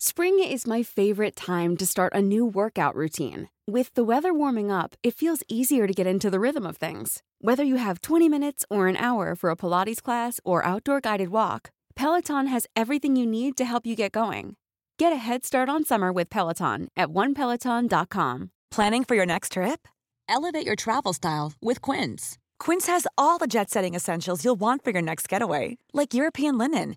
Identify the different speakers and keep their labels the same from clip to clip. Speaker 1: Spring is my favorite time to start a new workout routine. With the weather warming up, it feels easier to get into the rhythm of things. Whether you have 20 minutes or an hour for a Pilates class or outdoor guided walk, Peloton has everything you need to help you get going. Get a head start on summer with Peloton at onepeloton.com.
Speaker 2: Planning for your next trip? Elevate your travel style with Quince. Quince has all the jet setting essentials you'll want for your next getaway, like European linen,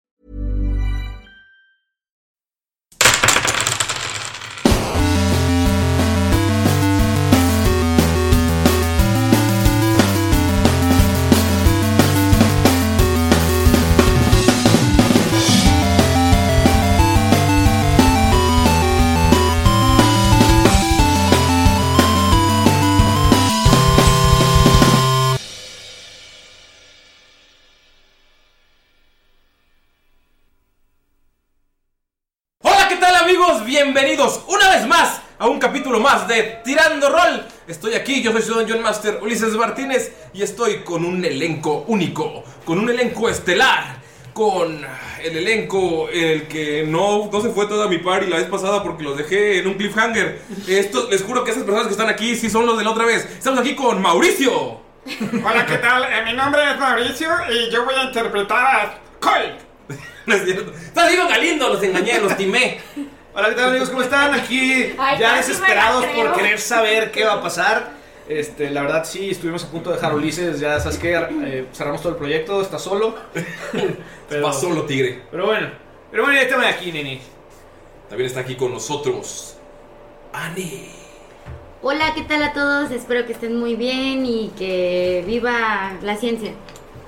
Speaker 3: Hola, ¿qué tal amigos? Bienvenidos una vez más a un capítulo más de Tirando Rol. Estoy aquí, yo soy su Dungeon Master Ulises Martínez y estoy con un elenco único, con un elenco estelar, con el elenco en el que no, no se fue toda mi party la vez pasada porque los dejé en un cliffhanger. Esto, les juro que esas personas que están aquí sí son los de la otra vez. Estamos aquí con Mauricio.
Speaker 4: Hola, ¿qué tal? Eh, mi nombre es Mauricio y yo voy a interpretar a Colt.
Speaker 3: No es cierto. Está Diego Galindo, los engañé, los timé.
Speaker 5: Hola, ¿qué tal amigos? ¿Cómo están? Aquí
Speaker 6: Ay,
Speaker 5: ya
Speaker 6: casi
Speaker 5: desesperados
Speaker 6: me la creo.
Speaker 5: por querer saber qué va a pasar. Este, la verdad sí, estuvimos a punto de dejar a Ulises, ya sabes que eh, cerramos todo el proyecto, está solo. Pero,
Speaker 3: Pasó lo tigre.
Speaker 5: pero bueno, pero bueno, ya estamos aquí, nene.
Speaker 3: También está aquí con nosotros Ani.
Speaker 6: Hola, ¿qué tal a todos? Espero que estén muy bien y que viva la ciencia.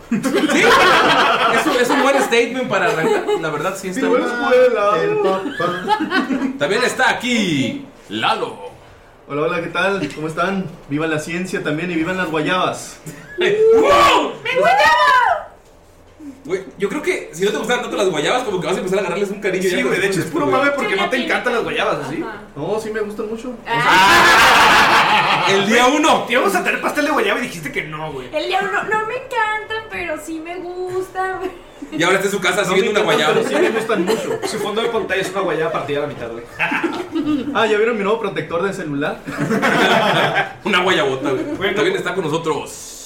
Speaker 3: Es un, es un buen statement para arrancar. La verdad, sí está bueno. También está aquí Lalo.
Speaker 7: Hola, hola, ¿qué tal? ¿Cómo están? Viva la ciencia también y vivan las guayabas.
Speaker 3: ¡Wow! ¡Me Güey, yo creo que si no te gustan tanto las guayabas, como que vas a empezar a agarrarles un cariño.
Speaker 5: Sí,
Speaker 3: ya
Speaker 5: güey, de hecho es puro mame porque no te
Speaker 6: Chulatina.
Speaker 5: encantan las guayabas, ¿sí?
Speaker 7: No, sí me gustan mucho.
Speaker 3: El día uno.
Speaker 5: Te íbamos a tener pastel de guayaba y dijiste que no, güey.
Speaker 8: El diablo no, no me encantan, pero sí me gusta.
Speaker 3: Y ahora está en su casa así
Speaker 5: No me
Speaker 3: viendo una
Speaker 5: encanta,
Speaker 3: guayaba.
Speaker 5: pero sí me gustan mucho.
Speaker 7: Mucho.
Speaker 5: Su fondo de pantalla es una guayaba partida a la mitad, güey.
Speaker 7: Ah, ¿ya vieron mi nuevo protector de celular?
Speaker 3: Una guayabota, güey.
Speaker 5: Bueno.
Speaker 3: También está con nosotros.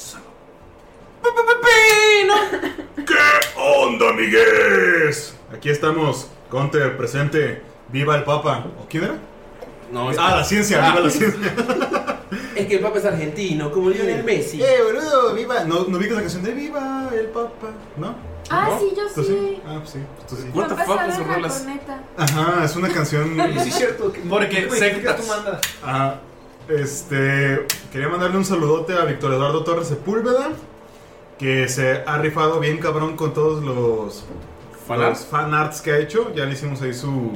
Speaker 3: Pepino.
Speaker 9: ¿Qué onda, amigues? Aquí estamos, Counter presente. Viva el Papa. ¿O quién era?
Speaker 3: No, es
Speaker 9: Ah, la ciencia, viva la ciencia.
Speaker 3: que el papa es argentino, como Lionel Messi.
Speaker 9: Eh, boludo, viva. ¿No, no ubicas la canción de Viva el Papa? ¿No?
Speaker 8: Ah,
Speaker 3: ¿No?
Speaker 8: sí, yo
Speaker 9: ¿Tú
Speaker 8: sí.
Speaker 9: Ah, pues sí. pues tú sí.
Speaker 3: What the
Speaker 8: Lo
Speaker 3: fuck,
Speaker 8: pasaba
Speaker 3: esas
Speaker 8: en la
Speaker 3: rolas.
Speaker 8: corneta.
Speaker 9: Ajá, es una canción.
Speaker 5: Sí, es cierto. que-
Speaker 7: Porque
Speaker 5: güey, ¿qué
Speaker 7: sectas.
Speaker 5: tú mandas?
Speaker 9: Ah, este. Quería mandarle un saludote a Víctor Eduardo Torres Sepúlveda. Que se ha rifado bien cabrón con todos los los fanarts que ha hecho. Ya le hicimos ahí su,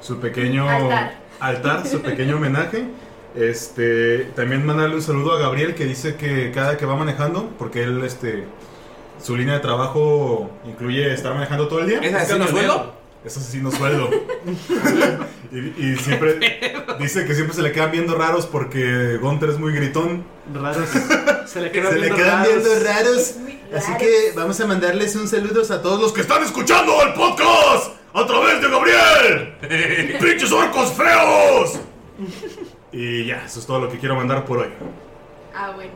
Speaker 9: su pequeño
Speaker 8: Altar.
Speaker 9: altar, su pequeño homenaje. Este, también mandarle un saludo a Gabriel que dice que cada que va manejando, porque él, este, su línea de trabajo incluye estar manejando todo el día.
Speaker 3: ¿Es así no suelo?
Speaker 9: Es asesino sueldo. y, y siempre dice que siempre se le quedan viendo raros porque Gunter es muy gritón.
Speaker 7: Raros.
Speaker 5: Se le
Speaker 9: Se le quedan
Speaker 5: raros.
Speaker 9: viendo raros. Así que vamos a mandarles un saludo a todos los que están escuchando el podcast a través de Gabriel. ¡Pinches orcos feos! Y ya, eso es todo lo que quiero mandar por hoy.
Speaker 8: Ah, bueno.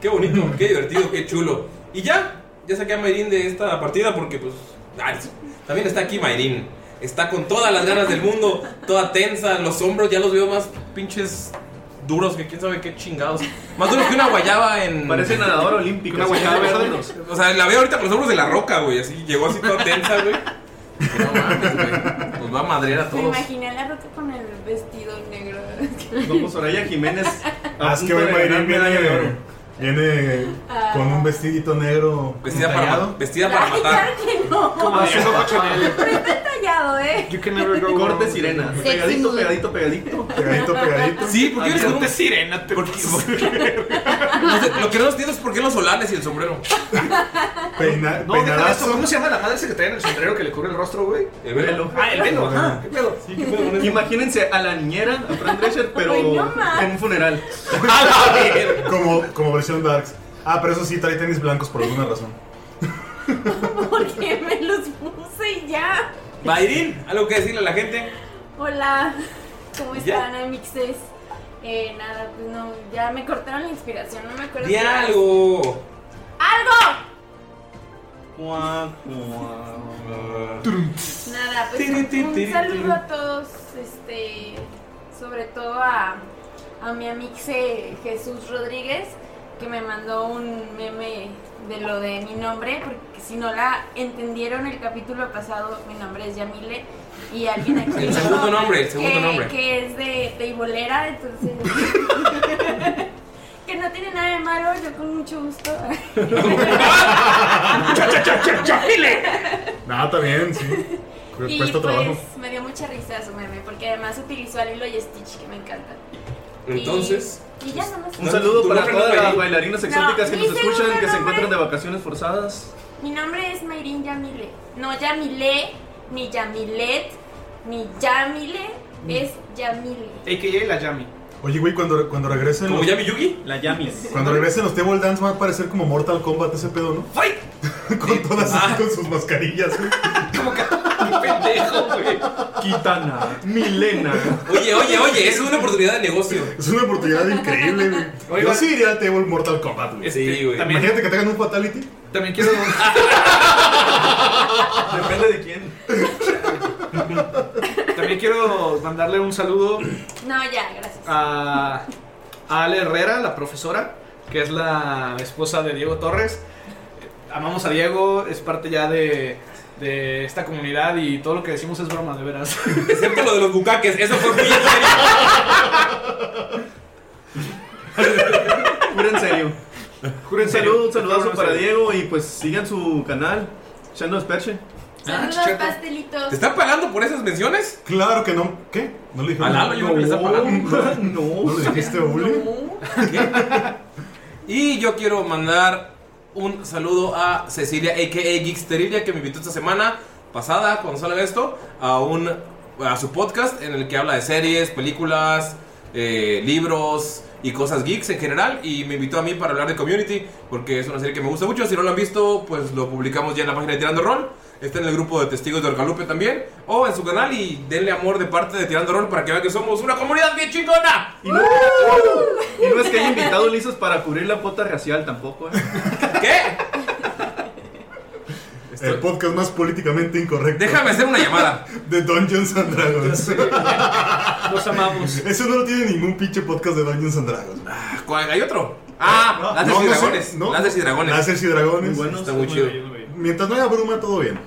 Speaker 3: Qué bonito, qué divertido, qué chulo. Y ya, ya saqué a Mayrin de esta partida porque pues... ay, también está aquí Mayrin. Está con todas las ganas del mundo, toda tensa, los hombros ya los veo más pinches duros que quién sabe qué chingados. Más duros que una guayaba en.
Speaker 7: Parece nadador olímpico,
Speaker 3: Una
Speaker 7: así,
Speaker 3: guayaba
Speaker 7: más o
Speaker 3: verde.
Speaker 7: menos.
Speaker 3: O sea, la veo ahorita con los hombros de la roca, güey. Así llegó así toda tensa, güey. No mames, güey. Nos va a madrear a
Speaker 8: Me
Speaker 3: todos.
Speaker 8: imaginé a la roca con el vestido negro.
Speaker 7: No, pues Soraya Jiménez.
Speaker 9: Ah, es que hoy Mayrin viene, viene
Speaker 8: Ah.
Speaker 9: con un vestidito negro.
Speaker 3: Vestida para- vestida para
Speaker 8: Ay, claro que no.
Speaker 9: Como de Coco Chanel.
Speaker 8: Pero está tallado, ¿eh?
Speaker 7: Corte sirena.
Speaker 8: Sexy
Speaker 7: Pegadito,
Speaker 8: mood.
Speaker 7: pegadito, pegadito.
Speaker 9: Pegadito, pegadito.
Speaker 3: Sí, porque eres
Speaker 7: Corte
Speaker 3: sirena, te No sé, Lo que no entiendo es por qué los solares y el sombrero.
Speaker 9: Peina,
Speaker 5: No, deja de eso. ¿Cómo se llama la madre esa que trae en el sombrero que le cubre el rostro, güey?
Speaker 3: El velo.
Speaker 5: Ah, el velo, ajá.
Speaker 7: ¿Qué pedo? Imagínense a la niñera, a Fran Drescher, pero en un funeral.
Speaker 9: como, como versión Darks. Ah, pero eso sí trae tenis blancos por alguna razón.
Speaker 8: Porque me los puse y ya.
Speaker 3: Mayrin, algo que decirle a la gente.
Speaker 8: Hola, ¿cómo
Speaker 3: ¿Ya?
Speaker 8: están, amixes? Eh, nada, pues no, ya me cortaron la inspiración, no me acuerdo.
Speaker 3: Di
Speaker 8: qué era.
Speaker 3: algo.
Speaker 8: ¡Algo!
Speaker 3: Turum.
Speaker 8: Nada, pues
Speaker 3: Tiri, tiri,
Speaker 8: un
Speaker 3: tiri, tiri.
Speaker 8: saludo a todos, este, sobre todo a, a mi amixe Jesús Rodríguez, que me mandó un meme de lo de mi nombre, porque si no la entendieron el capítulo pasado, mi nombre es Yamile, y alguien aquí...
Speaker 3: El
Speaker 8: dijo
Speaker 3: segundo nombre, el segundo
Speaker 8: que,
Speaker 3: nombre.
Speaker 8: Que es de teibolera, entonces... que no tiene nada de malo, yo con mucho gusto.
Speaker 9: Nada, también, sí. Cu-
Speaker 8: Y
Speaker 9: Cuesta
Speaker 8: pues
Speaker 9: trabajo.
Speaker 8: me dio mucha risa su meme, porque además utilizó a Lilo y Stitch, que me encanta.
Speaker 7: Entonces,
Speaker 8: Y, y ya nomás.
Speaker 7: Un saludo
Speaker 5: ¿Tú
Speaker 7: para
Speaker 5: no
Speaker 7: todas
Speaker 5: aprendes
Speaker 7: las
Speaker 5: bailar?
Speaker 7: bailarinas
Speaker 8: No,
Speaker 7: exóticas que
Speaker 8: mi
Speaker 7: nos escuchan,
Speaker 8: segundo
Speaker 7: que se
Speaker 8: nombre.
Speaker 7: encuentran de vacaciones forzadas.
Speaker 8: Mi nombre es Mayrin Yamile. No Yamile, ni Yamilet, ni Yamile, es Yamile.
Speaker 5: AKA la Yami.
Speaker 9: Oye, güey, cuando, cuando regresen.
Speaker 5: ¿Como
Speaker 9: los-
Speaker 5: Yami Yugi? La Yami.
Speaker 9: Cuando regresen los Table Dance va a parecer como Mortal Kombat ese pedo, ¿no? ¡Fight! con todas así, con sus mascarillas, güey.
Speaker 3: Pendejo, güey.
Speaker 7: Kitana, Milena.
Speaker 3: Oye, oye, oye, es una oportunidad de negocio.
Speaker 9: Es una oportunidad increíble, güey. Yo
Speaker 3: Oigan.
Speaker 9: sí iría al Table Mortal Kombat, güey.
Speaker 3: Sí, güey.
Speaker 9: Imagínate que tengan un fatality.
Speaker 5: También quiero.
Speaker 7: Depende de quién.
Speaker 5: También quiero mandarle un saludo
Speaker 8: No, ya, gracias.
Speaker 5: a, a Ale Herrera, la profesora, que es la esposa de Diego Torres. Amamos a Diego, es parte ya de, de esta comunidad y todo lo que decimos es broma, de veras.
Speaker 3: Excepto lo de los bucaques, eso fue muy
Speaker 7: Juro en serio. Juro en serio. Un saludazo
Speaker 5: Juro en
Speaker 7: para
Speaker 5: serio.
Speaker 7: Diego y pues sigan su canal. Shando Esperche. Ah,
Speaker 8: Saludos,
Speaker 5: Ah,
Speaker 8: pastelitos.
Speaker 3: pagando por esas menciones?
Speaker 9: Claro que no. ¿Qué? No le dije.
Speaker 3: A Lalo yo creo que le está pagando.
Speaker 7: No.
Speaker 9: ¿No le dijiste a Uli?
Speaker 3: Y yo quiero mandar un saludo a Cecilia, a.k.a. Geeksterilia, que me invitó esta semana pasada, cuando salga esto, a, un, a su podcast en el que habla de series, películas, eh, libros y cosas geeks en general. Y me invitó a mí para hablar de Community, porque es una serie que me gusta mucho. Si no lo han visto, pues lo publicamos ya en la página de Tirando Rol. Está en el grupo de Testigos de Orcalupe también. O en su canal y denle amor de parte de Tirando Rol para que vean que somos una comunidad bien chingona.
Speaker 7: Y no, y no es que haya invitado lisos para cubrir la cuota racial tampoco, ¿eh?
Speaker 9: El podcast más políticamente incorrecto.
Speaker 3: Déjame hacer una llamada.
Speaker 9: De Dungeons and Dragons.
Speaker 5: Los amamos.
Speaker 9: Eso no lo tiene ningún pinche podcast de Dungeons and Dragons.
Speaker 3: ¿Cuál? ¿Hay otro? Ah, Láseres y Dragones. Láseres y Dragones.
Speaker 9: Láseres y Dragones.
Speaker 3: Muy buenos. Está muy chido.
Speaker 9: Mientras no haya bruma, todo bien.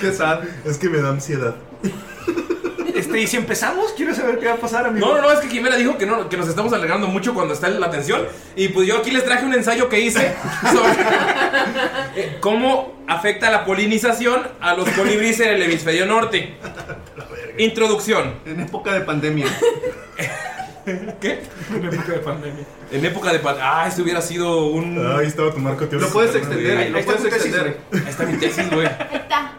Speaker 7: Qué sad.
Speaker 9: Es que me da ansiedad.
Speaker 5: Este, y si empezamos, quiero saber qué va a pasar, amigo.
Speaker 3: No, no, no, es que Jimena dijo que, no, que nos estamos alargando mucho cuando está la atención. Y pues yo aquí les traje un ensayo que hice sobre eh, cómo afecta la polinización a los colibríes en el hemisferio norte. Introducción.
Speaker 7: En época de pandemia.
Speaker 3: ¿Qué? En época de pandemia. En época de pandemia. Ah, esto hubiera sido un.
Speaker 9: Ahí estaba tu marco teórico.
Speaker 7: Lo puedes extender,
Speaker 3: Ahí-
Speaker 7: lo
Speaker 3: ahí está
Speaker 7: puedes
Speaker 3: tu tesis,
Speaker 7: extender.
Speaker 3: güey. Ahí está mi tesis, güey.
Speaker 8: está.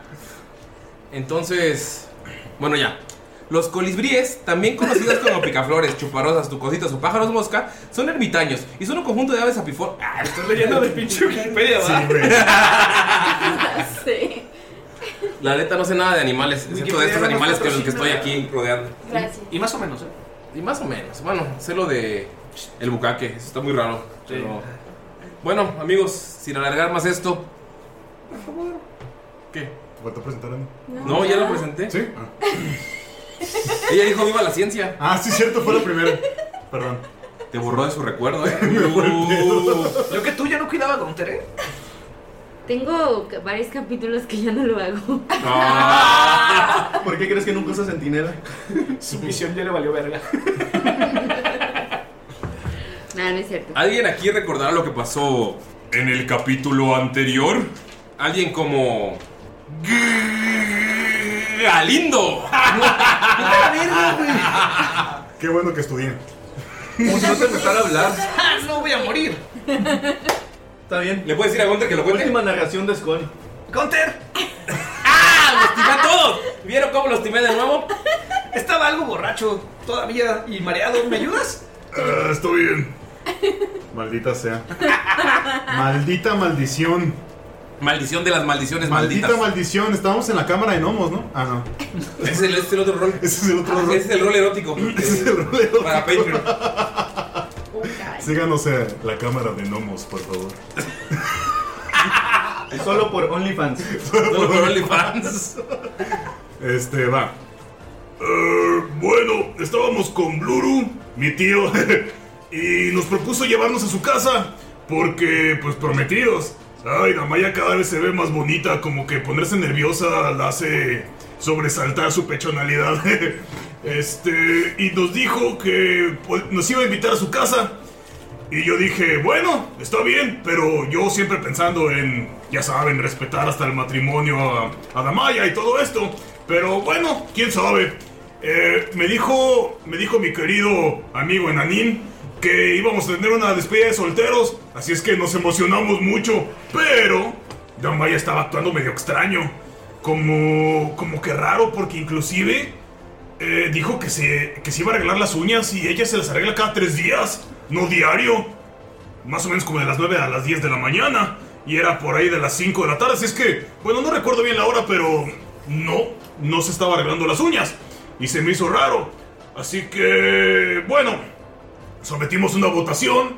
Speaker 3: Entonces, bueno ya. Los colibríes, también conocidos como picaflores, chuparosas, tucositas o pájaros mosca, son ermitaños y son un conjunto de aves apifo... Ah, estoy leyendo de pinche Wikipedia, ¿verdad?
Speaker 8: Sí.
Speaker 3: La neta no sé nada de animales, excepto de
Speaker 5: Wikipedia
Speaker 3: estos
Speaker 5: no
Speaker 3: animales con los que
Speaker 5: patrocina
Speaker 3: estoy aquí rodeando.
Speaker 8: Gracias.
Speaker 5: Y más o menos, ¿eh?
Speaker 3: Y más o menos, bueno, sé lo de el bucaque, eso está muy raro. pero- Bueno, amigos, sin alargar más esto... ¿Qué?
Speaker 9: ¿Te faltó presentar a mí?
Speaker 3: No, ya lo presenté.
Speaker 9: ¿Sí?
Speaker 3: Ella dijo viva la ciencia.
Speaker 10: Ah, sí, cierto, fue la primera. Perdón.
Speaker 3: Te borró de su recuerdo, eh. Uh.
Speaker 5: Yo que tú ya no cuidaba ¿eh? Don Tere.
Speaker 6: Tengo ca- varios capítulos que ya no lo hago.
Speaker 7: ¿Por qué crees que nunca usa sentinela?
Speaker 5: Ah. Su misión ya le valió verga.
Speaker 6: Nada, no es cierto.
Speaker 3: ¿Alguien aquí recordará lo que pasó en el capítulo anterior? Alguien como. Galindo.
Speaker 10: Qué bueno que estudié.
Speaker 7: Pues no te empezar a hablar.
Speaker 5: no voy a morir.
Speaker 7: Está bien.
Speaker 3: ¿Le puedes decir a Gunter que lo cuente?
Speaker 7: Última narración de Skull.
Speaker 5: ¡Gunter!
Speaker 3: ¡Ah! ¡Los timé a todos! ¿Vieron cómo los timé de nuevo?
Speaker 5: Estaba algo borracho todavía y mareado. ¿Me ayudas?
Speaker 10: Ah, estoy bien. Maldita sea. Maldita maldición.
Speaker 3: Maldición de las maldiciones
Speaker 10: Maldita
Speaker 3: malditas.
Speaker 10: maldición. Estábamos en la cámara de gnomos, ¿no? Ah, no.
Speaker 3: Ese es el, ese es el otro rol. Ah,
Speaker 10: Ese es el otro rol.
Speaker 3: Ese es el rol erótico. Para Patreon.
Speaker 10: Síganos en la cámara de gnomos, por favor.
Speaker 7: Solo por OnlyFans.
Speaker 3: Solo por OnlyFans.
Speaker 10: Este, va. Eh, bueno, estábamos con Bluru, mi tío, y nos propuso llevarnos a su casa, porque, pues, prometidos. Ay, Damaya cada vez se ve más bonita, como que ponerse nerviosa la hace sobresaltar su pechonalidad. este, y nos dijo que pues, nos iba a invitar a su casa. Y yo dije, bueno, está bien, pero yo siempre pensando en, ya saben, respetar hasta el matrimonio a, a Damaya y todo esto. Pero bueno, quién sabe. Eh, me dijo, me dijo mi querido amigo Enanín que íbamos a tener una despedida de solteros, así es que nos emocionamos mucho. Pero Damaya estaba actuando medio extraño, como, como que raro, porque inclusive eh, dijo que se, que se iba a arreglar las uñas y ella se las arregla cada tres días, no diario. Más o menos como de las 9 a las 10 de la mañana. Y era por ahí de las 5 de la tarde. Así es que, bueno, no recuerdo bien la hora, pero no, no se estaba arreglando las uñas. Y se me hizo raro. Así que, bueno, sometimos una votación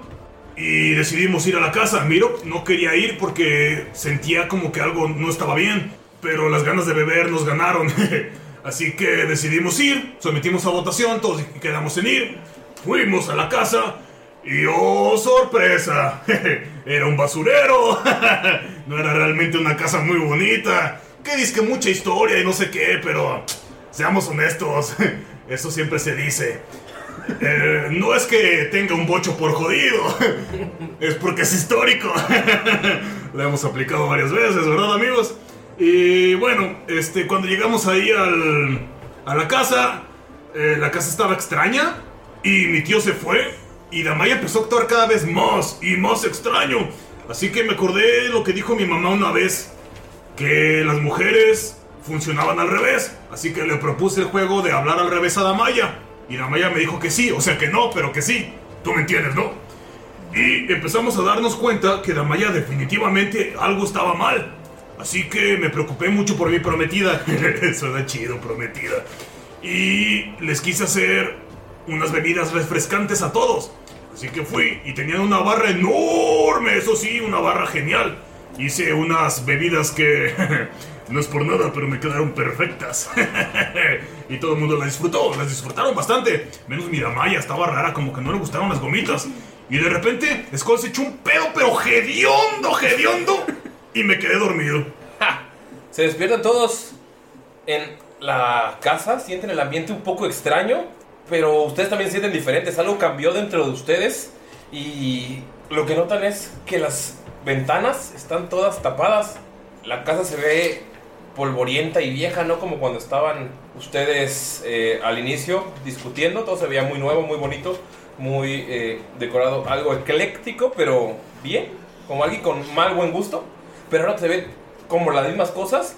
Speaker 10: y decidimos ir a la casa. Miro, no quería ir porque sentía como que algo no estaba bien, pero las ganas de beber nos ganaron. Así que decidimos ir, sometimos a votación, todos quedamos en ir. Fuimos a la casa y ¡oh, sorpresa! Era un basurero. No era realmente una casa muy bonita. Que dice que mucha historia y no sé qué, pero seamos honestos, eso siempre se dice. Eh, no es que tenga un bocho por jodido, es porque es histórico. Lo hemos aplicado varias veces, ¿verdad, amigos? Y bueno, este, cuando llegamos ahí al, a la casa, eh, la casa estaba extraña y mi tío se fue y Damaya empezó a actuar cada vez más y más extraño. Así que me acordé de lo que dijo mi mamá una vez, que las mujeres funcionaban al revés. Así que le propuse el juego de hablar al revés a Damaya. Y Damaya me dijo que sí, o sea que no, pero que sí. Tú me entiendes, ¿no? Y empezamos a darnos cuenta que Damaya definitivamente algo estaba mal. Así que me preocupé mucho por mi prometida. Suena chido, prometida. Y les quise hacer unas bebidas refrescantes a todos. Así que fui y tenían una barra enorme, eso sí, una barra genial. Hice unas bebidas que no es por nada, pero me quedaron perfectas. y todo el mundo las disfrutó, las disfrutaron bastante. Menos mi Damaya, estaba rara, como que no le gustaban las gomitas. Y de repente, Skull se echó un pedo, pero hediondo, hediondo. Y me quedé dormido.
Speaker 3: Se despiertan todos en la casa, sienten el ambiente un poco extraño, pero ustedes también se sienten diferentes, algo cambió dentro de ustedes y lo que notan es que las ventanas están todas tapadas, la casa se ve polvorienta y vieja, no como cuando estaban ustedes eh, al inicio discutiendo, todo se veía muy nuevo, muy bonito, muy eh, decorado, algo ecléctico, pero bien, como alguien con mal buen gusto, pero ahora se ve como las mismas cosas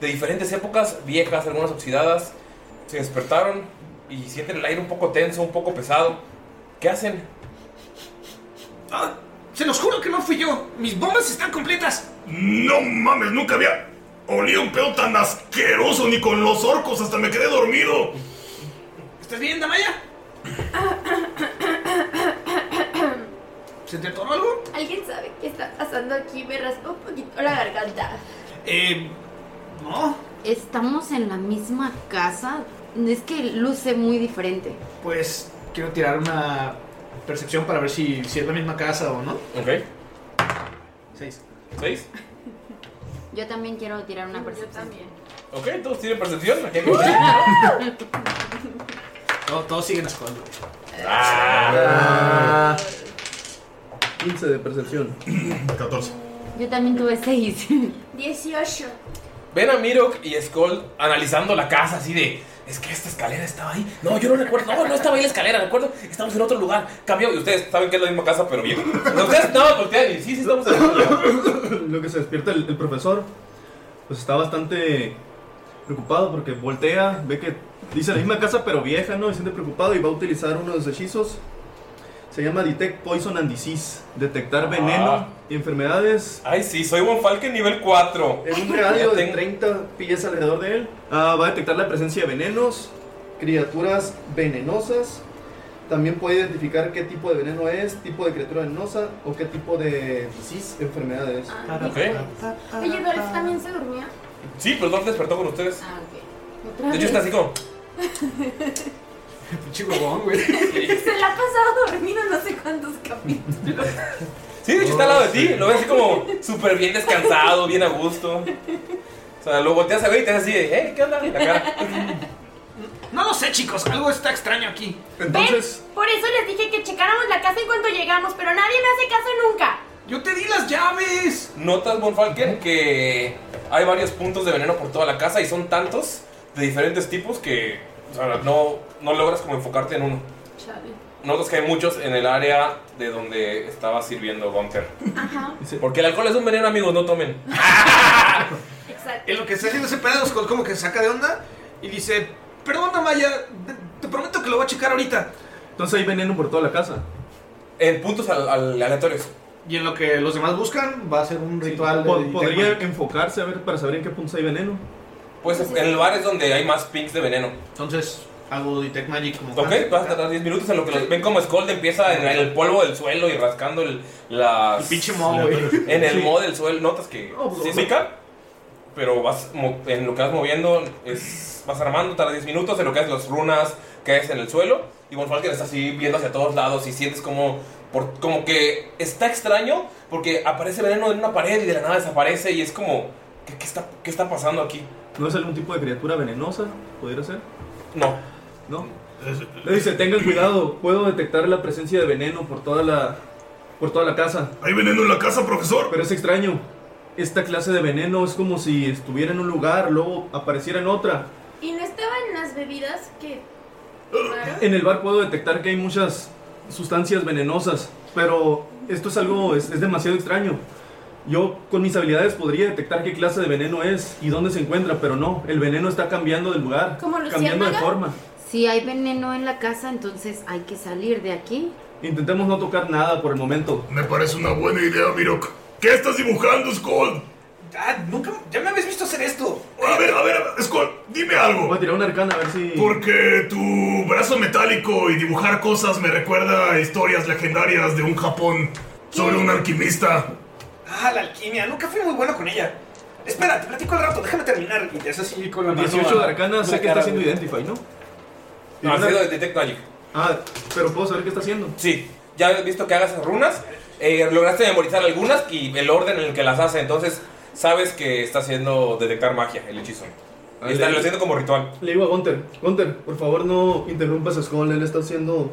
Speaker 3: de diferentes épocas, viejas, algunas oxidadas, se despertaron y sienten el aire un poco tenso, un poco pesado. ¿Qué hacen?
Speaker 5: Ah, se los juro que no fui yo. Mis bombas están completas.
Speaker 10: No mames, nunca había olido un pedo tan asqueroso ni con los orcos, hasta me quedé dormido.
Speaker 5: ¿Estás bien, Damaya? ¿Se te atoró algo?
Speaker 8: ¿Alguien sabe qué está pasando aquí? Me raspó un poquito la garganta.
Speaker 5: Eh, no.
Speaker 6: ¿Estamos en la misma casa? Es que luce muy diferente.
Speaker 5: Pues quiero tirar una percepción para ver si, si es la misma casa o no.
Speaker 3: Ok.
Speaker 5: Seis.
Speaker 3: ¿Seis?
Speaker 6: Yo también quiero tirar una percepción.
Speaker 3: Ok, todos tienen percepción. Aquí hay
Speaker 5: Todo- todos siguen escondidos.
Speaker 7: Ah.
Speaker 3: Ah.
Speaker 7: 15 de percepción.
Speaker 9: 14.
Speaker 6: Yo también tuve seis.
Speaker 8: 18.
Speaker 3: Ven a Mirok y Skull analizando la casa así de. Es que esta escalera estaba ahí. No, yo no recuerdo. No, no estaba ahí la escalera, recuerdo. Estamos en otro lugar. Cambió. Y ustedes saben que es la misma casa, pero bien. Ustedes nada más voltean y sí, sí, estamos en otro lugar.
Speaker 7: Lo que se despierta el, el profesor, pues está bastante preocupado porque voltea, ve que dice la misma casa pero vieja, ¿no? Y se siente preocupado y va a utilizar uno de los hechizos. Se llama Detect Poison and Disease. Detectar veneno
Speaker 3: Ah.
Speaker 7: y enfermedades.
Speaker 3: Ay, sí, soy Von Falken nivel 4.
Speaker 7: En un radio de 30 pies alrededor de él, ah, va a detectar la presencia de venenos, criaturas venenosas. También puede identificar qué tipo de veneno es, tipo de criatura venenosa o qué tipo de enfermedades.
Speaker 8: Oye, Dolph también se durmió.
Speaker 3: Sí, pero Dolph despertó con ustedes.
Speaker 8: Ah, ok. Otra
Speaker 3: De hecho, está así como.
Speaker 5: Pinche huevón, güey.
Speaker 8: se la ha pasado dormido no sé cuántos capítulos.
Speaker 3: Sí, de hecho está al lado de ti. Lo ves así como súper bien descansado, bien a gusto. O sea, lo volteas a ver y te haces así de, "Eh". hey, ¿qué onda? Y la cara.
Speaker 5: No lo sé, chicos. Algo está extraño aquí.
Speaker 7: Entonces,
Speaker 8: Por eso les dije que checáramos la casa en cuanto llegamos, pero nadie me hace caso nunca.
Speaker 5: Yo te di las llaves.
Speaker 3: Notas, Von Falken, que hay varios puntos de veneno por toda la casa y son tantos de diferentes tipos que o sea, no, no logras como enfocarte en uno.
Speaker 8: Chale.
Speaker 3: Notas que hay muchos en el área de donde estaba sirviendo Gunther.
Speaker 8: Ajá.
Speaker 3: Porque el alcohol es un veneno, amigos, no tomen.
Speaker 8: Exacto.
Speaker 5: En lo que está haciendo ese pedo, Skull como que se saca de onda y dice: Perdón, Maya, te prometo que lo voy a checar ahorita.
Speaker 7: Entonces hay veneno por toda la casa.
Speaker 3: En puntos al- al- aleatorios.
Speaker 5: Y en lo que los demás buscan, va a ser un ritual. de-
Speaker 7: po-
Speaker 5: de-
Speaker 7: podría enfocarse a ver para saber en qué puntos hay veneno.
Speaker 3: Pues en el bar es donde hay más pinks de veneno.
Speaker 5: Entonces hago Detect Magic como.
Speaker 3: Ok, vas a tardar 10 minutos en lo que los- ven como Scold empieza en el polvo del suelo y rascando el, las.
Speaker 5: El pinche moho, güey.
Speaker 3: En el
Speaker 5: Sí.
Speaker 3: moho del suelo, notas que
Speaker 5: Oh, pues,
Speaker 3: sí
Speaker 5: ok.
Speaker 3: pica, pero vas mo- en lo que vas moviendo, es, vas armando, tarda 10 minutos en lo que haces las runas, caes en el suelo, y Bonfalken está así viendo hacia todos lados y sientes como. por- como que está extraño porque aparece veneno en una pared y de la nada desaparece y es como, ¿qué, qué está, qué está pasando aquí?
Speaker 7: ¿No es algún tipo de criatura venenosa? ¿Pudiera ser?
Speaker 3: No.
Speaker 7: ¿No? Le dice, tengan cuidado, puedo detectar la presencia de veneno por toda la, por toda la casa.
Speaker 10: ¿Hay veneno en la casa, profesor?
Speaker 7: Pero es extraño. Esta clase de veneno es como si estuviera en un lugar, luego apareciera en otra.
Speaker 8: ¿Y no estaban las bebidas que tomaron?
Speaker 7: En el bar puedo detectar que hay muchas sustancias venenosas, pero esto es algo, es, es demasiado extraño. Yo con mis habilidades podría detectar qué clase de veneno es y dónde se encuentra, pero no, el veneno está cambiando de lugar,
Speaker 6: ¿Como
Speaker 7: cambiando de
Speaker 6: luciérnaga?
Speaker 7: forma.
Speaker 6: Si hay veneno en la casa, entonces hay que salir de aquí.
Speaker 7: Intentemos no tocar nada por el momento.
Speaker 10: Me parece una buena idea, Mirok. ¿Qué estás dibujando, Skull?
Speaker 5: Ah, nunca, ya me habéis visto hacer esto.
Speaker 10: A ver, a ver, Skull, dime algo. Voy
Speaker 7: a tirar una arcana a ver si.
Speaker 10: Porque tu brazo metálico y dibujar cosas me recuerda a historias legendarias de un Japón sobre un alquimista.
Speaker 5: Ah, la alquimia. Nunca fui muy bueno con ella. Espera, te platico al rato, déjame terminar. Y te hace así con la mano.
Speaker 7: 18 de
Speaker 5: a-
Speaker 7: arcana,
Speaker 5: la
Speaker 7: sé que está
Speaker 5: cara,
Speaker 7: haciendo
Speaker 5: güey.
Speaker 7: Identify, ¿no?
Speaker 3: No, ha sido Detect Magic.
Speaker 7: Ah, pero puedo saber qué está haciendo.
Speaker 3: Sí, ya he visto que hagas esas runas. eh, lograste memorizar algunas y el orden en el que las hace. Entonces, sabes que está haciendo detectar magia, el hechizo. Y está lo haciendo como ritual.
Speaker 7: Le digo a Gunter, Gunter, por favor no interrumpas a Skull, él está haciendo...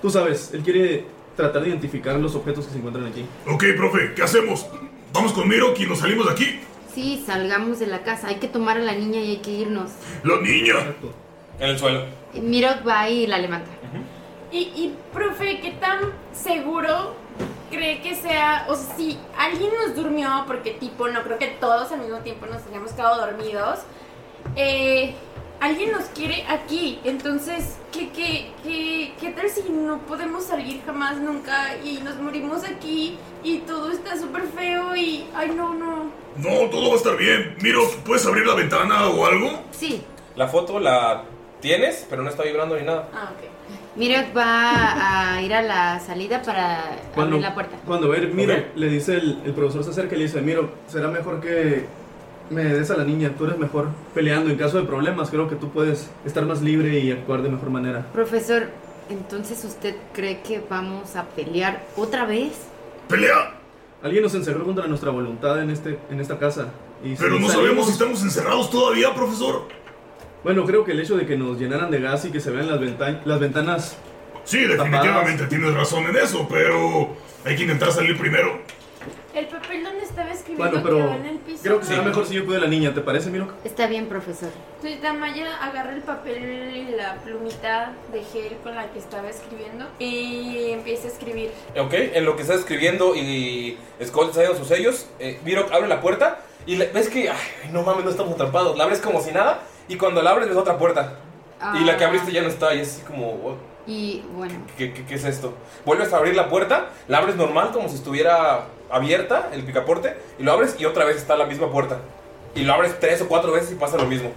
Speaker 7: Tú sabes, él quiere tratar de identificar los objetos que se encuentran aquí.
Speaker 10: Ok, profe, ¿qué hacemos? ¿Vamos con Mirok y nos salimos de aquí?
Speaker 6: Sí, salgamos de la casa. Hay que tomar a la niña y hay que irnos.
Speaker 10: ¡La niña!
Speaker 3: En el suelo.
Speaker 6: Mirok va y la levanta.
Speaker 8: Y, y, profe, ¿qué tan seguro cree que sea? O sea, si alguien nos durmió, porque tipo, no creo que todos al mismo tiempo nos hayamos quedado dormidos, eh, alguien nos quiere aquí. Entonces, ¿qué, qué, qué, ¿qué tal si no podemos salir jamás, nunca? Y nos morimos aquí y todo está súper feo y... Ay, no, no.
Speaker 10: No, todo va a estar bien. Mirok, ¿puedes abrir la ventana o algo?
Speaker 6: Sí.
Speaker 3: La foto la tienes, pero no está vibrando ni nada.
Speaker 6: Ah, ok. Mirok va a ir a la salida para
Speaker 7: Cuando,
Speaker 6: abrir la puerta.
Speaker 7: cuando ver, mira, le dice el, el profesor se acerca y le dice, mira, será mejor que me des a la niña, tú eres mejor peleando en caso de problemas, creo que tú puedes estar más libre y actuar de mejor manera.
Speaker 6: Profesor, entonces usted cree que vamos a pelear otra vez?
Speaker 7: ¡Pelea! Alguien nos encerró contra nuestra voluntad en, este, en esta casa. Y
Speaker 10: Pero no sabemos si estamos encerrados todavía,
Speaker 7: profesor. Bueno, creo que el hecho de que nos llenaran de gas y que se vean las, venta- las ventanas...
Speaker 10: Sí, definitivamente tienes razón en eso, pero hay que intentar salir primero.
Speaker 8: El papel donde estaba escribiendo
Speaker 7: Bueno,
Speaker 8: quedó
Speaker 7: pero
Speaker 8: en el piso.
Speaker 7: creo que será mejor si yo cuido a la niña, ¿te parece, Miro?
Speaker 6: Está bien, profesor.
Speaker 8: Entonces Damaya agarra el papel y la plumita de gel con la que estaba escribiendo y empieza a escribir.
Speaker 3: Ok, en lo que está escribiendo y Skull está haciendo sus sellos, eh, Virok abre la puerta y le- ves que, ay, no mames, no estamos atrapados. La abres como si nada y cuando la abres ves otra puerta. Y la que abriste ya no está y es así como, "What?
Speaker 6: Y bueno,
Speaker 3: ¿qué, qué- qué es esto? Vuelves a abrir la puerta, la abres normal como si estuviera abierta el picaporte y lo abres y otra vez está la misma puerta. Y lo abres tres o cuatro veces y pasa lo mismo.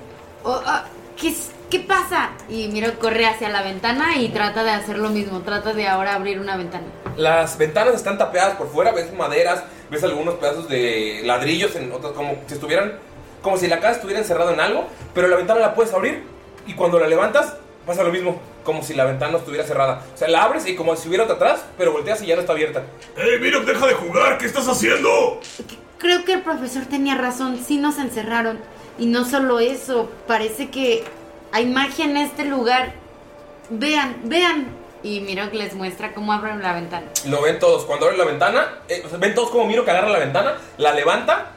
Speaker 6: oh, ah, ¿qué, es- qué pasa? Y Miro corre hacia la ventana y trata de hacer lo mismo, trata de ahora abrir una ventana.
Speaker 3: Las ventanas están tapeadas por fuera, ves maderas, ves algunos pedazos de ladrillos, en otras, como si estuvieran, como si la casa estuviera encerrada en algo, pero la ventana la puedes abrir y cuando la levantas pasa lo mismo, como si la ventana estuviera cerrada. O sea, la abres y como si hubiera otra atrás, pero volteas y ya no está abierta.
Speaker 10: ¡Ey, Virok, deja de jugar! ¿Qué estás haciendo?
Speaker 6: Creo que el profesor tenía razón, sí nos encerraron. Y no solo eso, parece que hay magia en este lugar. Vean, vean. Y Miro les muestra cómo abren la ventana.
Speaker 3: Lo ven todos, cuando abres la ventana, eh, o sea, ven todos como Miro que agarra la ventana, la levanta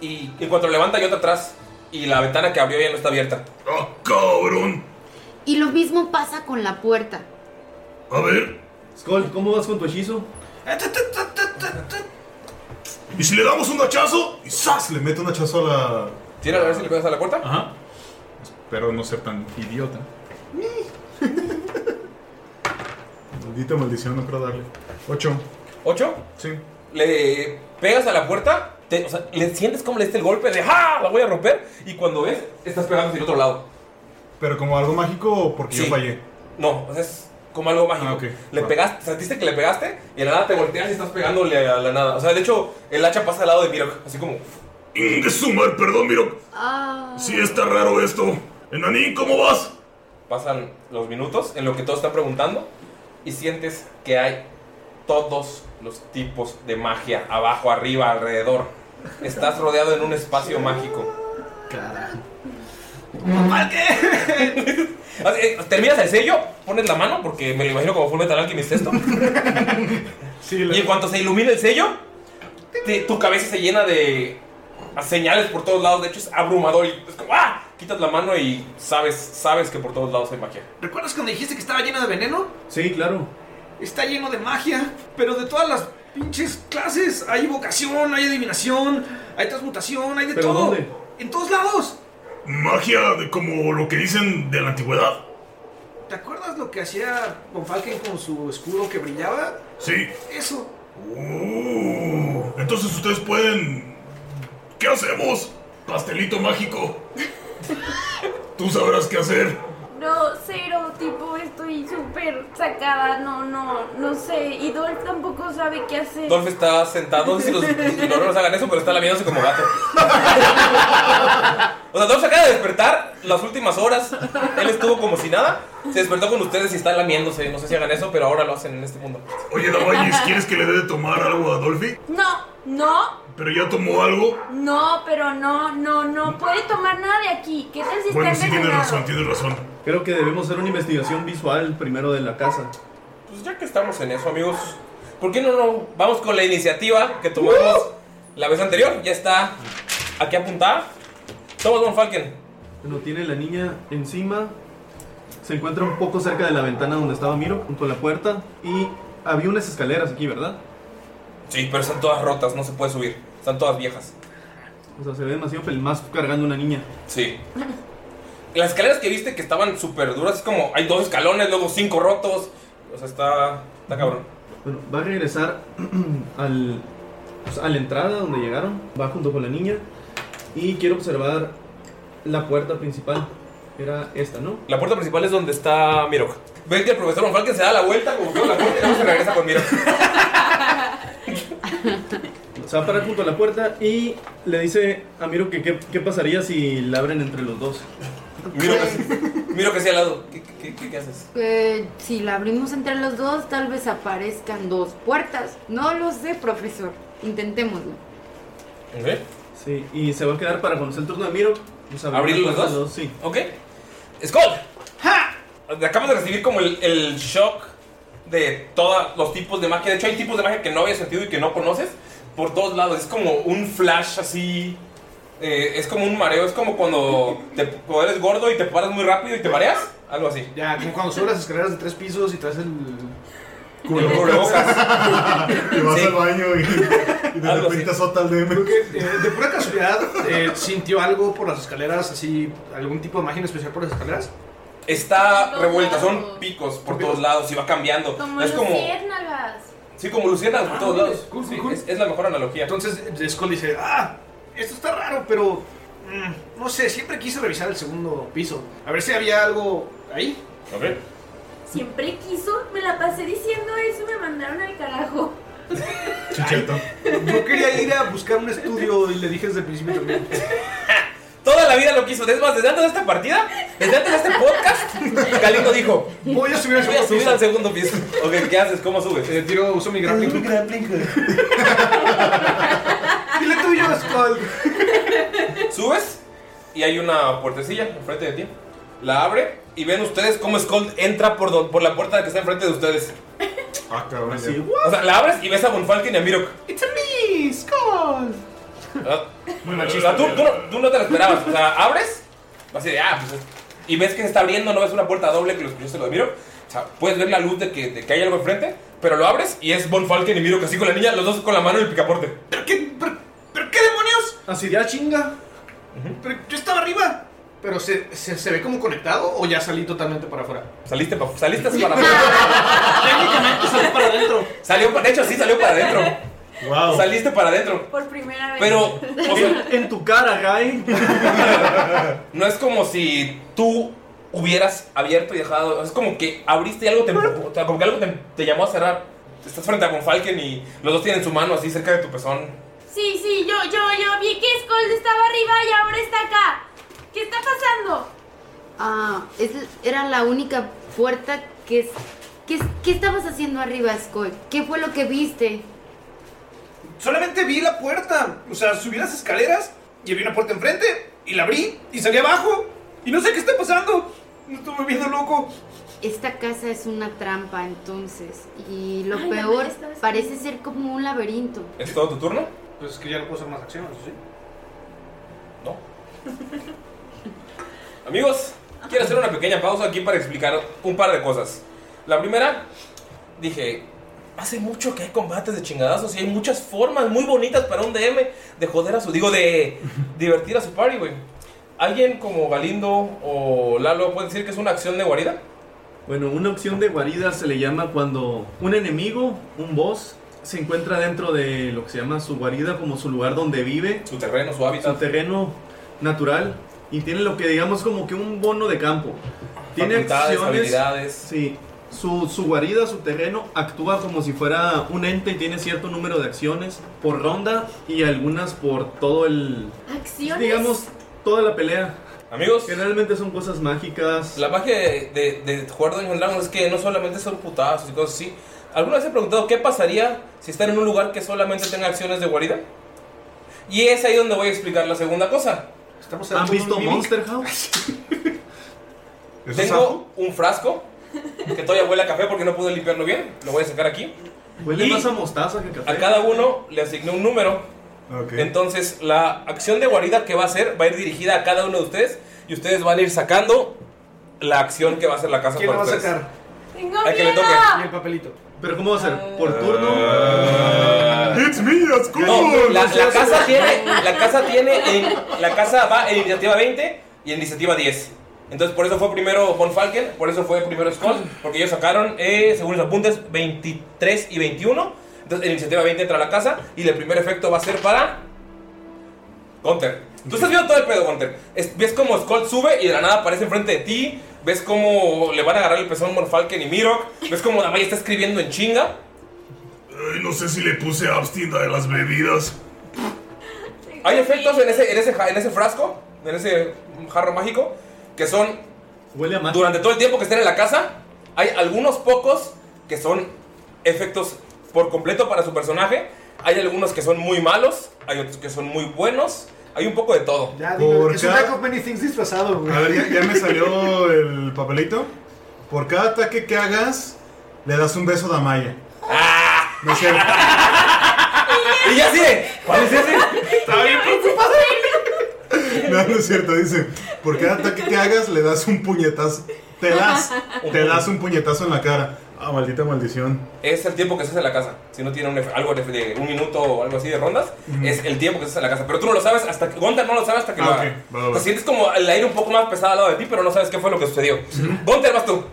Speaker 3: y en cuanto la levanta hay otra atrás y la ventana que abrió ya no está abierta.
Speaker 10: ¡Ah, cabrón!
Speaker 6: Y lo mismo pasa con la puerta.
Speaker 10: A ver.
Speaker 7: Skull, ¿cómo vas con tu hechizo?
Speaker 10: ¿Y si le damos un hachazo? Y ¡zas! Le meto un hachazo a la.
Speaker 3: ¿Tira a ver si le pegas a la puerta?
Speaker 10: Ajá. Espero no ser tan idiota. Maldita maldición, no creo darle. Ocho.
Speaker 3: ¿Ocho?
Speaker 10: Sí.
Speaker 3: Le pegas a la puerta, te- o sea, le sientes como le diste el golpe de ¡Ja! La voy a romper. Y cuando ves, estás pegando hacia el otro lado.
Speaker 9: Pero como algo mágico o porque
Speaker 3: Sí.
Speaker 9: yo fallé.
Speaker 3: No, o sea, es como algo mágico. Le
Speaker 9: Va.
Speaker 3: pegaste, sentiste que le pegaste y de la nada te volteas y estás pegándole a la nada. O sea, de hecho, el hacha pasa al lado de Mirok, así como.
Speaker 10: ¡Ingue su madre, perdón, Miro! Sí, está raro esto. Enanín, ¿cómo vas?
Speaker 3: Pasan los minutos en lo que todos están preguntando y sientes que hay todos los tipos de magia abajo, arriba, alrededor. Estás rodeado en un espacio mágico. Carajo. eh, Terminas el sello, pones la mano, porque me lo imagino como Full Metal Alchemist esto. y en cuanto se ilumina el sello, te- tu cabeza se llena de señales por todos lados. De hecho, es abrumador. Y es como, ¡ah! Quitas la mano y sabes, sabes que por todos lados hay magia.
Speaker 5: ¿Recuerdas cuando dijiste que estaba lleno de veneno?
Speaker 7: Sí, claro.
Speaker 5: Está lleno de magia, pero de todas las pinches clases hay vocación, hay adivinación, hay transmutación, hay de
Speaker 10: ¿Pero
Speaker 5: todo.
Speaker 10: dónde?
Speaker 5: En todos lados.
Speaker 10: Magia de como lo que dicen de la antigüedad.
Speaker 5: ¿Te acuerdas lo que hacía Von Falken con su escudo que brillaba?
Speaker 10: Sí.
Speaker 5: Eso.
Speaker 10: Uh, entonces ustedes pueden. ¿Qué hacemos? Pastelito mágico. Tú sabrás qué hacer.
Speaker 8: No, cero, tipo, estoy súper sacada, no, no, no sé. Y Dolph tampoco sabe qué hacer.
Speaker 3: Dolph está sentado, si los no nos hagan eso, pero está lamiéndose como gato. O sea, Dolph se acaba de despertar las últimas horas. Él estuvo como si nada. Se despertó con ustedes y está lamiéndose. No sé si hagan eso, pero ahora lo hacen en este mundo.
Speaker 10: Oye, Damayis, ¿quieres que le dé de tomar algo a Dolphy?
Speaker 8: No, no,
Speaker 10: Pero ya tomó algo.
Speaker 8: no, pero no, no, no puede tomar nada de aquí. ¿Qué tal si está envenenado?
Speaker 10: tienes razón.
Speaker 7: Creo que debemos hacer una investigación visual primero de la casa.
Speaker 3: Pues ya que estamos en eso, amigos, ¿por qué no, no vamos con la iniciativa que tomamos la vez anterior? Ya está aquí apuntada. Somos Don Falken.
Speaker 7: Lo tiene la niña encima. Se encuentra un poco cerca de la ventana donde estaba Miro, junto a la puerta. Y había unas escaleras aquí, ¿verdad?
Speaker 3: Sí, pero están todas rotas, no se puede subir. Están todas viejas.
Speaker 7: O sea, se ve demasiado pelmaz cargando una niña.
Speaker 3: Sí. Las escaleras que viste que estaban súper duras, es como hay dos escalones, luego cinco rotos. O sea, está, está cabrón.
Speaker 7: Bueno, va a regresar al, pues, a la entrada donde llegaron. Va junto con la niña. Y quiero observar la puerta principal. Era esta, ¿no?
Speaker 3: La puerta principal es donde está Mirok. Ven que el profesor Von Falken se da la vuelta, como que la puerta y luego se regresa con Mirok.
Speaker 7: Se va a parar junto a la puerta y le dice a Miro que qué, qué pasaría si la abren entre los dos.
Speaker 3: Miro, miro que sea al lado. ¿Qué, qué, qué- qué haces?
Speaker 6: Eh, si la abrimos entre los dos, tal vez aparezcan dos puertas. No lo sé, profesor. Intentémoslo.
Speaker 7: Sí, y se va a quedar para conocer el turno de Miro. Pues, abrir
Speaker 3: ¿Abrir
Speaker 7: la
Speaker 3: los
Speaker 7: puerta
Speaker 3: dos?
Speaker 7: de Sí.
Speaker 3: Ok. ¡Skull! Acabas de recibir como el, el shock de todos los tipos de magia. De hecho, hay tipos de magia que no habías sentido y que no conoces por todos lados. Es como un flash así. eh, es como un mareo. Es como cuando, te, cuando eres gordo y te paras muy rápido y te mareas. Algo así.
Speaker 5: Ya, como cuando subes las escaleras de tres pisos y traes el.
Speaker 3: Culo. Cubrebocas.
Speaker 9: Y vas
Speaker 5: Sí.
Speaker 9: al baño y, y de repente azota al DM.
Speaker 5: Eh, de pura casualidad, eh, ¿sintió algo por las escaleras? Así, ¿Algún tipo de magia en especial por las escaleras?
Speaker 3: Está revuelta, son picos por todos lados y va cambiando.
Speaker 8: Como
Speaker 3: es como.
Speaker 8: luciérnagas.
Speaker 3: Sí, como luciérnagas por
Speaker 5: Ah,
Speaker 3: todos
Speaker 5: mira,
Speaker 3: lados. Sí, es, es la mejor analogía.
Speaker 5: Entonces eh, Skull dice, ah, esto está raro, pero mm, no sé, siempre quise revisar el segundo piso. A ver si había algo ahí.
Speaker 3: Ok.
Speaker 8: Siempre quiso, me la pasé diciendo eso y me mandaron al carajo.
Speaker 5: Yo quería ir a buscar un estudio y le dije desde el principio también.
Speaker 3: Toda la vida lo quiso. Es más, desde antes de esta partida, desde antes de este podcast, Galindo dijo:
Speaker 5: Voy a subir al
Speaker 3: Voy
Speaker 5: segundo
Speaker 3: a subir
Speaker 5: piso". Eh,
Speaker 3: al segundo piso. Ok, ¿qué haces? ¿Cómo subes?
Speaker 5: tiro, uso mi grappling. Dile tuyo, Skull.
Speaker 3: Subes y hay una puertecilla enfrente de ti. La abre y ven ustedes cómo Skull entra por, don- por la puerta que está enfrente de ustedes.
Speaker 9: Ah, cabrón.
Speaker 3: Así, o sea, la abres y ves a Bonfalken y a Mirok.
Speaker 5: It's a me, Skull.
Speaker 3: Muy
Speaker 5: machista,
Speaker 3: tú, tú no, tú no te lo esperabas. O sea, abres, así de, ah, pues, y ves que se está abriendo, no ves una puerta doble que lo escuchaste lo de Mirok. O sea, puedes ver la luz de que, de que hay algo enfrente, pero lo abres y es Von Falken y Mirok así con la niña, los dos con la mano en el picaporte.
Speaker 5: ¿Qué demonios? Así de a chinga. Pero yo estaba arriba. Pero se, se, se ve como conectado o ya salí totalmente para afuera.
Speaker 3: Saliste, pa- saliste así para Técnicamente salió para adentro. Salió, pa- de hecho, sí salió para adentro. Saliste para adentro.
Speaker 8: Por primera vez.
Speaker 3: Pero, o sea,
Speaker 7: En tu cara, Guy.
Speaker 3: No es como si tú hubieras abierto y dejado. Es como que abriste y algo te empujó, o sea, como que algo te, te llamó a cerrar. Estás frente a Bonfalken y los dos tienen su mano así cerca de tu pezón.
Speaker 8: Sí, sí, yo, yo, yo vi que Skull estaba arriba y ahora está acá. ¿Qué está pasando?
Speaker 6: Ah, es, era la única puerta que es. ¿Qué, es- qué estabas haciendo arriba, Scott? ¿Qué fue lo que viste?
Speaker 5: Solamente vi la puerta. O sea, subí las escaleras y había una puerta enfrente y la abrí y salí abajo. Y no sé qué está pasando. Me estoy volviendo loco.
Speaker 6: Esta casa es una trampa, entonces. Y lo
Speaker 8: Ay, mamá,
Speaker 6: peor,
Speaker 8: ya estabas
Speaker 6: parece ser como un laberinto.
Speaker 3: ¿Es todo tu turno?
Speaker 5: Pues es que ya no puedo hacer más acciones, ¿sí?
Speaker 3: No. Amigos, quiero hacer una pequeña pausa aquí para explicar un par de cosas. La primera, dije, hace mucho que hay combates de chingadazos y hay muchas formas muy bonitas para un DM de joder a su... Digo, de divertir a su party, güey. ¿Alguien como Galindo o Lalo puede decir que es una acción de guarida?
Speaker 7: Bueno, una opción de guarida se le llama cuando un enemigo, un boss, se encuentra dentro de lo que se llama su guarida, como su lugar donde vive.
Speaker 3: Su terreno, su hábitat.
Speaker 7: Su terreno natural. Y tiene lo que digamos como que un bono de campo. Tiene
Speaker 3: Facultades,
Speaker 7: acciones.
Speaker 3: habilidades.
Speaker 7: Sí. Su, su guarida, su terreno, actúa como si fuera un ente y tiene cierto número de acciones por ronda y algunas por todo el.
Speaker 8: Acciones.
Speaker 7: Digamos, toda la pelea.
Speaker 3: Amigos.
Speaker 7: Generalmente son cosas mágicas.
Speaker 3: La magia de, de, de jugar Dungeons and Dragons es que no solamente son putazos y cosas así. ¿Alguna vez he preguntado qué pasaría si están en un lugar que solamente tenga acciones de guarida? Y es ahí donde voy a explicar la segunda cosa.
Speaker 7: ¿Han visto Monster House?
Speaker 3: Tengo un frasco que todavía huele a café porque no pude limpiarlo bien. Lo voy a sacar aquí.
Speaker 7: Huele
Speaker 3: Y
Speaker 7: más a mostaza que café.
Speaker 3: A cada uno le asigné un número. Entonces, la acción de guarida que va a hacer va a ir dirigida a cada uno de ustedes y ustedes van a ir sacando la acción que va a hacer la casa
Speaker 5: ¿Quién
Speaker 3: para
Speaker 5: lo va a
Speaker 3: ustedes.
Speaker 5: sacar?
Speaker 8: Tengo
Speaker 3: Al que le
Speaker 8: miedo.
Speaker 3: toque.
Speaker 5: Y el papelito.
Speaker 7: ¿Pero cómo va a ser? ¿Por turno?
Speaker 9: It's me, it's cool.
Speaker 3: Ah. No, la, la casa tiene, la casa tiene, en- la casa va en iniciativa 20 y en iniciativa 10. Entonces por eso fue primero Von Falken, por eso fue primero Skull, porque ellos sacaron, eh, según los apuntes, 23 y 21. Entonces en iniciativa 20 entra la casa y el primer efecto va a ser para Gunter. Tú estás viendo todo el pedo, Gunter. Es- ves como Skull sube y de la nada aparece enfrente de ti. Ves cómo le van a agarrar el pezón Von Falken y Mirok. Ves cómo Damaya está escribiendo en chinga.
Speaker 10: Ay, no sé si le puse abstinda de las bebidas.
Speaker 3: Hay efectos en ese, en ese, ja- en ese frasco, en ese jarro mágico, que son. Durante todo el tiempo que estén en la casa, hay algunos pocos que son efectos por completo para su personaje. Hay algunos que son muy malos, hay otros que son muy buenos. Hay un poco de todo.
Speaker 9: Por
Speaker 11: Es un
Speaker 9: cada-
Speaker 11: Jack of Many Things disfrazado, güey.
Speaker 9: A ver, ya, ya me salió el papelito. Por cada ataque que hagas, le das un beso a Damaya. No es cierto.
Speaker 3: y ya sigue. ¿Cuál es ese?
Speaker 9: Está bien preocupado. No, no es cierto, dice. Por cada ataque que hagas, le das un puñetazo. Te das. Te das un puñetazo en la cara. Ah, maldita maldición.
Speaker 3: Es el tiempo que se hace en la casa. Si no tiene un efe- algo de, de un minuto o algo así de rondas, es el tiempo que se hace en la casa. Pero tú no lo sabes hasta que. Gonta no lo sabe hasta que
Speaker 9: Ah,
Speaker 3: lo
Speaker 9: ok.
Speaker 3: haga.
Speaker 9: Va, va, va.
Speaker 3: Te sientes como el aire un poco más pesado al lado de ti, pero no sabes qué fue lo que sucedió. Gonta, vas tú.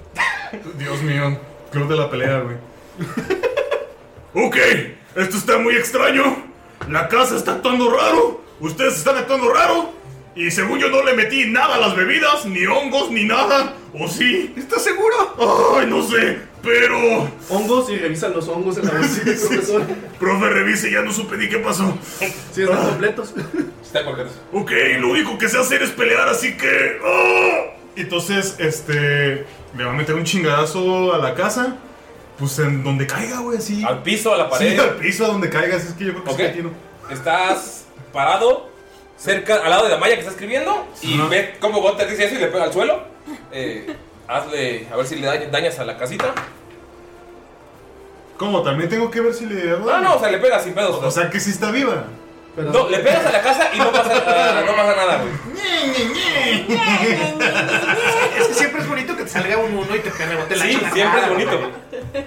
Speaker 10: Dios mío, club de la pelea, güey. ok, esto está muy extraño. La casa está actuando raro. Ustedes están actuando raro. Y según yo no le metí nada a las bebidas, ni hongos, ni nada. ¿O sí? ¿Estás seguro? Ay, no sé, pero... Hongos y revisan los hongos en la bolsita, profesor. Profe, revise, ya no supe ni qué pasó. Sí, están completos.
Speaker 3: Están completos.
Speaker 10: Ok, lo único que sé hacer es pelear, así que... ¡ah!
Speaker 9: Entonces, este. Le va a meter un chingadazo a la casa. Pues en donde caiga, güey, así.
Speaker 3: Al piso, a la pared.
Speaker 9: Sí, al piso, a donde caiga. así Es que yo creo que
Speaker 3: Ok.
Speaker 9: sí que tiene-
Speaker 3: Estás parado cerca al lado de la malla que está escribiendo y ves cómo Gonta dice eso y le pega al suelo. Eh, hazle a ver si le da- dañas a la casita.
Speaker 9: ¿Cómo? También tengo que ver si le.
Speaker 3: No, no, o sea, le pegas sin pedos.
Speaker 9: O sea, que sí está viva.
Speaker 3: No, le pegas a la casa y no pasa, ah, no pasa nada, güey.
Speaker 11: Es que siempre es bonito que te salga un uno y te te rebote la
Speaker 3: Sí,
Speaker 11: chingada,
Speaker 3: siempre es bonito.
Speaker 11: güey.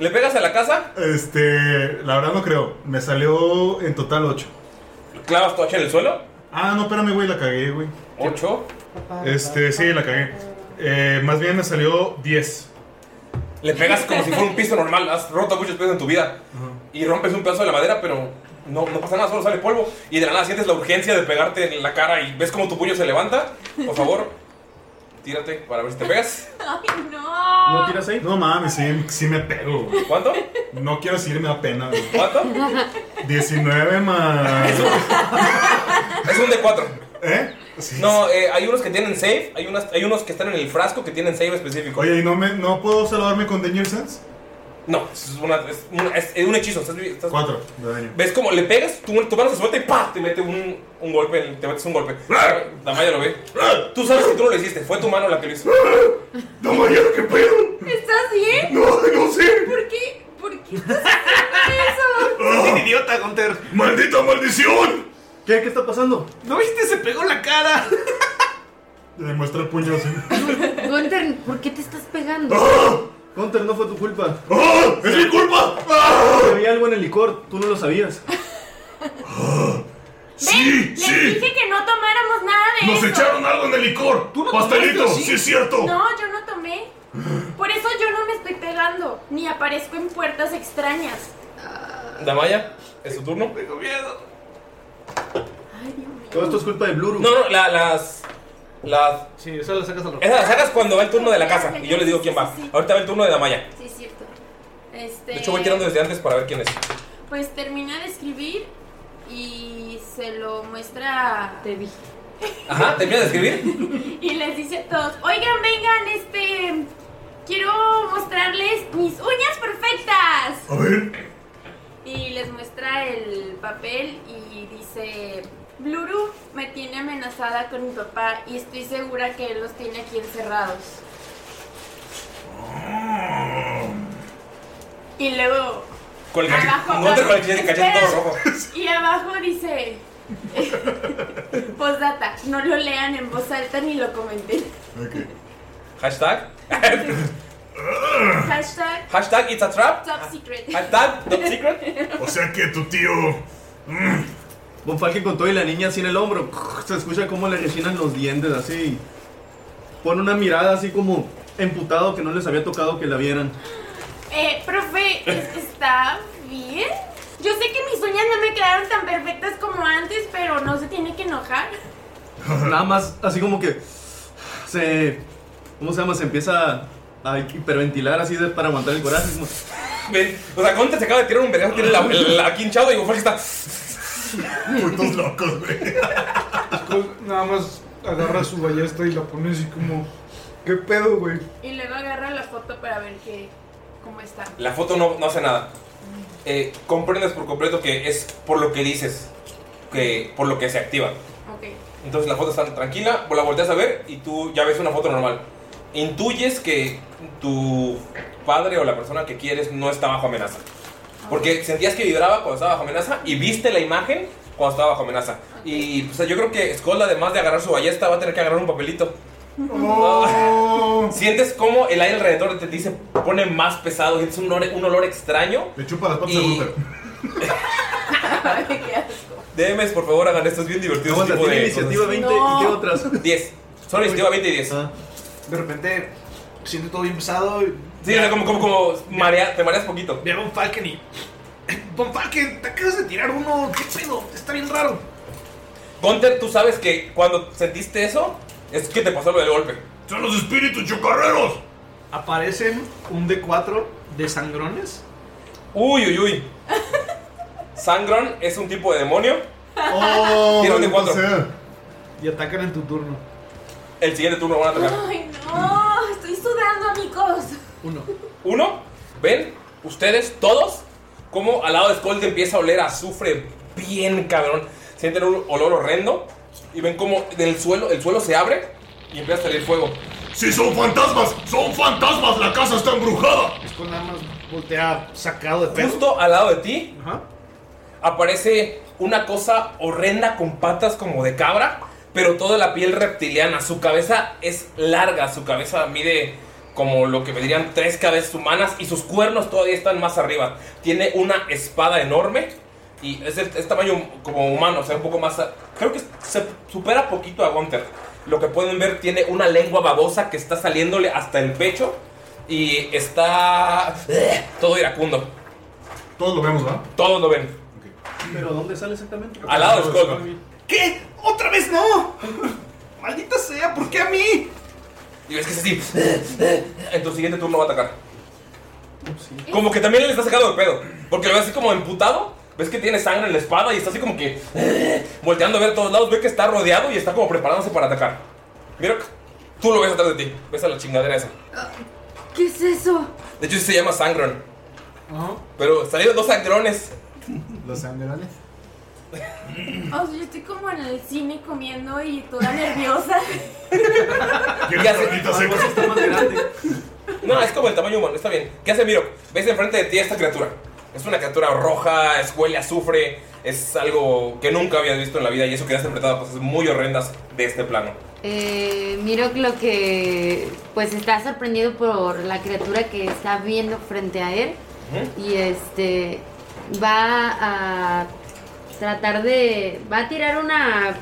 Speaker 3: ¿Le pegas a la casa?
Speaker 9: Este. La verdad no creo. Me salió en total 8.
Speaker 3: ¿Clavas tu hacha en el suelo?
Speaker 9: Ah, no, espérame, güey, la cagué, güey.
Speaker 3: ¿Ocho?
Speaker 10: Ah.
Speaker 9: Este, sí, la cagué. Eh, más bien me salió 10.
Speaker 3: Le pegas como si fuera un piso normal. Has roto muchos pisos en tu vida. Y rompes un pedazo de la madera, pero no, no pasa nada, solo sale polvo. Y de la nada sientes la urgencia de pegarte en la cara y ves como tu puño se levanta. Por favor, tírate para ver si te pegas.
Speaker 8: ¡Ay, no!
Speaker 9: tiras ahí? No mames, sí, sí me pego. güey.
Speaker 3: ¿Cuánto?
Speaker 9: No quiero decir, me da pena. güey.
Speaker 3: ¿Cuánto?
Speaker 9: 19 más.
Speaker 3: Es un D4.
Speaker 9: ¿Eh?
Speaker 3: No, eh, hay unos que tienen save, hay, unas, hay unos que están en el frasco que tienen save específico.
Speaker 9: Oye, ¿y no, me, no puedo saludarme con Danger Sense?
Speaker 3: No, es, una- es una- es- es un hechizo. Estás, estás-
Speaker 9: Cuatro de daño.
Speaker 3: ¿Ves cómo le pegas? Tu, tu mano se suelta y ¡pa! Te mete un, un golpe, en- te metes un golpe. Damaya lo ve. Tú sabes que tú no lo hiciste, fue tu mano la que lo hizo.
Speaker 10: Damaya, ¿qué pedo?
Speaker 8: ¿Estás bien?
Speaker 10: No, no sé.
Speaker 8: ¿Por qué? ¿Por qué estás haciendo eso?
Speaker 10: idiota, Gunter! ¡Ah! ¡Maldita maldición!
Speaker 7: ¿Qué? ¿Qué está pasando?
Speaker 5: ¿No viste? Se pegó la cara.
Speaker 9: Le muestra el puño así.
Speaker 6: Gunter, ¿por qué te estás pegando?
Speaker 7: Hunter, no fue tu culpa.
Speaker 10: ¡Ah! ¡Es mi culpa!
Speaker 7: Había algo en el licor, tú no lo sabías.
Speaker 10: ¡Sí!
Speaker 8: Les
Speaker 10: ¡Sí!
Speaker 8: dije que no tomáramos nada de
Speaker 10: Nos
Speaker 8: eso.
Speaker 10: echaron algo en el licor. ¡Pastelito!
Speaker 8: tomaste,
Speaker 10: Sí? es cierto!
Speaker 8: No, yo no tomé. Por eso yo no me estoy pegando, ni aparezco en puertas extrañas.
Speaker 3: Damaya, es tu turno. Tengo
Speaker 8: miedo.
Speaker 7: Todo esto es culpa de Bluru.
Speaker 3: No, no, la- las. Las.
Speaker 5: Sí, eso lo sacas al
Speaker 3: Esas las sacas cuando va el turno de la casa. Y yo les digo quién va. Ahorita va el turno de Damaya.
Speaker 8: Sí, es cierto. Este,
Speaker 3: De hecho, voy tirando desde antes para ver quién es.
Speaker 8: Pues termina de escribir y se lo muestra. Te vi.
Speaker 3: Ajá, termina de escribir.
Speaker 8: Y les dice a todos: Oigan, vengan, este. Quiero mostrarles mis uñas perfectas.
Speaker 10: A ver.
Speaker 8: Y les muestra el papel y dice, Bluru me tiene amenazada con mi papá y estoy segura que él los tiene aquí encerrados. Y luego,
Speaker 3: Con el cachete.
Speaker 8: Abajo,
Speaker 3: Un golpe con el cachete
Speaker 8: espera.
Speaker 3: cachete todo rojo.
Speaker 8: y abajo dice, postdata, no lo lean en voz alta ni lo comenten.
Speaker 3: Hashtag.
Speaker 8: Hashtag
Speaker 3: Hashtag it's a trap.
Speaker 8: top secret.
Speaker 3: Hashtag top
Speaker 8: secret.
Speaker 10: O sea que tu tío. mm.
Speaker 7: Von Falken con todo y la niña así en el hombro. Se escucha cómo le rechinan los dientes así. Pone una mirada así como emputado que no les había tocado que la vieran.
Speaker 8: Eh, profe, ¿es- ¿está bien? Yo sé que mis uñas no me quedaron tan perfectas como antes, pero no se tiene que enojar.
Speaker 7: Nada más así como que se. ¿Cómo se llama? Se empieza a hiperventilar así de- para aguantar el coraje.
Speaker 3: Ven, O sea, Gonta se acaba de tirar un verano, tiene la, la, aquí hinchado y Gofal está.
Speaker 10: Putos locos, güey.
Speaker 12: Pues, Nada más agarra su ballesta y la pone así como. ¿Qué pedo, güey?
Speaker 8: Y luego agarra la foto para ver que, cómo está.
Speaker 3: La foto no, no hace nada. Eh, comprendes por completo que es por lo que dices, que por lo que se activa.
Speaker 8: Ok.
Speaker 3: Entonces la foto está tranquila, la volteas a ver y tú ya ves una foto normal. Intuyes que tu padre o la persona que quieres no está bajo amenaza. Porque sentías que vibraba cuando estaba bajo amenaza y viste la imagen cuando estaba bajo amenaza. Y pues, yo creo que Skull, además de agarrar su ballesta, va a tener que agarrar un papelito.
Speaker 12: Oh.
Speaker 10: Oh.
Speaker 3: Sientes como el aire alrededor de ti se pone más pesado, sientes un olor, un olor extraño.
Speaker 10: Le chupa las patas
Speaker 3: Y-
Speaker 10: a Rupert.
Speaker 3: DMs, por favor, hagan esto, es bien divertido.
Speaker 7: Vamos,
Speaker 3: este tipo
Speaker 7: tiene
Speaker 3: de
Speaker 7: iniciativa
Speaker 3: cosas.
Speaker 7: 20 y qué otras. Ah.
Speaker 3: 10. Solo iniciativa 20 y 10.
Speaker 5: De repente siento todo bien pesado. y-
Speaker 3: Sí, o sea, como, como, como marea- te mareas poquito.
Speaker 5: Ve a Von Falken y. Von Falken, te acabas de tirar uno. ¿Qué pedo? Está bien raro.
Speaker 3: Gunter, tú sabes que cuando sentiste eso, es que te pasó lo del golpe.
Speaker 10: ¡Son los espíritus chocarreros!
Speaker 5: Aparecen un D4 de sangrones.
Speaker 3: Uy, uy, uy. Sangron es un tipo de demonio.
Speaker 5: Oh,
Speaker 3: Tira un de
Speaker 5: maldita
Speaker 3: cuatro.
Speaker 5: Y atacan en tu turno.
Speaker 3: El siguiente turno van a atacar.
Speaker 8: Ay, no, estoy sudando, amigos.
Speaker 5: Uno.
Speaker 3: Uno, ven, ustedes, todos, como al lado de Skull te empieza a oler a azufre bien cabrón. Sienten un olor horrendo y ven como del suelo, el suelo se abre y empieza a salir fuego.
Speaker 10: ¡Sí, son fantasmas! ¡Son fantasmas! ¡La casa está embrujada!
Speaker 5: Skull nada más voltea sacado de pedo.
Speaker 3: Justo al lado de ti aparece una cosa horrenda con patas como de cabra, pero toda la piel reptiliana. Su cabeza es larga, su cabeza mide como lo que medirían tres cabezas humanas y sus cuernos todavía están más arriba. Tiene una espada enorme y es, de- es tamaño como humano, o sea, un poco más... a- Creo que se supera poquito a Gunther. Lo que pueden ver tiene una lengua babosa que está saliéndole hasta el pecho y está todo iracundo.
Speaker 10: Todos lo vemos, ¿verdad?
Speaker 3: Todos lo ven.
Speaker 7: ¿Pero dónde sale exactamente?
Speaker 3: Al lado de Skull.
Speaker 5: ¿Qué? ¡Otra vez no! ¡Maldita sea! ¿Por qué a mí?
Speaker 3: Y ves que es así. En tu siguiente turno va a atacar.
Speaker 7: Oh,
Speaker 3: Como que también le está sacando de pedo. Porque lo ves así como emputado. Ves que tiene sangre en la espada y está así como que eh, volteando a ver a todos lados. Ve que está rodeado y está como preparándose para atacar. Mira, tú lo ves atrás de ti. Ves a la chingadera esa.
Speaker 5: ¡Ah!
Speaker 6: ¿Qué es eso?
Speaker 3: De hecho, sí se llama Sangron. Pero salieron dos sangrones.
Speaker 12: ¿Los sangrones?
Speaker 8: O sea, yo estoy como en el cine comiendo y toda nerviosa.
Speaker 3: ¿Qué hace? No, es como el tamaño humano, está bien. ¿Qué hace Miro? Ves enfrente de ti a esta criatura. Es una criatura roja, es huele a azufre, es algo que nunca habías visto en la vida y eso que has interpretado cosas muy horrendas de este plano.
Speaker 6: Eh, miro lo que pues está sorprendido por la criatura que está viendo frente a él y este va a tratar de va a tirar una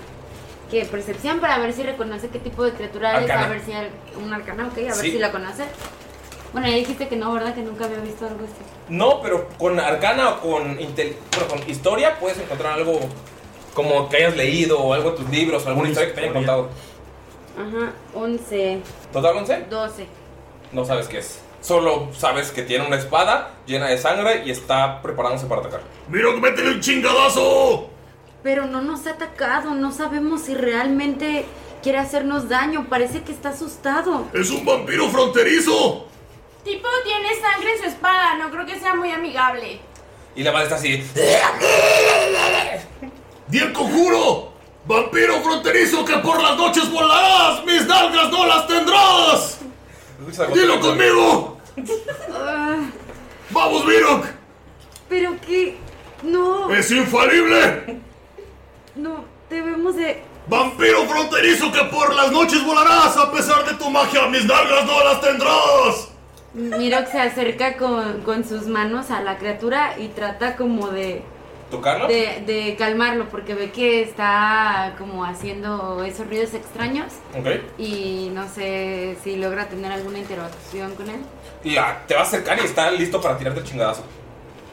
Speaker 6: ¿qué? percepción para ver si reconoce qué tipo de criatura es,
Speaker 8: Arcana.
Speaker 6: a ver si al- un arcana, ok, a ver
Speaker 3: Sí.
Speaker 6: si la conoce. Bueno, ya dijiste que no, ¿verdad? Que nunca había visto algo así.
Speaker 3: No, pero con arcana o con, intel- bueno, con historia puedes encontrar algo como que hayas leído o algo en tus libros,
Speaker 6: Una
Speaker 3: alguna historia que te hayan contado.
Speaker 6: Ajá, 11,
Speaker 3: ¿Total 11?
Speaker 6: 12.
Speaker 3: No sabes qué es. Solo sabes que tiene una espada llena de sangre y está preparándose para atacar.
Speaker 10: ¡Miro, métele un chingadazo!
Speaker 6: Pero no nos ha atacado, no sabemos si realmente quiere hacernos daño, parece que está asustado.
Speaker 10: ¡Es un vampiro fronterizo!
Speaker 8: Tipo tiene sangre en su espada, no creo que sea muy amigable.
Speaker 3: Y la madre está así.
Speaker 10: ¡Bien conjuro! ¡Vampiro fronterizo que por las noches volarás! ¡Mis nalgas no las tendrás! ¡Dilo conmigo!
Speaker 6: Ah,
Speaker 10: ¡Vamos, Mirok!
Speaker 6: pero que no,
Speaker 10: ¡Es infalible!
Speaker 6: no debemos de
Speaker 10: ¡Vampiro fronterizo que por las noches volarás! ¡A pesar de tu magia, mis nalgas no las tendrás!
Speaker 6: Mirok se acerca con, con sus manos a la criatura y trata como de,
Speaker 3: ¿Tocarlo?
Speaker 6: de, de calmarlo porque ve que está como haciendo esos ruidos extraños
Speaker 3: Ok.
Speaker 6: y no sé si logra tener alguna interacción con él.
Speaker 3: La- te va a acercar y está listo para tirarte el chingadazo.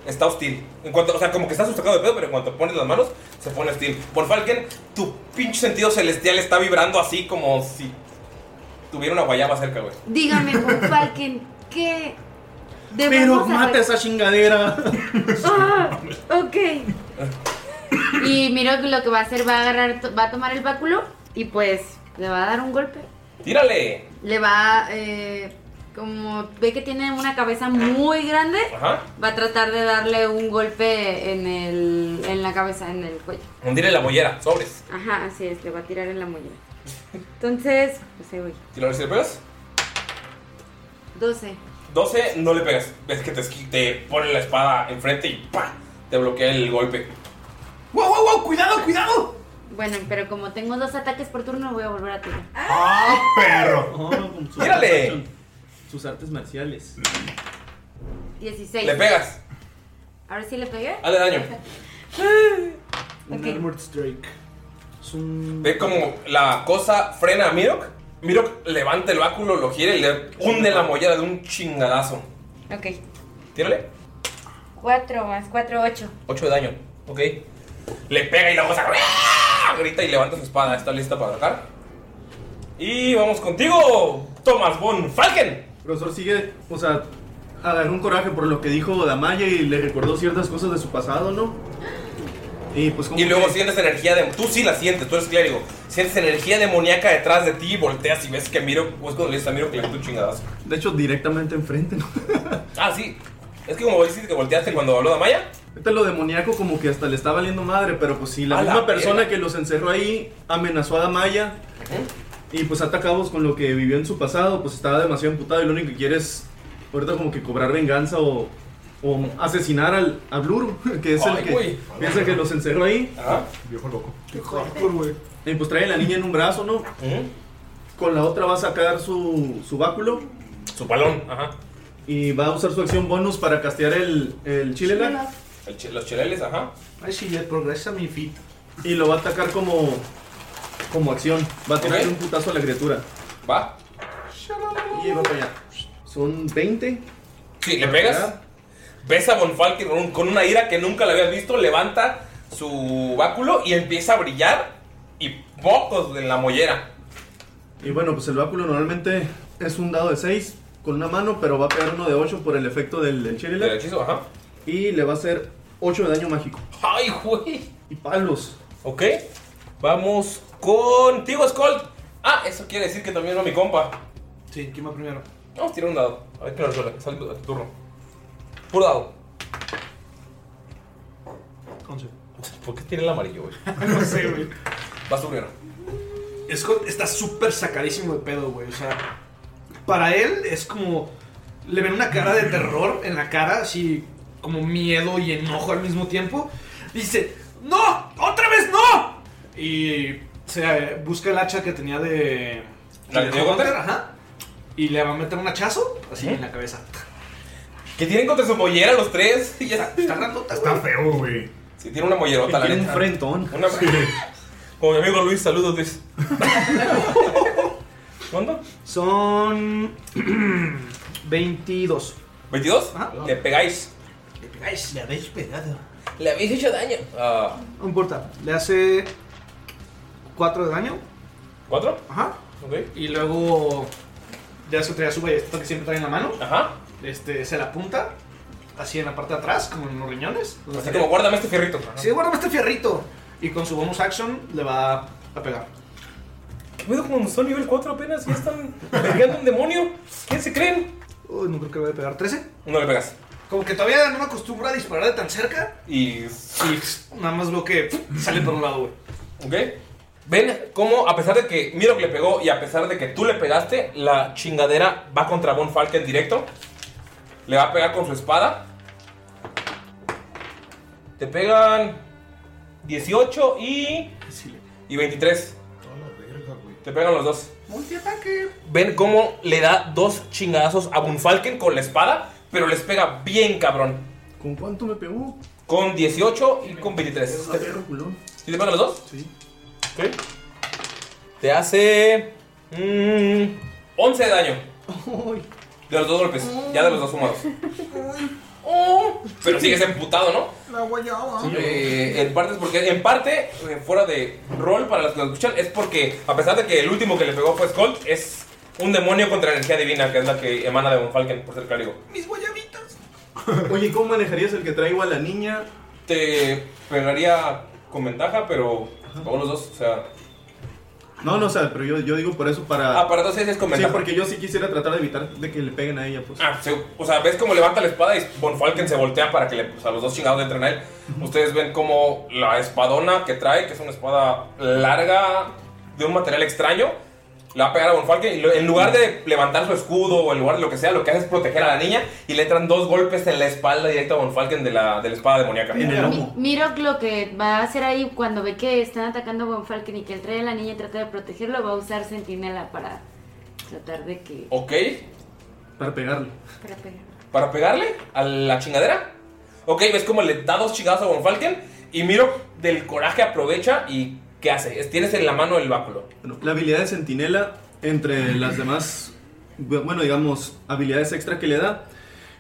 Speaker 3: Está hostil. En cuanto, o sea, como que estás sacado de pedo, pero en cuanto pones las manos, se pone hostil. Por Falken, tu pinche sentido celestial está vibrando así como si tuviera una guayaba cerca, güey.
Speaker 6: Dígame, por Falken, ¿qué
Speaker 7: Pero
Speaker 6: debemos
Speaker 7: mata
Speaker 6: hacer?
Speaker 7: esa chingadera.
Speaker 6: Ah, ok. Ah, Y miro que lo que va a hacer va a agarrar, to- va a tomar el báculo y pues le va a dar un golpe.
Speaker 3: ¡Tírale!
Speaker 6: Le va, eh, como ve que tiene una cabeza muy grande,
Speaker 3: Ajá.
Speaker 6: va a tratar de darle un golpe en, el, en la cabeza, en el cuello.
Speaker 3: Hundirle la mollera, sobres.
Speaker 6: Ajá, así es, le va a tirar en la mollera. Entonces, pues ahí voy.
Speaker 3: Tírale si le pegas.
Speaker 6: 12.
Speaker 3: 12, no le pegas. Ves que te, esqui- te pone la espada enfrente y ¡pa! Te bloquea el golpe.
Speaker 6: ¡Wow, wow, wow! ¡Cuidado, cuidado! Bueno, pero como tengo dos ataques por turno, voy a volver a tirar.
Speaker 3: ¡Ah, perro!
Speaker 7: ¡Mírale! sus artes marciales.
Speaker 6: 16.
Speaker 7: Le pegas.
Speaker 6: Ahora sí le pegué.
Speaker 3: Hazle daño.
Speaker 5: Un Armored Strike. Es un.
Speaker 3: Ve como la cosa frena a Mirok. Mirok levanta el báculo, lo gira y le hunde la mollera de un chingadazo.
Speaker 6: ok.
Speaker 3: Tírale.
Speaker 8: 4 más 4, 8.
Speaker 3: 8 de daño. Ok. Le pega y la cosa ¡ah! grita y levanta su espada. Está lista para atacar. Y vamos contigo, Thomas von Falken.
Speaker 7: Profesor sigue, o sea, agarró un coraje por lo que dijo Damaya y le recordó ciertas cosas de su pasado, ¿no? Y pues como
Speaker 3: Y luego
Speaker 7: que-
Speaker 3: sientes energía de... Tú sí la sientes, tú eres clérigo. Sientes energía demoníaca detrás de ti y volteas y ves que Mirok... Pues cuando le dices a Mirok que le mete un chingadazo.
Speaker 7: De hecho, directamente enfrente, ¿no?
Speaker 3: Ah, sí. Es que como dices que volteaste cuando habló Damaya.
Speaker 7: Este lo demoníaco como que hasta le está valiendo madre, pero pues si la
Speaker 3: A la
Speaker 7: misma persona que los encerró ahí amenazó a Damaya y pues atacamos con lo que vivió en su pasado, pues estaba demasiado emputado y lo único que quiere es ahorita como que cobrar venganza o, o asesinar al, a Blur, que es
Speaker 9: Ay,
Speaker 7: el que
Speaker 9: güey.
Speaker 7: piensa que los encerró ahí.
Speaker 3: Ah,
Speaker 9: Viejo loco.
Speaker 7: Qué hardcore, güey. Y pues trae a la niña en un brazo, ¿no?
Speaker 3: ¿Eh?
Speaker 7: Con la otra va a sacar su, su báculo.
Speaker 3: Su palón, ajá.
Speaker 7: Y va a usar su acción bonus para castear el, el Chilelac.
Speaker 3: El chi- los chileles, ajá.
Speaker 7: Ay, sí, ya progresa mi fit. Y lo va a atacar como. como acción. Va a tirar
Speaker 3: Ok.
Speaker 7: un putazo a la criatura.
Speaker 3: Va.
Speaker 7: Y va para allá. Son 20.
Speaker 3: Sí, le pegas. Ves a Bonfalken con, un- con una ira que nunca la habías visto. Levanta su báculo y empieza a brillar. Y pocos en la mollera.
Speaker 7: Y bueno, pues el báculo normalmente es un dado de 6 con una mano, pero va a pegar uno de 8 por el efecto del, del Chillilac.
Speaker 3: Del hechizo, ajá.
Speaker 7: Y le va a hacer 8 de daño mágico.
Speaker 3: ¡Ay, güey!
Speaker 7: Y palos.
Speaker 3: Ok. Vamos contigo, Skull. Ah, eso quiere decir que también va mi compa.
Speaker 5: Sí, ¿quién va primero?
Speaker 3: Vamos a tirar un dado. A ver qué nos suele. Sale tu turno. Puro dado.
Speaker 5: 11.
Speaker 3: ¿Por qué tiene el amarillo, güey?
Speaker 5: no sé, güey.
Speaker 3: Vas tú primero.
Speaker 5: Scott está súper sacadísimo de pedo, güey. O sea, para él es como. Le ven una cara de terror en la cara, así como miedo y enojo al mismo tiempo. Dice: ¡No! ¡Otra vez no! Y se eh, busca el hacha que tenía de.
Speaker 3: ¿La que
Speaker 5: de
Speaker 3: tenía Gunther?
Speaker 5: Ajá. Y le va a meter un hachazo así en la cabeza.
Speaker 3: Que tienen contra su mollera los tres. Y ya
Speaker 5: está grandota,
Speaker 3: Está feo, güey. Sí, tiene una mollerota, la
Speaker 7: Tiene un
Speaker 3: neta.
Speaker 7: frentón.
Speaker 3: Una... Como mi amigo Luis, saludos, Luis. ¿Cuánto?
Speaker 5: Son. 22.
Speaker 3: ¿22? Le pegáis.
Speaker 5: Le pegáis, le habéis pegado.
Speaker 3: Le habéis hecho daño. Ah,
Speaker 5: No importa, le hace 4 de daño.
Speaker 3: ¿Cuatro?
Speaker 5: Ajá.
Speaker 3: Ok.
Speaker 5: Y luego ya su trae su ballesta que siempre trae en la mano.
Speaker 3: Ajá.
Speaker 5: Este, se la apunta así en la parte de atrás, como en los riñones. donde
Speaker 3: así
Speaker 5: estaría.
Speaker 3: como guárdame este fierrito.
Speaker 5: Sí, guárdame este fierrito. Y con su bonus action le va a pegar.
Speaker 3: ¿Qué pedo como son nivel 4 apenas? ¿Ya están pegando un demonio? ¿Quién se creen?
Speaker 5: Uy, no creo que le vaya a pegar. ¿13?
Speaker 3: No le pegas.
Speaker 5: Como que todavía no me acostumbro a disparar de tan cerca.
Speaker 3: Y.
Speaker 5: pues, nada más veo que sale por un lado, güey.
Speaker 3: ¿Ok? Ven cómo, a pesar de que Miro le pegó y a pesar de que tú le pegaste, la chingadera va contra Von Falken directo. Le va a pegar con su espada. Te pegan 18 y. Y 23. Te pegan los dos.
Speaker 5: Multiataque.
Speaker 3: Ven cómo le da dos chingadazos a Von Falken con la espada, pero les pega bien cabrón.
Speaker 7: ¿Con cuánto me pegó?
Speaker 3: Con 18 y con 23.
Speaker 7: A ver, culón.
Speaker 3: ¿Sí te pagan los dos? Sí. Te hace. mm, 11 de daño. De los dos golpes. Pues, Ya de los dos sumados.
Speaker 8: ¡Oh!
Speaker 3: Pero sigues emputado, ¿no?
Speaker 8: La guayaba.
Speaker 3: Eh, en parte es porque. En parte, eh, fuera de rol para los que lo escuchan, es porque, a pesar de que el último que le pegó fue Skull, es un demonio contra energía divina, que es la que emana de Von Falken, por ser clérigo.
Speaker 7: Oye, ¿cómo manejarías el que traigo a la niña?
Speaker 3: Te pegaría con ventaja, pero pagó los dos. O sea,
Speaker 7: No, no, o sea, pero yo, yo digo por eso para.
Speaker 3: Ah, para entonces es con ventaja.
Speaker 7: Sí, porque yo sí quisiera tratar de evitar de que le peguen a ella, pues.
Speaker 3: Ah, se- o sea, ves cómo levanta la espada y Von Falken se voltea para que le, o sea, los dos chingados entren a él. Ustedes ven como la espadona que trae, que es una espada larga de un material extraño, la va a pegar a Von Falken y lo- en lugar de levantar su escudo o en lugar de lo que sea, lo que hace es proteger a la niña y le entran dos golpes en la espalda directa a Von Falken de la, de la espada demoníaca.
Speaker 6: Miro lo que va a hacer ahí cuando ve que están atacando a Von Falken y que él trae a la niña y trata de protegerlo, va a usar sentinela para tratar de que.
Speaker 3: Ok,
Speaker 7: Para pegarle.
Speaker 6: Para pegar.
Speaker 3: ¿Para pegarle a la chingadera? Ok, ves como le da dos chingados a Von Falken y miro del coraje aprovecha y ¿qué hace? Es- Tienes en la mano el báculo.
Speaker 7: Bueno, la habilidad de sentinela, entre las demás, bueno, digamos, habilidades extra que le da,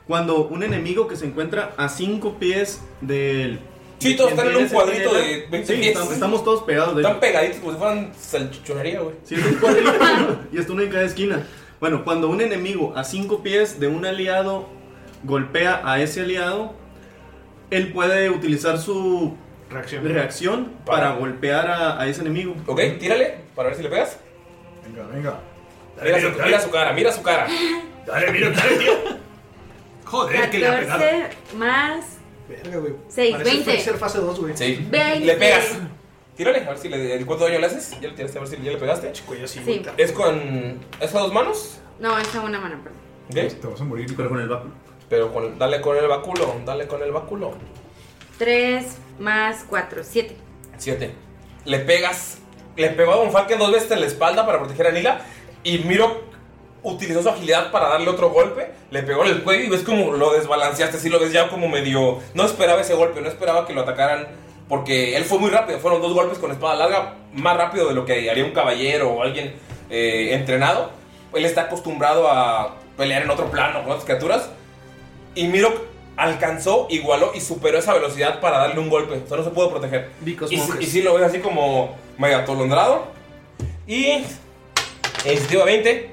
Speaker 7: cuando un enemigo que se encuentra a 5 pies del.
Speaker 3: Sí,
Speaker 7: de
Speaker 3: todos
Speaker 7: quien
Speaker 3: están en un
Speaker 7: tiene
Speaker 3: cuadrito
Speaker 7: sentinela,
Speaker 3: de 20
Speaker 7: sí,
Speaker 3: pies.
Speaker 7: Estamos, estamos todos pegados de
Speaker 3: Están pegaditos como si fueran salchichonería, güey.
Speaker 7: Sí, es un cuadrito y está uno en cada esquina. Bueno, cuando un enemigo a 5 pies de un aliado golpea a ese aliado, él puede utilizar su
Speaker 11: reacción,
Speaker 7: para, golpear a, a ese enemigo.
Speaker 3: Ok, tírale para ver si le pegas.
Speaker 9: Venga, venga.
Speaker 3: Mira su, mira su cara, mira su cara.
Speaker 10: Dale, mira, dale, tío.
Speaker 3: Joder,
Speaker 6: 14 más
Speaker 11: Verga, güey.
Speaker 6: 6,
Speaker 11: Parece
Speaker 6: 20.
Speaker 11: Ser fase 2, güey.
Speaker 3: Sí.
Speaker 6: Veinte.
Speaker 3: Le pegas. Tírale, a ver si le, cuánto daño le haces. Ya le tiraste, a ver si ya le pegaste.
Speaker 6: Sí.
Speaker 3: Es con. ¿Es con dos manos?
Speaker 6: No, esa una mano, perdón.
Speaker 9: Te vas a morir.
Speaker 7: Pero con el báculo.
Speaker 3: Pero con, dale con el báculo, dale con el báculo.
Speaker 6: 3 más 4, 7.
Speaker 3: Siete. Le pegas. Le pegó a Von Falken dos veces en la espalda para proteger a Nila. Y Miro utilizó su agilidad para darle otro golpe. Le pegó en el cuello y ves como lo desbalanceaste. Sí, lo ves ya como medio. No esperaba ese golpe, no esperaba que lo atacaran. Porque él fue muy rápido. Fueron dos golpes con espada larga. Más rápido de lo que haría un caballero o alguien eh, entrenado. Él está acostumbrado a pelear en otro plano con otras criaturas. Y Miro alcanzó, igualó y superó esa velocidad para darle un golpe. O sea, no se pudo proteger. Y, si-
Speaker 5: monjes.
Speaker 3: y sí lo ves así como mega atolondrado. Y. Iniciativa 20.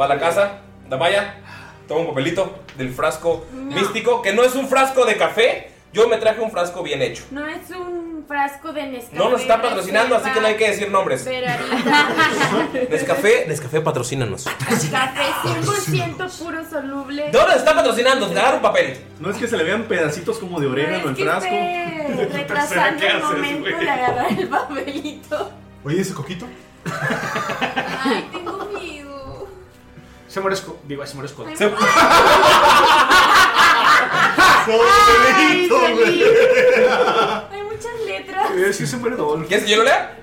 Speaker 3: Va a la casa. Damaya. Toma un papelito del frasco
Speaker 8: No.
Speaker 3: místico. Que no es un frasco de café. Yo me traje un frasco bien hecho.
Speaker 8: No es un frasco de Nescafé.
Speaker 3: No nos está patrocinando, así que no hay que decir nombres.
Speaker 8: Pero ahorita.
Speaker 3: Nescafé, Nescafé, patrocínanos.
Speaker 7: Ah.
Speaker 6: pues,
Speaker 8: Café 100% puro soluble.
Speaker 3: No nos está patrocinando, dar un papel.
Speaker 7: No es que se le vean pedacitos como de orégano
Speaker 8: Es
Speaker 7: el
Speaker 8: que
Speaker 7: frasco.
Speaker 8: esté
Speaker 7: Tercera,
Speaker 8: retrasando
Speaker 7: ¿qué
Speaker 8: el
Speaker 7: haces,
Speaker 8: momento
Speaker 7: güey?
Speaker 8: de agarrar el papelito.
Speaker 9: Oye, ese coquito.
Speaker 8: Ay, tengo miedo.
Speaker 11: Se muere Scott. Digo, se muere Scott.
Speaker 8: Se-
Speaker 11: Solito,
Speaker 8: Ay,
Speaker 11: güey.
Speaker 8: Solito. Hay muchas letras.
Speaker 11: Es que se muere Dolph.
Speaker 3: ¿Quieres que yo lo lea?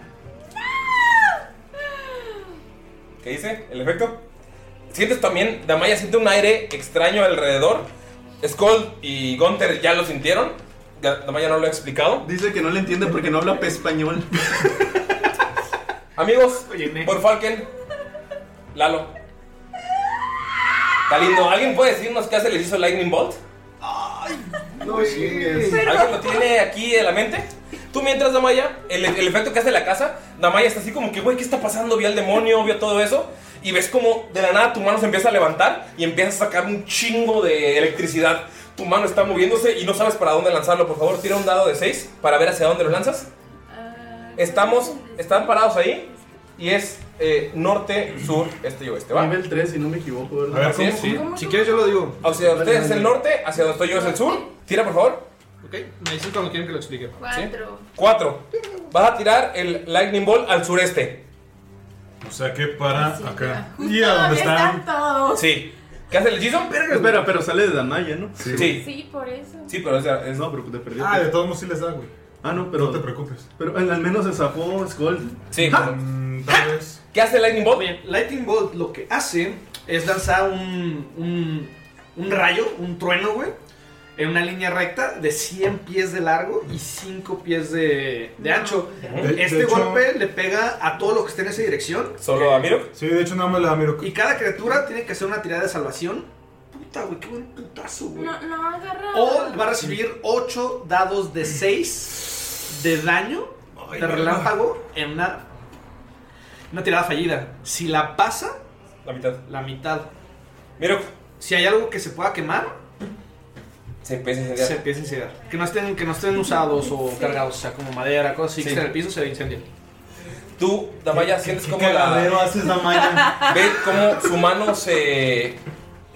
Speaker 3: ¿Qué dice? ¿El efecto? Sientes también, Damaya siente un aire extraño alrededor. Skull y Gunther ya lo sintieron. Ya- Damaya no lo ha explicado.
Speaker 7: Dice que no le entiende porque no habla español.
Speaker 3: Amigos, por Falken, Lalo. Está lindo. ¿Alguien puede decirnos qué hace el hechizo Lightning Bolt?
Speaker 11: No chingues.
Speaker 3: ¿Alguien lo tiene aquí en la mente? Tú mientras, Damaya, el, el efecto que hace la casa, Damaya está así como que, güey, ¿qué está pasando? Vi al demonio, vi a todo eso. Y ves como de la nada tu mano se empieza a levantar y empiezas a sacar un chingo de electricidad. Tu mano está moviéndose y no sabes para dónde lanzarlo. Por favor, tira un dado de 6 para ver hacia dónde lo lanzas. Estamos, están parados ahí y es eh, norte, sur, este y oeste, ¿va?
Speaker 7: Nivel 3, si no me equivoco. ¿verdad?
Speaker 3: Así es, sí.
Speaker 5: Si quieres, yo lo digo.
Speaker 3: Hacia usted es el norte, hacia donde estoy yo es el sur. Tira, por favor.
Speaker 5: Ok, me dices cuando quieren que lo explique.
Speaker 8: Cuatro.
Speaker 3: 4. Vas a tirar el Lightning Ball al sureste.
Speaker 9: O sea que para acá.
Speaker 8: ¿Y a dónde están? están todos.
Speaker 3: Sí. ¿Qué hace el hechizo?
Speaker 7: Espera, pero sale de Damaya, ¿no?
Speaker 3: Sí. Sí.
Speaker 8: Sí, por eso.
Speaker 3: pero o sea, es...
Speaker 7: No, pero te perdí.
Speaker 9: Ah, de todos modos sí les da, güey.
Speaker 7: Ah, no, pero. No te
Speaker 9: preocupes.
Speaker 7: Pero al al menos se zafó Skull.
Speaker 3: Sí.
Speaker 9: Tal vez.
Speaker 3: ¿Qué hace Lightning Bolt?
Speaker 5: Lightning Bolt lo que hace es lanzar un, un, un rayo, un trueno, güey, en una línea recta de 100 pies de largo y 5 pies de, de ancho.
Speaker 9: De- de
Speaker 5: este
Speaker 9: hecho-
Speaker 5: golpe le pega a todo lo que esté en esa dirección.
Speaker 3: ¿Solo a Mirok?
Speaker 9: Sí, de hecho nada más le da a Mirok.
Speaker 5: Y cada criatura tiene que hacer una tirada de salvación. Puta, güey, qué buen putazo, güey.
Speaker 8: No, no agarra.
Speaker 5: O va a recibir 8 dados de 6 de daño de relámpago en una, una tirada fallida. Si la pasa,
Speaker 3: la mitad.
Speaker 5: La mitad.
Speaker 3: Mira,
Speaker 5: si hay algo que se pueda quemar,
Speaker 3: Se empieza a incendiar.
Speaker 5: Se empieza a incendiar. Que no estén, que no estén usados o cargados, o sea, como madera, cosas así, que
Speaker 3: Sí.
Speaker 5: estén en el piso, se incendia.
Speaker 3: Tú, Damaya, sientes como
Speaker 5: cagadero
Speaker 3: la.
Speaker 5: haces, Damaya?
Speaker 3: Ves cómo su mano se.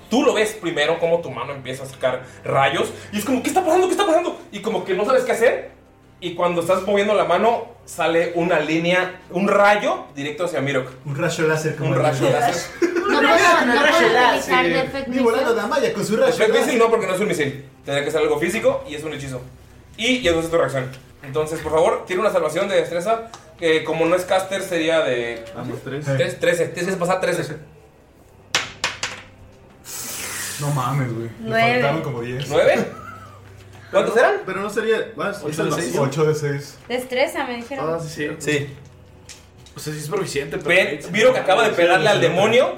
Speaker 3: Tú lo ves primero, como tu mano empieza a sacar rayos. Y es como, ¿qué está pasando? ¿Qué está pasando? Y como que no sabes qué hacer. Y cuando estás moviendo la mano, sale una línea, un rayo directo hacia Mirok.
Speaker 13: Un rayo láser como
Speaker 3: Un
Speaker 13: el
Speaker 3: rayo
Speaker 13: mío.
Speaker 3: láser.
Speaker 6: No puedo, no puedo utilizar de efecto
Speaker 13: Mi volando de Amaya con su rayo
Speaker 3: Efecto
Speaker 13: láser.
Speaker 3: misil Pues, no, porque no es un misil. Tendría que ser algo físico y es un hechizo. Y ya no es tu reacción. Entonces, por favor, tiene una salvación de destreza. Que como no es caster, sería de.
Speaker 9: tres.
Speaker 3: 13. Tienes que pasar 13.
Speaker 9: No mames, güey.
Speaker 8: Nueve.
Speaker 9: Le faltaron como 10.
Speaker 3: ¿Nueve? ¿Cuántos eran?
Speaker 9: Pero no sería. Más, 8 de 6.
Speaker 5: salvación.
Speaker 9: 8 de 6.
Speaker 8: Destreza, me
Speaker 9: Ah,
Speaker 8: dijeron.
Speaker 11: Ah,
Speaker 5: sí.
Speaker 3: Sí.
Speaker 5: O sea, sí es proficiente, pero.
Speaker 3: Ve, Viro que acaba de pegarle al demonio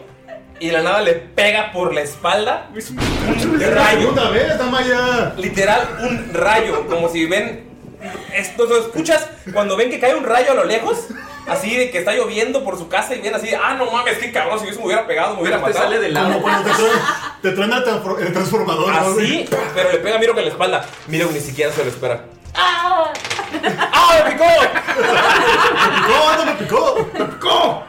Speaker 3: y de la nada le pega por la espalda. Un rayo.
Speaker 9: Segunda vez, Amaya.
Speaker 3: Literal, un rayo. Como si ven. Esto lo escuchas cuando ven que cae un rayo a lo lejos. Así de que está lloviendo por su casa y ven así. Ah, no mames, qué cabrón. Si yo se me hubiera pegado, me hubiera
Speaker 9: Pero te
Speaker 3: matado.
Speaker 9: sale del lado. Como cuando te truena- Te truena el transfor- eh, el transformador. ¿no, güey?
Speaker 3: Así, pero le pega a Miro que la espalda. Miro ni siquiera se lo espera.
Speaker 8: ¡Ah!
Speaker 3: ¡Ah, me picó! Ah,
Speaker 9: ¡Me picó! ¡Me picó!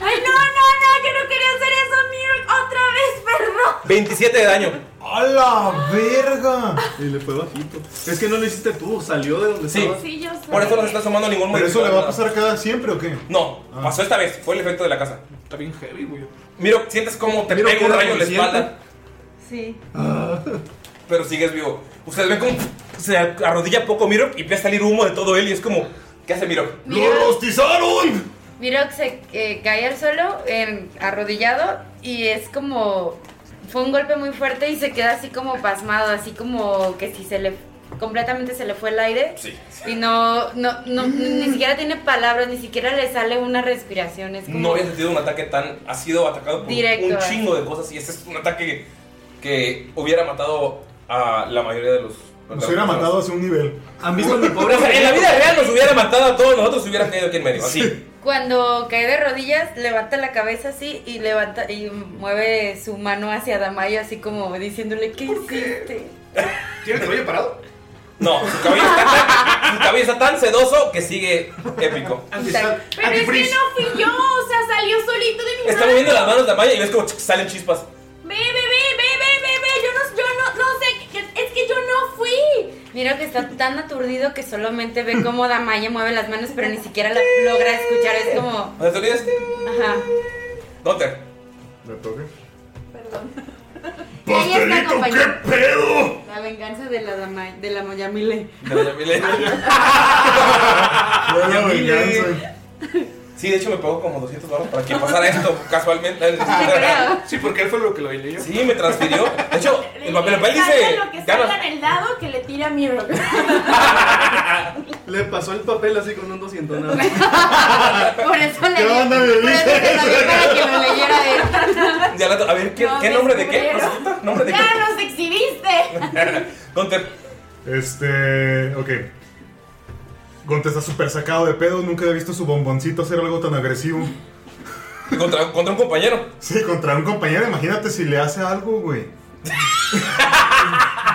Speaker 8: ¡Ay, no, no, no! Yo no quería hacer eso, Mirok. ¡Otra vez, perro!
Speaker 3: 27 de daño.
Speaker 9: ¡A la verga! Y le fue bajito. Es que no lo hiciste tú, salió de donde
Speaker 3: Sí.
Speaker 8: Sí, yo sé.
Speaker 3: Por eso no se está sumando ningún
Speaker 9: ¿Pero eso
Speaker 3: modificador,
Speaker 9: le va a
Speaker 3: nada.
Speaker 9: pasar cada siempre o qué? Ah.
Speaker 3: No, pasó esta vez, fue el efecto de la casa.
Speaker 5: Está bien heavy, güey.
Speaker 3: Miro, sientes como te pega un
Speaker 5: queda
Speaker 3: rayo en la
Speaker 5: consciente.
Speaker 3: espalda,
Speaker 8: Sí.
Speaker 3: pero sigues vivo. Ustedes ven como se arrodilla poco Miro y empieza a salir humo de todo él y es como, ¿qué hace Miro?
Speaker 8: Miro.
Speaker 3: ¡Lo rostizaron!
Speaker 6: Mirok se eh, cae al suelo, en- arrodillado, y es como. Fue un golpe muy fuerte y se queda así como pasmado, así como que si se le. completamente se le fue el aire. Y no, no, no, ni siquiera tiene palabras, ni siquiera le sale una respiración. Es como.
Speaker 3: No había sentido un ataque tan... Ha sido atacado por
Speaker 6: Directo,
Speaker 3: un
Speaker 6: eh.
Speaker 3: chingo de cosas y este es un ataque que hubiera matado a la mayoría de los...
Speaker 9: Nos hubiera matado hace un nivel.
Speaker 5: ¿Han visto mi
Speaker 3: O sea, en la vida real nos hubiera matado a todos nosotros si hubiera caído aquí en medio, así.
Speaker 6: Cuando cae de rodillas, levanta la cabeza así y levanta y mueve su mano hacia Damaya, así como diciéndole: ¿Qué hiciste?
Speaker 11: ¿Tiene el cabello parado?
Speaker 3: No, su cabello está tan, su cabello está tan sedoso que sigue épico.
Speaker 8: Pero es que no fui yo, o sea, salió solito de mi
Speaker 3: Está
Speaker 8: mano.
Speaker 3: moviendo las manos de Amaya y ves como salen chispas.
Speaker 8: Ve, ve, ve, ve, ve, ve, ve, yo no, yo no, no sé, que- es que yo no fui.
Speaker 6: Mira que está tan aturdido que solamente ve cómo Damaya mueve las manos, pero ni siquiera la logra escuchar. Es como.
Speaker 3: O sea, te olvidas.
Speaker 6: Ajá.
Speaker 3: Dotter.
Speaker 9: ¿Me toque?
Speaker 6: Y ahí está, compañero.
Speaker 3: qué pedo!
Speaker 6: La venganza de la Damaya, de la Moyamile.
Speaker 3: De la Yamile. Yamile. Sí, de hecho me pagó como 200 dólares para que pasara esto casualmente.
Speaker 5: Sí, porque él fue lo que lo leyó.
Speaker 3: Sí, me transfirió. De hecho, el papel, el papel
Speaker 8: Saca lo que
Speaker 3: dice.
Speaker 8: salga
Speaker 3: Ganas.
Speaker 8: del dado que le tira a Mirok.
Speaker 5: Le pasó el papel así con un 200 nada.
Speaker 6: Por eso le
Speaker 5: ¿Qué
Speaker 6: dio-
Speaker 5: onda,
Speaker 6: por
Speaker 5: bebé?
Speaker 6: eso se lo dio para que lo leyera él.
Speaker 3: Ya la to- A ver, ¿qué,
Speaker 8: No,
Speaker 3: qué
Speaker 8: me
Speaker 3: nombre de qué?
Speaker 8: descubrieron.
Speaker 3: Resulta, ¿Nombre de qué?
Speaker 8: ¡Ya nos exhibiste!
Speaker 3: Gunter.
Speaker 9: Este. Ok. Gonte está súper sacado de pedo. Nunca había visto su bomboncito hacer algo tan agresivo.
Speaker 3: Contra, contra un compañero.
Speaker 9: Sí, contra un compañero. Imagínate si le hace algo, güey.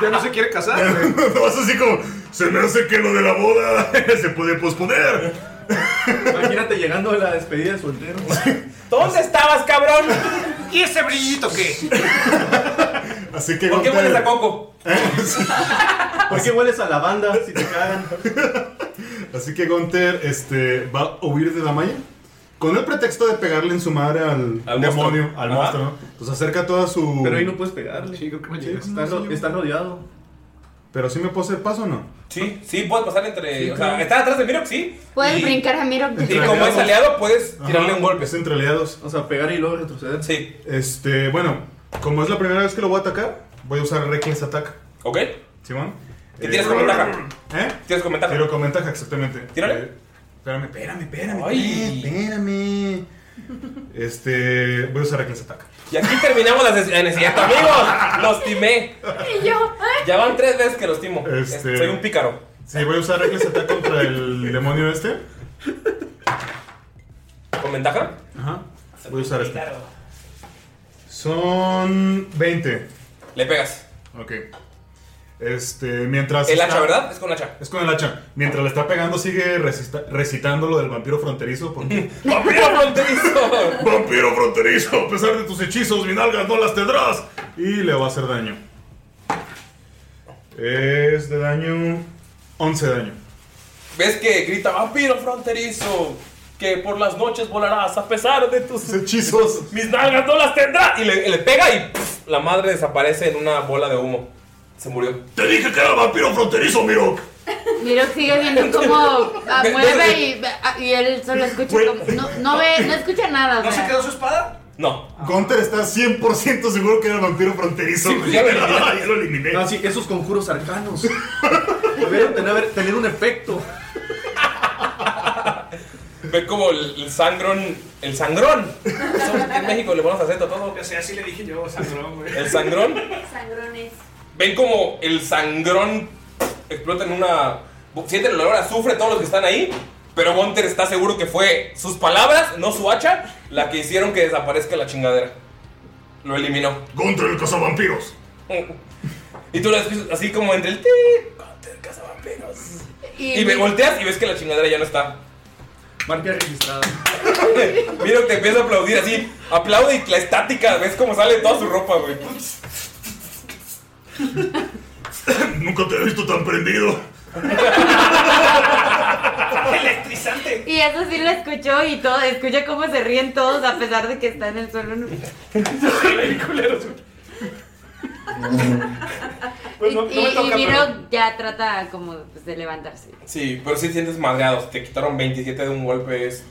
Speaker 5: ya no se quiere casar.
Speaker 10: No vas así como. Se me hace que lo de la boda se puede posponer.
Speaker 7: Imagínate llegando a la despedida de soltero.
Speaker 3: ¿Dónde estabas, cabrón?
Speaker 5: ¿Y ese brillito qué?
Speaker 9: Así que.
Speaker 3: ¿Por qué
Speaker 9: Gunther-
Speaker 3: hueles a coco?
Speaker 9: ¿Por qué hueles a lavanda si te cagan? Así que Gunther este, va a huir de la malla. Con el pretexto de pegarle en su madre al,
Speaker 7: Al
Speaker 9: demonio,
Speaker 7: monstruo.
Speaker 9: al
Speaker 7: Ajá.
Speaker 9: monstruo, ¿no? Pues acerca toda su.
Speaker 7: Pero ahí no puedes pegarle. está,
Speaker 9: no,
Speaker 7: ro-
Speaker 9: sí,
Speaker 7: está rodeado.
Speaker 9: Pero sí me puedo hacer paso o no?
Speaker 3: Sí, sí, puedes pasar entre.
Speaker 9: Sí,
Speaker 3: o
Speaker 9: claro.
Speaker 3: sea, estás atrás de Mirok, sí.
Speaker 6: Puedes
Speaker 3: Y-
Speaker 6: brincar a Miro.
Speaker 3: Y como es aliado, puedes tirarle un golpe.
Speaker 9: Es entre aliados.
Speaker 7: O sea, pegar y luego retroceder.
Speaker 3: Sí.
Speaker 9: Este, bueno, como es la primera vez que lo voy a atacar, voy a usar Reckless Attack.
Speaker 3: ¿Ok?
Speaker 9: ¿Simón?
Speaker 3: ¿Y tienes con ventaja?
Speaker 9: ¿Eh?
Speaker 3: Tienes con ventaja.
Speaker 9: Tiro con ventaja, exactamente.
Speaker 3: Tírale.
Speaker 9: Eh, espérame, espérame, espérame.
Speaker 3: Ay.
Speaker 9: Espérame. Este, voy a usar Reckless Attack.
Speaker 3: Y aquí terminamos las necesidades. Amigos, los timé.
Speaker 8: Y yo, ¿eh? ¡ay!
Speaker 3: Ya van tres veces que los timo.
Speaker 9: Este-
Speaker 3: Soy un pícaro.
Speaker 9: Sí, voy a usar Reckless Attack contra el demonio este.
Speaker 3: ¿Con ventaja?
Speaker 9: Ajá. Voy a usar este. Son 20.
Speaker 3: Le pegas.
Speaker 9: Ok. Este, mientras.
Speaker 3: El
Speaker 9: está-
Speaker 3: hacha, ¿verdad? Es con hacha.
Speaker 9: Es con el hacha. Mientras le está pegando, sigue resista- recitando lo del vampiro fronterizo. Porque...
Speaker 3: ¡Vampiro fronterizo!
Speaker 9: ¡Vampiro fronterizo! A pesar de tus hechizos, mi nalgas no las tendrás. Y le va a hacer daño. Es de daño. 11 daño.
Speaker 3: ¿Ves que grita vampiro fronterizo? Que por las noches volarás a pesar de tus
Speaker 9: hechizos.
Speaker 3: Mis nalgas no las tendrás. Y le, le pega y pf, la madre desaparece en una bola de humo. Se murió.
Speaker 10: Te dije que era vampiro fronterizo, miro.
Speaker 6: Miro sigue viendo cómo ah,
Speaker 3: Ve-
Speaker 6: mueve
Speaker 3: ve-
Speaker 6: y, ah, y él solo escucha como- No, no ve, no escucha nada. ¿No se quedó
Speaker 11: su espada?
Speaker 3: No.
Speaker 9: Gunter está 100% seguro que era el vampiro fronterizo.
Speaker 3: pues
Speaker 9: güey.
Speaker 7: ya lo eliminé. Ah, sí, esos conjuros arcanos. Debieron tener, tener un efecto.
Speaker 3: Ve como el, el sangrón. El sangrón. Eso En México le ponemos acento a todo.
Speaker 5: O sea, así le dije yo, sangrón, güey.
Speaker 3: El sangrón.
Speaker 8: Sangrones.
Speaker 3: Ven como el sangrón explota en una. Sienten el olor a azufre todos los que están ahí. Pero Gunter está seguro que fue sus palabras, no su hacha, la que hicieron que desaparezca la chingadera. Lo eliminó.
Speaker 10: Gunter el cazavampiros.
Speaker 3: Eh, Y tú la escuchas así como entre el. ti, Gunter el cazavampiros. Y, ve- volteas y ves que la chingadera ya no está.
Speaker 7: Marca registrada.
Speaker 3: Miro que te empieza a aplaudir así. Aplaude y la estática, ves cómo sale toda su ropa, güey.
Speaker 10: Nunca te he visto tan prendido.
Speaker 11: Electrizante.
Speaker 6: Y eso sí lo escuchó y todo, escucha cómo se ríen todos a pesar de que está en el suelo.
Speaker 11: Pues no-
Speaker 6: y
Speaker 11: no me
Speaker 6: y-
Speaker 11: toca,
Speaker 6: y Miro
Speaker 3: pero-
Speaker 6: ya trata como pues, de levantarse.
Speaker 3: Sí, pero sí sientes madreados. Te quitaron 27 de un golpe. Es.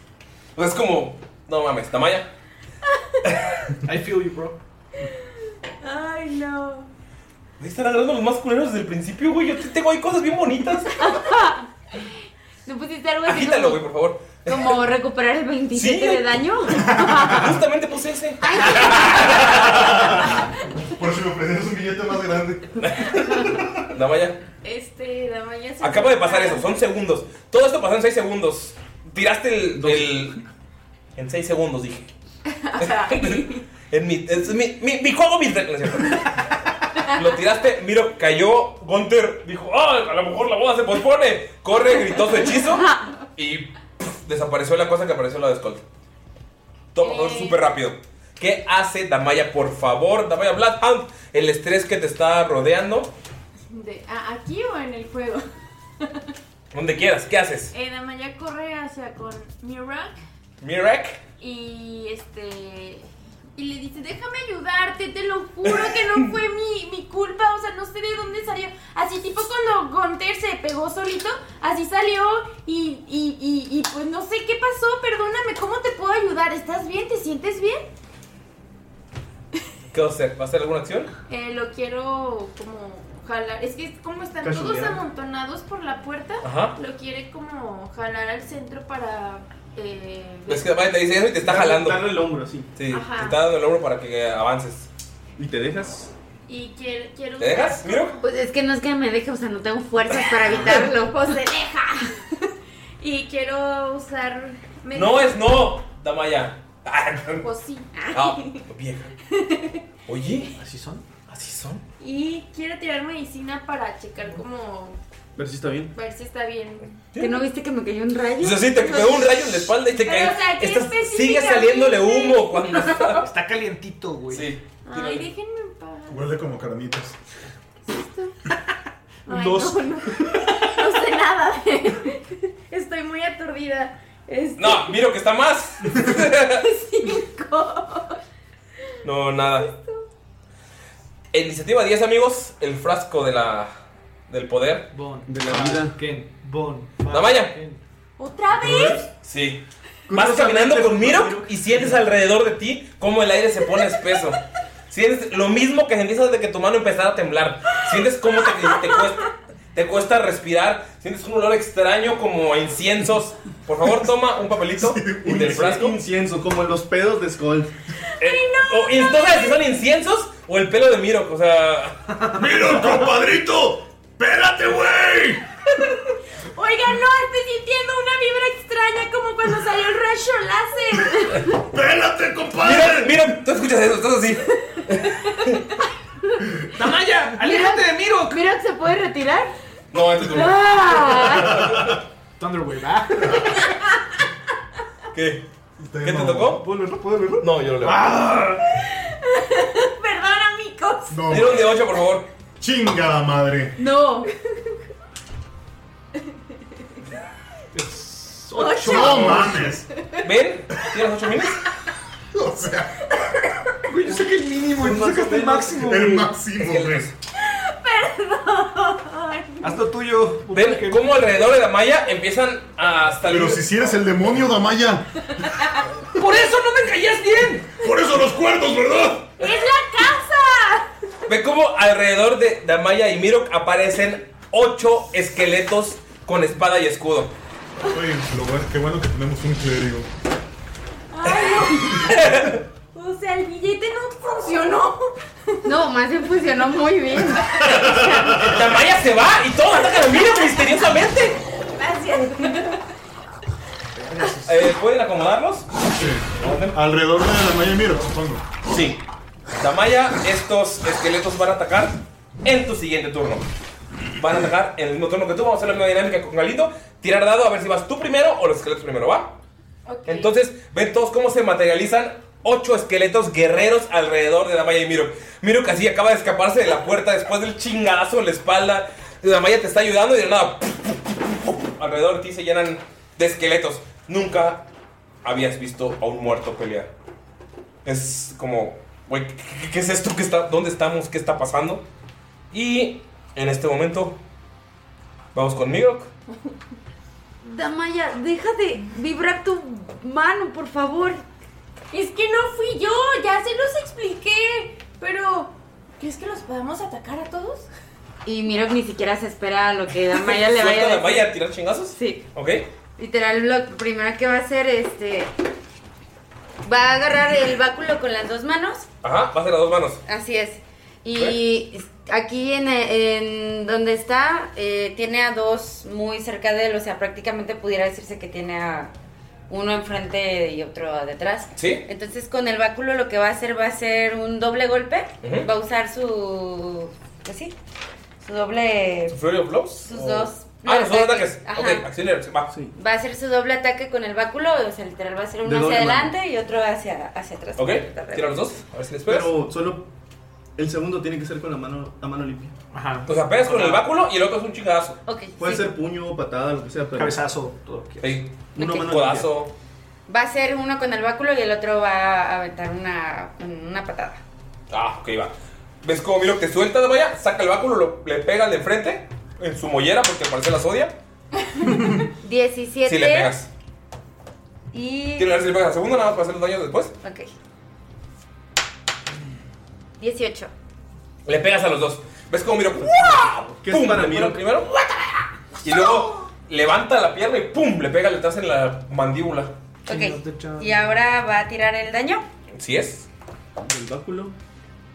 Speaker 3: O sea, es como. No mames, Tamaya. I feel you, bro.
Speaker 8: Ay, no.
Speaker 3: Me están agarrando los más culeros desde el principio, güey. Yo te tengo ahí cosas bien bonitas.
Speaker 6: ¿No pusiste algo así
Speaker 3: Agítalo, güey, por favor.
Speaker 6: como, como recuperar el 27
Speaker 3: Sí.
Speaker 6: de daño?
Speaker 3: Justamente puse ese.
Speaker 9: Por si me ofreces un billete más grande.
Speaker 3: Damaya,
Speaker 8: Este, Damaya se.
Speaker 3: acaba de pasar eso. Son segundos. Todo esto pasó en 6 segundos. Tiraste el. el- En 6 segundos, dije. En mi, es mi, mi, mi juego, mi. no es cierto. Lo tiraste, miro, cayó. Gunter dijo: ¡Ah! A lo mejor la boda se pospone. Corre, gritó su hechizo. Y pff, desapareció la cosa que apareció la de Skull. Toma, por favor, súper rápido. ¿Qué hace Damaya, por favor? Damaya Bloodhound, el estrés que te está rodeando,
Speaker 8: De, ¿a- ¿Aquí o en el juego?
Speaker 3: donde quieras, ¿qué haces?
Speaker 8: Eh, Damaya corre hacia con Mirak
Speaker 3: Mirek,
Speaker 8: y este. Y le dice, déjame ayudarte, te lo juro que no fue mi, mi culpa, o sea, no sé de dónde salió. Así tipo cuando Gunter se pegó solito, así salió y, y, y, y pues no sé qué pasó, perdóname, ¿cómo te puedo ayudar? ¿Estás bien? ¿Te sientes bien?
Speaker 3: ¿qué vas a hacer? ¿Vas a hacer alguna acción?
Speaker 8: Eh, lo quiero como jalar. Es que como están todos
Speaker 3: Cachondear.
Speaker 8: amontonados por la puerta,
Speaker 3: Ajá.
Speaker 8: lo quiere como jalar al centro para. eh,
Speaker 3: Es que Damaya te dice eso y te está jalando.
Speaker 7: Darle el hombro, sí.
Speaker 3: Sí,
Speaker 8: Ajá.
Speaker 3: te está dando el hombro para que avances.
Speaker 7: ¿Y te dejas?
Speaker 8: y quiere- quiero.
Speaker 3: ¿Te dejas? Miro.
Speaker 6: Pues es que no es que me deje, o sea, no tengo
Speaker 8: Pues,
Speaker 6: fuerzas para evitarlo.
Speaker 8: O Pues, se deja. y quiero usar. me-
Speaker 3: No es no, Damaya.
Speaker 8: Pues sí.
Speaker 3: Ah, vieja. Oye, ¿así son? ¿Así son?
Speaker 8: Y quiero tirar medicina para checar como.
Speaker 7: Pero sí está bien.
Speaker 8: Ver si está bien.
Speaker 6: ¿Que no viste que me cayó un rayo?
Speaker 3: Dice, sí, te pegó un rayo en la espalda y te
Speaker 8: Pero,
Speaker 3: cae.
Speaker 8: o sea, ¿qué
Speaker 3: Estás- sigue
Speaker 8: específicamente?
Speaker 3: saliéndole humo cuando está.
Speaker 11: Está calientito, güey.
Speaker 3: Sí.
Speaker 8: Ay, déjenme en paz.
Speaker 9: Huele como carnitas.
Speaker 8: Ay,
Speaker 9: Dos.
Speaker 8: No, no. No sé nada. de- Estoy muy aturdida. Este,
Speaker 3: No, miro que está más.
Speaker 8: Cinco.
Speaker 3: No, nada. En Iniciativa 10, amigos, el frasco de la del poder.
Speaker 5: Bon.
Speaker 3: De la vida.
Speaker 5: Ken. Bon.
Speaker 3: Damaya.
Speaker 8: ¿Otra vez?
Speaker 3: Sí. Vas caminando con Miro y sientes alrededor de ti cómo el aire se pone espeso. Sientes lo mismo que sentías desde que tu mano empezaba a temblar. Sientes cómo te, te cuesta, te cuesta respirar. Sientes un olor extraño como a inciensos. Por favor, toma un papelito y del frasco. Eh,
Speaker 7: Incienso, como en los pedos de Skull.
Speaker 3: O- y entonces, si son inciensos o el pelo de Miro, o sea.
Speaker 10: ¡Miro, compadrito! ¡Espérate, güey!
Speaker 8: Oiga, no, estoy sintiendo una vibra extraña como cuando salió el rayo láser.
Speaker 10: ¡Pélate,
Speaker 3: Mira, mira, tú escuchas eso, estás así.
Speaker 5: ¡Tamaya! ¡Aléjate de Miro!
Speaker 6: ¿Miro se puede retirar?
Speaker 3: No,
Speaker 5: este
Speaker 3: antes de
Speaker 6: Ah.
Speaker 5: Thunderwave, ¿ah?
Speaker 3: ¿Qué? ¿Qué te tocó?
Speaker 5: ¿Puedo leerlo? ¿Puedo leerlo?
Speaker 3: No, yo lo leo.
Speaker 9: Ah,
Speaker 8: Perdón, amigos.
Speaker 3: Tira un de 8, por favor.
Speaker 9: Chingada madre.
Speaker 8: No.
Speaker 9: Ocho. No mames.
Speaker 3: ¿Ven? ¿Tienes 8 minis?
Speaker 9: O sea.
Speaker 5: Güey, yo saqué el mínimo y tú sacaste el máximo.
Speaker 9: El máximo,
Speaker 3: güey.
Speaker 8: Perdón.
Speaker 5: Haz lo tuyo.
Speaker 3: Ven cómo alrededor de la malla empiezan a salir.
Speaker 9: Pero si sí eres el demonio, Damaya.
Speaker 3: ¡Por eso no me caías bien!
Speaker 9: ¡Por eso los cuernos, verdad!
Speaker 8: ¡Es la casa!
Speaker 3: Ve cómo alrededor de Damaya y Mirok aparecen 8 esqueletos con espada y escudo.
Speaker 9: Oye, lo bueno- qué bueno que tenemos un clérigo.
Speaker 8: O sea, el billete no funcionó.
Speaker 6: No, más bien funcionó muy bien.
Speaker 3: Damaya se va y todo ataca a Mirok misteriosamente.
Speaker 8: Gracias.
Speaker 3: Eh, ¿Pueden acomodarlos?
Speaker 9: Alrededor de Damaya y Mirok, supongo.
Speaker 3: Sí. Damaya, estos esqueletos van a atacar en tu siguiente turno. Van a atacar en el mismo turno que tú. Vamos a hacer la misma dinámica con Galito. Tirar dado a ver si vas tú primero o los esqueletos primero, ¿va? Entonces, ven todos cómo se materializan ocho esqueletos guerreros alrededor de Damaya y Mirok. Mirok así acaba de escaparse de la puerta después del chingadazo en la espalda. Damaya te está ayudando y de nada. Alrededor de ti se llenan de esqueletos. Nunca habías visto a un muerto pelear. Es como, güey, ¿qué, qué- qué es esto? ¿Qué está, ¿Dónde estamos? ¿Qué está pasando? Y en este momento, vamos con Mirok.
Speaker 6: Damaya, deja de vibrar tu mano, por favor.
Speaker 8: Es que no fui yo, ya se los expliqué. Pero, ¿crees que los podamos atacar a todos?
Speaker 6: Y Miro ni siquiera se espera a lo que Damaya le
Speaker 3: ¿Suelta
Speaker 6: vaya a
Speaker 3: la malla
Speaker 6: decir.
Speaker 3: a tirar chingazos?
Speaker 6: Sí.
Speaker 3: Ok.
Speaker 6: Literal, lo primero que va a hacer, este... Va a agarrar el báculo con las dos manos.
Speaker 3: Ajá, va a ser a dos manos.
Speaker 6: Así es. Y aquí en, en donde está, eh, tiene a dos muy cerca de él, o sea, prácticamente pudiera decirse que tiene a uno enfrente y otro detrás.
Speaker 3: Sí.
Speaker 6: Entonces con el báculo lo que va a hacer va a ser un doble golpe,
Speaker 3: Ujú.
Speaker 6: va a usar su... pues sí, su doble...
Speaker 3: ¿Fury of Blows?
Speaker 6: Sus
Speaker 3: ¿O-
Speaker 6: dos.
Speaker 3: Ah, los dos
Speaker 6: Ataques.
Speaker 3: ataques.
Speaker 6: Ajá.
Speaker 3: Ok, auxiliar, sí, va. Sí.
Speaker 6: Va a hacer su doble ataque con el báculo, o sea, literal va a ser
Speaker 3: De
Speaker 6: uno hacia
Speaker 3: doble
Speaker 6: adelante y otro hacia, hacia atrás.
Speaker 3: Ok, tira los dos, a ver si les pegas.
Speaker 7: Pero solo el segundo tiene que ser con la mano, la mano limpia.
Speaker 5: Ajá.
Speaker 3: O sea, pegas con el báculo y el otro es un chingadazo.
Speaker 6: Ok,
Speaker 7: Puede
Speaker 6: sí.
Speaker 7: ser puño, patada, lo que sea, pero.
Speaker 5: Cabezazo, todo lo
Speaker 3: Sí.
Speaker 7: Una
Speaker 3: Ok.
Speaker 7: mano
Speaker 3: Codazo.
Speaker 6: Va a ser uno con el báculo y el otro va a aventar una, una patada.
Speaker 3: Ah, ok, va. ¿Ves cómo Mirok te suelta la malla? Saca el báculo, lo- le pega al de enfrente en su mollera porque parece las odia.
Speaker 6: 17.
Speaker 3: Si le pegas.
Speaker 6: Y.
Speaker 3: Quiero ver si le pegas a la segunda, nada más para hacer los daños después.
Speaker 6: Ok. 18.
Speaker 3: Le pegas a los dos. ¿Ves cómo Mirok?
Speaker 7: ¿Qué
Speaker 3: ¡Pum!
Speaker 7: es para
Speaker 3: Le pega
Speaker 7: Mirok?
Speaker 3: primero. Y luego levanta la pierna y ¡pum! Le pega el detrás en la mandíbula.
Speaker 6: Ok. Y ahora va a tirar el daño.
Speaker 3: ¿Sí es?
Speaker 7: El báculo.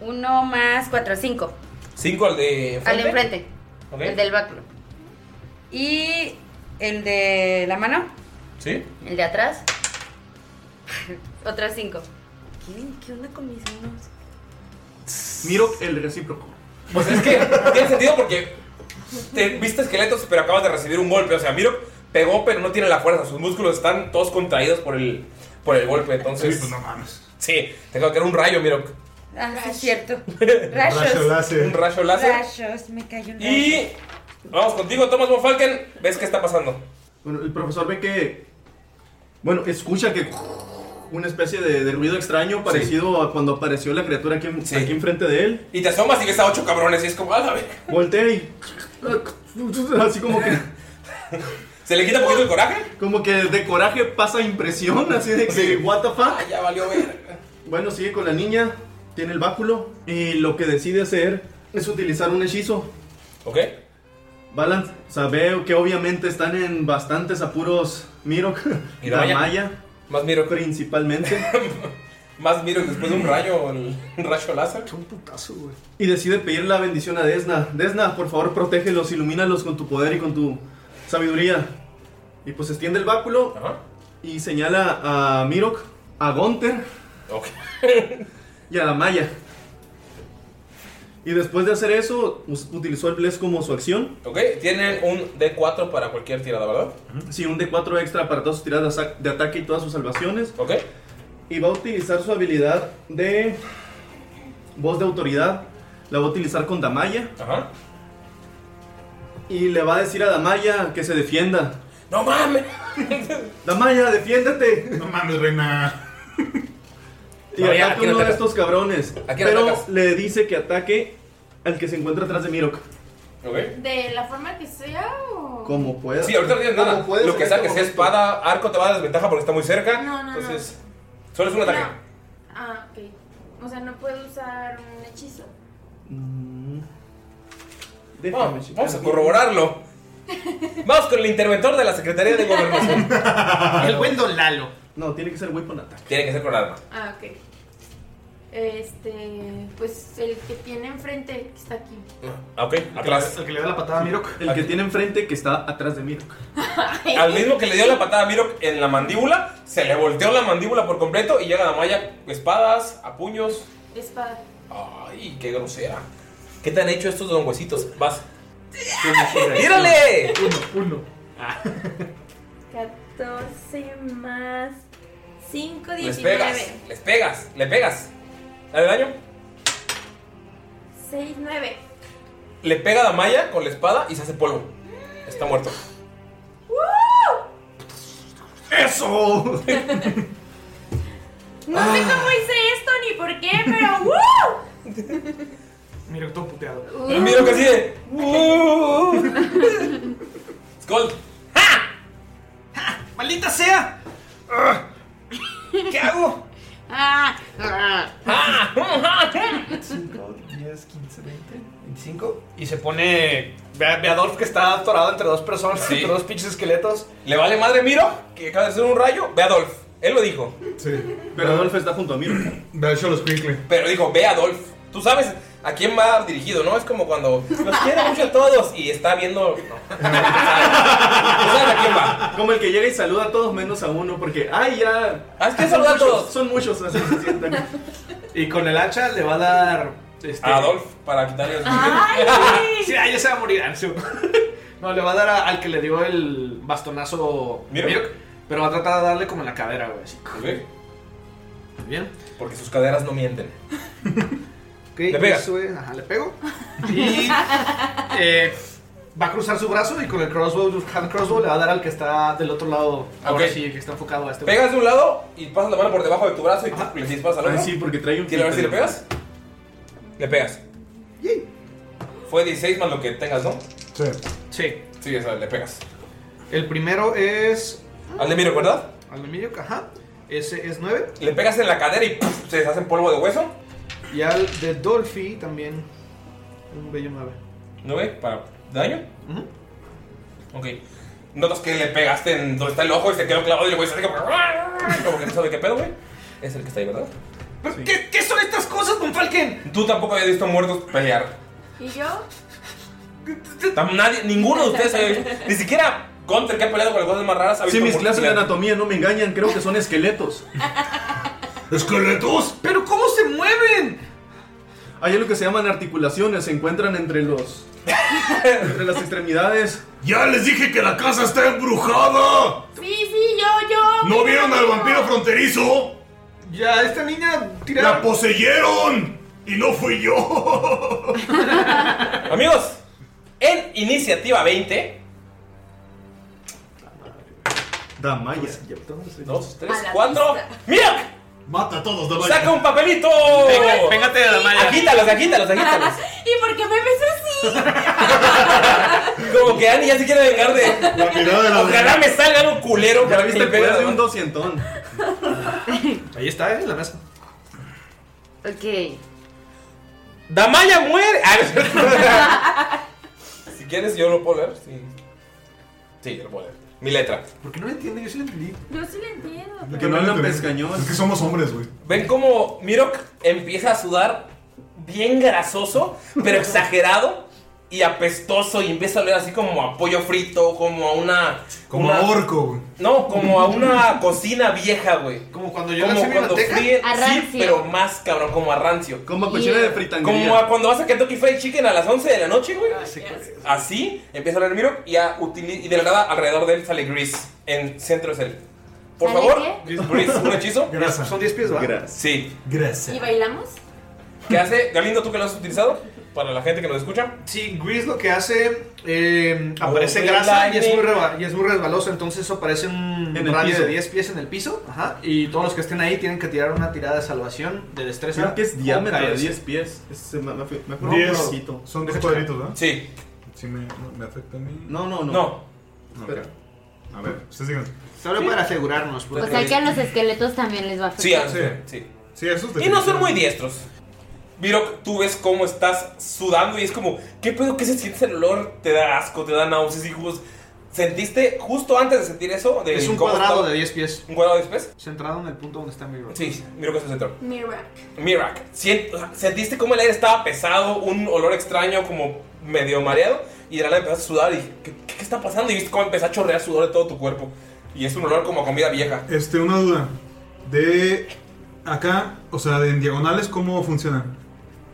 Speaker 6: 1 más 4, 5.
Speaker 3: 5 al de
Speaker 6: Al
Speaker 3: enfrente.
Speaker 6: enfrente.
Speaker 3: Ok.
Speaker 6: El del báculo. Y el de la mano.
Speaker 3: ¿Sí?
Speaker 6: El de atrás. Otro 5. ¿Qué, ¿Qué onda con mis manos?
Speaker 7: Miro el recíproco.
Speaker 3: Pues es que tiene sentido porque te viste esqueletos, pero acabas de recibir un golpe. O sea, Mirok pegó, pero no tiene la fuerza. Sus músculos están todos contraídos por el, por el golpe. Entonces.
Speaker 9: Sí, pues no mames.
Speaker 3: Sí, tengo que era un rayo, Mirok.
Speaker 6: Ah, sí, es cierto.
Speaker 3: rayo
Speaker 6: Rayos.
Speaker 3: láser. Un rayo láser.
Speaker 6: Rayos, me cayó un rayo.
Speaker 3: Y vamos contigo, Thomas von Falken. ¿Ves qué está pasando?
Speaker 7: Bueno, el profesor ve que. Bueno, escucha que. Una especie de, de ruido extraño parecido a cuando apareció la criatura aquí, en- aquí enfrente de él.
Speaker 3: Y te asomas y ves a ocho cabrones y es como, ah, la verga".
Speaker 7: Voltea y. Así como que.
Speaker 3: ¿Se le quita un poquito el coraje?
Speaker 7: Como que de coraje pasa impresión, así de que, what the fuck.
Speaker 3: Ah, ya valió ver.
Speaker 7: Bueno, sigue con la niña, tiene el báculo, y lo que decide hacer es utilizar un hechizo.
Speaker 3: ¿Ok?
Speaker 7: Balance, o sea, veo que obviamente están en bastantes apuros Mirok,
Speaker 3: Y
Speaker 7: la
Speaker 3: Damaya.
Speaker 7: Maya.
Speaker 3: Más Mirok.
Speaker 7: Principalmente.
Speaker 3: Más Mirok después de un rayo, el un rayo láser.
Speaker 5: Un putazo, güey.
Speaker 7: Y decide pedir la bendición a Desna. Desna, por favor, protégelos, ilumínalos con tu poder y con tu sabiduría. Y pues extiende el báculo y señala a Mirok, a Gunther
Speaker 3: Ok.
Speaker 7: y a la Maya. Y después de hacer eso, us- utilizó el Bless como su acción.
Speaker 3: Ok, tienen un D4 para cualquier tirada, ¿verdad?
Speaker 7: Sí, un D4 extra para todas sus tiradas de asa- de ataque y todas sus salvaciones.
Speaker 3: Ok.
Speaker 7: Y va a utilizar su habilidad de voz de autoridad. La va a utilizar con Damaya.
Speaker 3: Ajá.
Speaker 7: Y le va a decir a Damaya que se defienda.
Speaker 3: ¡No mames!
Speaker 7: Damaya, defiéndete.
Speaker 9: No mames, reina.
Speaker 7: Y
Speaker 9: Damaya, ¿a
Speaker 7: ataca
Speaker 9: quién
Speaker 7: uno de
Speaker 9: atacas?
Speaker 7: estos cabrones.
Speaker 9: ¿A quién
Speaker 7: Pero
Speaker 9: atacas?
Speaker 7: le dice que ataque al que se encuentra atrás de Mirok.
Speaker 8: De la forma que sea o.
Speaker 7: Como pueda.
Speaker 3: Sí, ahorita no tienes nada. Lo que saques es espada, arco te va a dar desventaja porque está muy cerca.
Speaker 8: No, no, no.
Speaker 3: entonces, solo es un ataque.
Speaker 8: Ah, ok. O sea, no puedo usar un hechizo.
Speaker 7: Mm.
Speaker 3: Vamos- vamos a corroborarlo. Vamos con el interventor de la Secretaría de Gobernación.
Speaker 11: El buen Don Lalo.
Speaker 7: No, tiene que ser weapon attack.
Speaker 3: Tiene que ser con arma.
Speaker 8: Ah, ok. Este. Pues el que tiene enfrente, que está aquí.
Speaker 3: Ah, ok, atrás.
Speaker 7: El que le da la patada a Mirok. El que tiene enfrente que está atrás de Mirok.
Speaker 3: Al mismo que le dio la patada a Mirok en la mandíbula, se le volteó la mandíbula por completo y llega la malla espadas, a puños.
Speaker 8: Espada.
Speaker 3: Ay, qué grosera. ¿Qué te han hecho estos don huesitos? Vas.
Speaker 8: ¡Tírale!
Speaker 3: ¡Tírale!
Speaker 7: Uno, uno.
Speaker 3: Ah.
Speaker 8: 14 más 5,
Speaker 3: Les
Speaker 8: 19.
Speaker 3: pegas, les pegas, le pegas. Dale daño.
Speaker 8: 6, 9.
Speaker 3: Le pega a Damaya con la espada y se hace polvo. Está muerto.
Speaker 7: ¡Eso!
Speaker 8: No sé cómo hice esto ni por qué, pero ¡wow!
Speaker 5: Mira, todo puteado.
Speaker 8: Uh. Mira que así de,
Speaker 11: Uh.
Speaker 3: Skull.
Speaker 11: ¡Maldita sea! Ah, ¿Qué hago?
Speaker 6: Ah,
Speaker 11: Ah. 5, 10, 15, 20, 25. Y se pone. Ve a, ve a Dolph que está atorado entre dos personas, entre dos pinches esqueletos.
Speaker 3: Le vale madre Miro, que acaba de hacer un rayo. Ve a Adolf. Él lo dijo.
Speaker 9: Sí.
Speaker 7: Pero Adolf está junto a Miro.
Speaker 9: Ve a Cholos Quickly.
Speaker 3: Pero dijo, ve a Adolf. Tú sabes a quién va dirigido, ¿no? Es como cuando los quiero mucho a todos y está viendo.
Speaker 7: Como el que llega y saluda a todos menos a uno porque, ay, ya.
Speaker 11: Ah,
Speaker 3: Haz que
Speaker 7: son
Speaker 3: saluda a
Speaker 7: muchos,
Speaker 3: todos.
Speaker 7: Son muchos, así se sientan.
Speaker 5: Y con el hacha le va a dar. Este,
Speaker 3: A Adolf para quitarle el.
Speaker 5: sí, ah, ya se va a morir. ah, sí. No, le va a dar a- al que le dio el bastonazo
Speaker 3: Mirok.
Speaker 5: Mirok, Pero va a tratar de darle como en la cadera, güey. así. Muy bien.
Speaker 3: Porque sus caderas no mienten.
Speaker 5: Ok,
Speaker 3: Le pega.
Speaker 5: eso es- ajá, le pego. Y eh, va a cruzar su brazo y con el crossbow, hand crossbow, le va a dar al que está del otro lado. Ahora
Speaker 3: Ok.
Speaker 5: sí, que está enfocado a este.
Speaker 3: Pegas de un lado y pasas la mano por debajo de tu brazo y le disparas al otro.
Speaker 7: Ah, sí, porque trae un
Speaker 3: ¿Quieres ver si le
Speaker 7: filtro.
Speaker 3: pegas? Le pegas. Fue 16 más lo que tengas, ¿no?
Speaker 9: Sí.
Speaker 5: Sí.
Speaker 3: Sí, esa, le pegas.
Speaker 5: El primero es.
Speaker 3: Al de Mirok, ¿verdad?
Speaker 5: Al de Mirok, ajá. Ese es 9.
Speaker 3: Le pegas en la cadera y ¡puf! se deshacen polvo de hueso.
Speaker 5: Y al de Dolphy también. Un bello 9.
Speaker 3: ¿9 para daño? Ok. Notas que le pegaste en donde está el ojo y se quedó clavado y le voy a hacer como... como que no sabe qué pedo, güey. Es el que está ahí, ¿verdad?
Speaker 11: ¿Qué, qué son estas cosas, Don Falken?
Speaker 3: Tú tampoco habías visto muertos pelear.
Speaker 8: ¿Y yo?
Speaker 3: Tam- nadie, ninguno de ustedes había visto. Ni siquiera Gunter, que ha peleado con las cosas más raras, ha
Speaker 7: Sí,
Speaker 3: visto
Speaker 7: mis
Speaker 3: muertos
Speaker 7: clases de
Speaker 3: pelear.
Speaker 7: anatomía no me engañan, creo que son esqueletos.
Speaker 11: ¿Esqueletos? ¿Pero cómo se mueven?
Speaker 7: Hay algo que se llaman articulaciones, se encuentran entre los. entre las extremidades.
Speaker 10: ¡Ya les dije que la casa está embrujada!
Speaker 8: Sí, sí, yo, yo.
Speaker 10: ¿No vieron al vampiro fronterizo?
Speaker 5: Ya, esta niña
Speaker 10: ¡La poseyeron! Y no fui yo.
Speaker 3: Amigos, en iniciativa 20,
Speaker 7: Damaya.
Speaker 5: Pues,
Speaker 3: 2, 3, 4. ¡Mira!
Speaker 9: Mata a todos,
Speaker 3: Damaya. ¡Saca un papelito!
Speaker 11: Venga, véngate de Damaya.
Speaker 3: Agítalos, agítalos, agítalos.
Speaker 8: ¿Y por qué me ves así?
Speaker 3: Como que Annie ya se quiere vengar de. Ojalá me salga un culero.
Speaker 7: Ya viste el
Speaker 3: que le
Speaker 7: poder
Speaker 3: pega,
Speaker 7: de un
Speaker 3: ¿no?
Speaker 7: doscientón.
Speaker 5: Ahí está, eh, la mesa.
Speaker 6: ok.
Speaker 3: Damaya muere. Ah, no es cierto. si quieres, yo lo puedo leer. Sí, sí yo lo puedo leer. Mi letra.
Speaker 5: Porque no lo entiende, yo sí lo entendí.
Speaker 8: Yo sí le entiendo.
Speaker 3: Que
Speaker 8: pero-
Speaker 3: no le-
Speaker 9: Es que somos hombres, güey.
Speaker 3: Ven cómo Mirok empieza a sudar bien grasoso, pero exagerado. y apestoso y empieza a oler así como a pollo frito, como a una...
Speaker 9: Como
Speaker 3: una-
Speaker 9: a orco, güey.
Speaker 3: No, como a una cocina vieja, güey. Como cuando
Speaker 9: yo
Speaker 3: Como
Speaker 9: nací en
Speaker 3: cuando
Speaker 9: Yucateca.
Speaker 3: fríe,
Speaker 9: A
Speaker 3: sí,
Speaker 9: rancio.
Speaker 3: pero más cabrón, como a rancio.
Speaker 7: Como a cochina de fritanguería. Ah,
Speaker 3: Como a cuando vas a Kentucky Fried Chicken a las 11 de la noche, güey. Así, empieza a oler Miro y, a utili- y de la nada alrededor de él sale Gris en centro de él. Por
Speaker 8: ¿Sale
Speaker 3: favor,
Speaker 8: qué?
Speaker 3: Gris, un hechizo.
Speaker 9: Grasa.
Speaker 3: Son 10 pies,
Speaker 9: ¿va?
Speaker 3: Sí.
Speaker 8: ¿Y bailamos?
Speaker 3: ¿Qué hace? Galindo, ¿tú que lo has utilizado? Para la gente que nos escucha.
Speaker 5: Sí, Grease lo que hace, eh, aparece
Speaker 3: Oh,
Speaker 5: grasa y es, muy
Speaker 3: lightning.
Speaker 5: reba- y es muy resbaloso, entonces eso aparece un
Speaker 7: En el
Speaker 5: radio
Speaker 7: piso.
Speaker 5: de 10 pies en el piso. Ajá, y todos los que estén ahí tienen que tirar una tirada de salvación de destreza.
Speaker 7: Creo que es
Speaker 5: o
Speaker 7: diámetro de
Speaker 5: caerse.
Speaker 7: 10 pies. Es, eh, me, me, me acuerdo
Speaker 9: Diez.
Speaker 7: un poquito.
Speaker 9: Son dos
Speaker 7: Deja
Speaker 9: cuadritos,
Speaker 7: checar.
Speaker 9: ¿verdad?
Speaker 3: Sí.
Speaker 9: Sí, me, me afecta a mí.
Speaker 7: No, no, no.
Speaker 9: No.
Speaker 7: Espera.
Speaker 9: A ver, ustedes digan.
Speaker 5: Solo para asegurarnos.
Speaker 6: O
Speaker 8: Pues
Speaker 6: sea que a los esqueletos también les va a
Speaker 3: Pues Sí,
Speaker 6: afectar.
Speaker 3: sí, sí.
Speaker 9: Sí, esos
Speaker 3: Y no son muy diestros. Miro, tú ves cómo estás sudando y es como, ¿qué pedo que se siente el olor? Te da asco, te da náuseas y jugos. ¿Sentiste justo antes de sentir eso? De
Speaker 5: Es un
Speaker 3: cómo
Speaker 5: cuadrado
Speaker 3: estaba-
Speaker 5: de 10 pies.
Speaker 3: ¿Un cuadrado de 10 pies?
Speaker 5: Centrado en el punto donde está mi rock.
Speaker 3: Sí, miro que se centró.
Speaker 8: Mira.
Speaker 3: Mirak, sien- o sea, sentiste como el aire estaba pesado, un olor extraño, como medio mareado, y de la nada empezaste a sudar y ¿qué, qué- qué está pasando? Y viste cómo empezó a chorrear sudor de todo tu cuerpo. Y es un olor como a comida vieja.
Speaker 9: Este, una duda. De acá, o sea, de en diagonales, ¿cómo funcionan?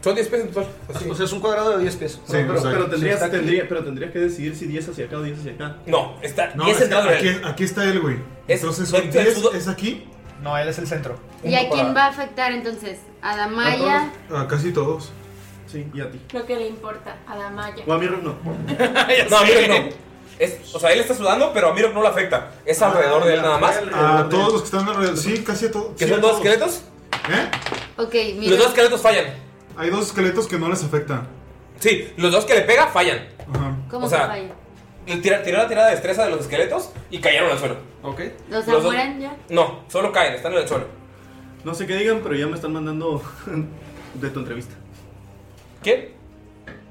Speaker 3: Son 10 pies en total.
Speaker 5: O sea, es un cuadrado de 10 pies.
Speaker 9: Sí,
Speaker 7: pero,
Speaker 9: o sea,
Speaker 7: pero,
Speaker 9: sí,
Speaker 7: tendrías,
Speaker 9: está
Speaker 7: tendría, pero tendrías que decidir si 10 hacia acá o 10 hacia acá.
Speaker 3: No, está
Speaker 9: No, es que aquí, aquí está él, güey. Entonces son 10, ¿es aquí?
Speaker 11: No, él es el centro.
Speaker 6: ¿Y a quién va a afectar entonces? ¿A Damaya?
Speaker 9: A casi todos.
Speaker 7: Sí, y a ti.
Speaker 8: Lo que le importa a la Maya.
Speaker 7: a Mirok no.
Speaker 3: no, a Mirok no. Es- o sea, él está sudando, pero a Mirok no lo afecta.
Speaker 7: Ah,
Speaker 3: Es alrededor de él nada más.
Speaker 9: A Ah, todos los que están alrededor. Sí, casi a todos.
Speaker 3: ¿Que
Speaker 9: sí,
Speaker 3: son
Speaker 9: a
Speaker 3: dos
Speaker 9: todos.
Speaker 3: esqueletos?
Speaker 9: ¿Eh?
Speaker 6: Ok, mira.
Speaker 3: esqueletos fallan.
Speaker 9: Hay dos esqueletos que no les afecta.
Speaker 3: Sí, los dos que le pega fallan.
Speaker 9: Ajá.
Speaker 6: ¿Cómo
Speaker 3: o sea,
Speaker 6: se falla?
Speaker 3: Tirar la tirada de destreza de los esqueletos y cayeron al suelo.
Speaker 5: Ok.
Speaker 6: ¿Los
Speaker 3: Los dos-
Speaker 6: amueran ya?
Speaker 3: No, solo caen, están en el suelo.
Speaker 7: No sé qué digan, pero ya me están mandando de tu entrevista.
Speaker 3: ¿Qué?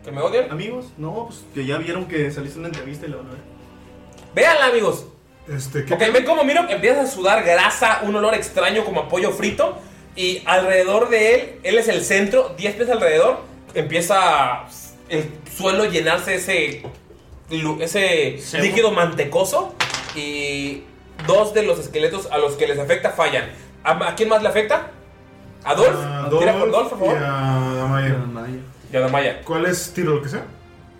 Speaker 3: ¿Que me odian?
Speaker 7: Amigos, no, pues que ya vieron que saliste en una entrevista y la van a ver.
Speaker 3: Véanla, amigos.
Speaker 9: Este,
Speaker 3: ok, ven como miro que empieza a sudar grasa, un olor extraño como a pollo frito. Y alrededor de él, él es el centro, 10 pies alrededor, empieza el suelo a llenarse ese, lu- ese
Speaker 5: Sebo.
Speaker 3: líquido mantecoso. Y dos de los esqueletos a los que les afecta fallan. ¿A, a quién más le afecta? ¿A Dolph? Tira por Dolph, por
Speaker 9: y
Speaker 3: favor.
Speaker 9: a Damaya.
Speaker 3: Y a Damaya.
Speaker 9: ¿Cuál es tiro lo que sea?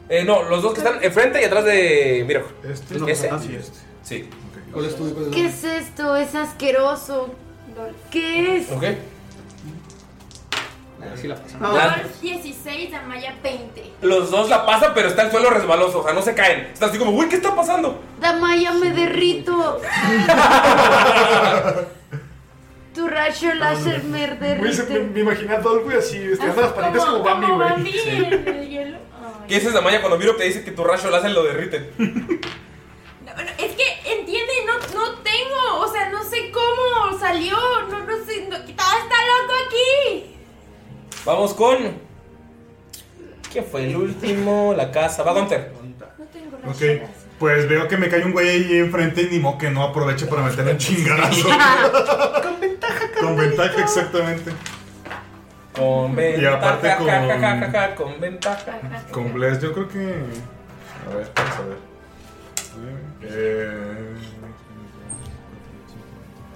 Speaker 3: Eh, no, los dos que están enfrente y atrás de Miro.
Speaker 9: Este,
Speaker 3: Ese.
Speaker 9: Ah, sí, este.
Speaker 3: Sí.
Speaker 5: ¿Cuál es tu
Speaker 6: ¿Qué es esto? Es asqueroso. ¿Qué es?
Speaker 3: Ok.
Speaker 5: Así la pasan.
Speaker 12: Ah.
Speaker 3: La-
Speaker 8: Dolph 16, la Maya 20.
Speaker 3: los dos la pasan, pero está el suelo resbaloso, o sea, no se caen. Está así como, uy, ¿qué está pasando?
Speaker 6: Damaya, me derrito. tu rayo láser me
Speaker 12: Güey, se- me,
Speaker 6: derrite.
Speaker 12: me imaginé a Dolph, güey, así, estirando las patitas como Bambi, güey.
Speaker 8: en el hielo.
Speaker 6: Ah,
Speaker 3: ¿Qué dices, Damaya, cuando Miro te dice que tu rayo láser lo derrite?
Speaker 8: Bueno, es que, entiende, no, no tengo, o sea, no sé cómo salió, no, no sé, no, que todo está loco aquí.
Speaker 3: Vamos con. ¿Quién fue el último? La casa. Va Gunter.
Speaker 9: Ok, pues veo que me cae un güey ahí enfrente y ni modo que no aproveche para meterle un chingadazo. Con ventaja, exactamente.
Speaker 3: Con
Speaker 9: Y aparte
Speaker 3: ventaja, ja, ja, ja, ja,
Speaker 9: con.
Speaker 3: ja, con ventaja.
Speaker 9: Con Bless, yo creo que. A ver, vamos a ver. Eh...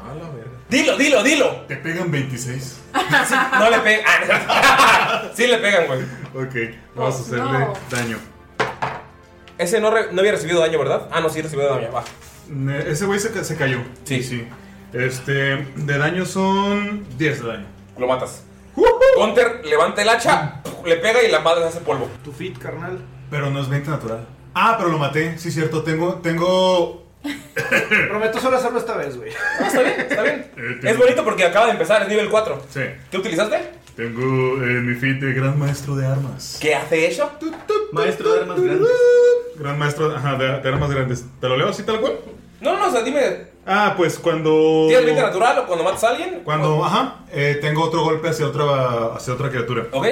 Speaker 9: A la verga.
Speaker 3: Dilo, dilo, dilo.
Speaker 9: Te pegan 26.
Speaker 3: Sí, no le pegan. Ah, sí le pegan, güey.
Speaker 9: Ok, vamos a hacerle
Speaker 3: no.
Speaker 9: daño.
Speaker 3: Ese no, re- no había recibido daño, ¿verdad? Ah, no, sí recibió daño. Va.
Speaker 9: Ne- Ese güey se, ca- se cayó. Sí. sí. Este, de daño son 10 de daño.
Speaker 3: Lo matas. Gunter levanta el hacha, le pega y la madre se hace polvo.
Speaker 5: Tu fit, carnal.
Speaker 9: Pero no es 20 natural. Ah, pero lo maté, sí, cierto. Tengo. tengo...
Speaker 5: Prometo solo hacerlo esta vez, güey.
Speaker 3: Ah, Es bonito porque acaba de empezar, es nivel 4.
Speaker 9: Eh, Sí.
Speaker 3: ¿Qué utilizaste?
Speaker 9: Tengo eh, mi feed de gran maestro de armas.
Speaker 3: ¿Qué hace eso?
Speaker 9: Maestro de armas grandes. Gran maestro ajá, de, de armas grandes. ¿Te lo leo así tal cual?
Speaker 3: No, no, o sea, dime.
Speaker 9: Ah, pues cuando.
Speaker 3: ¿Tienes 20 natural o cuando matas a alguien?
Speaker 9: Cuando, ajá, eh, tengo otro golpe hacia otra, hacia otra criatura.
Speaker 3: Ok.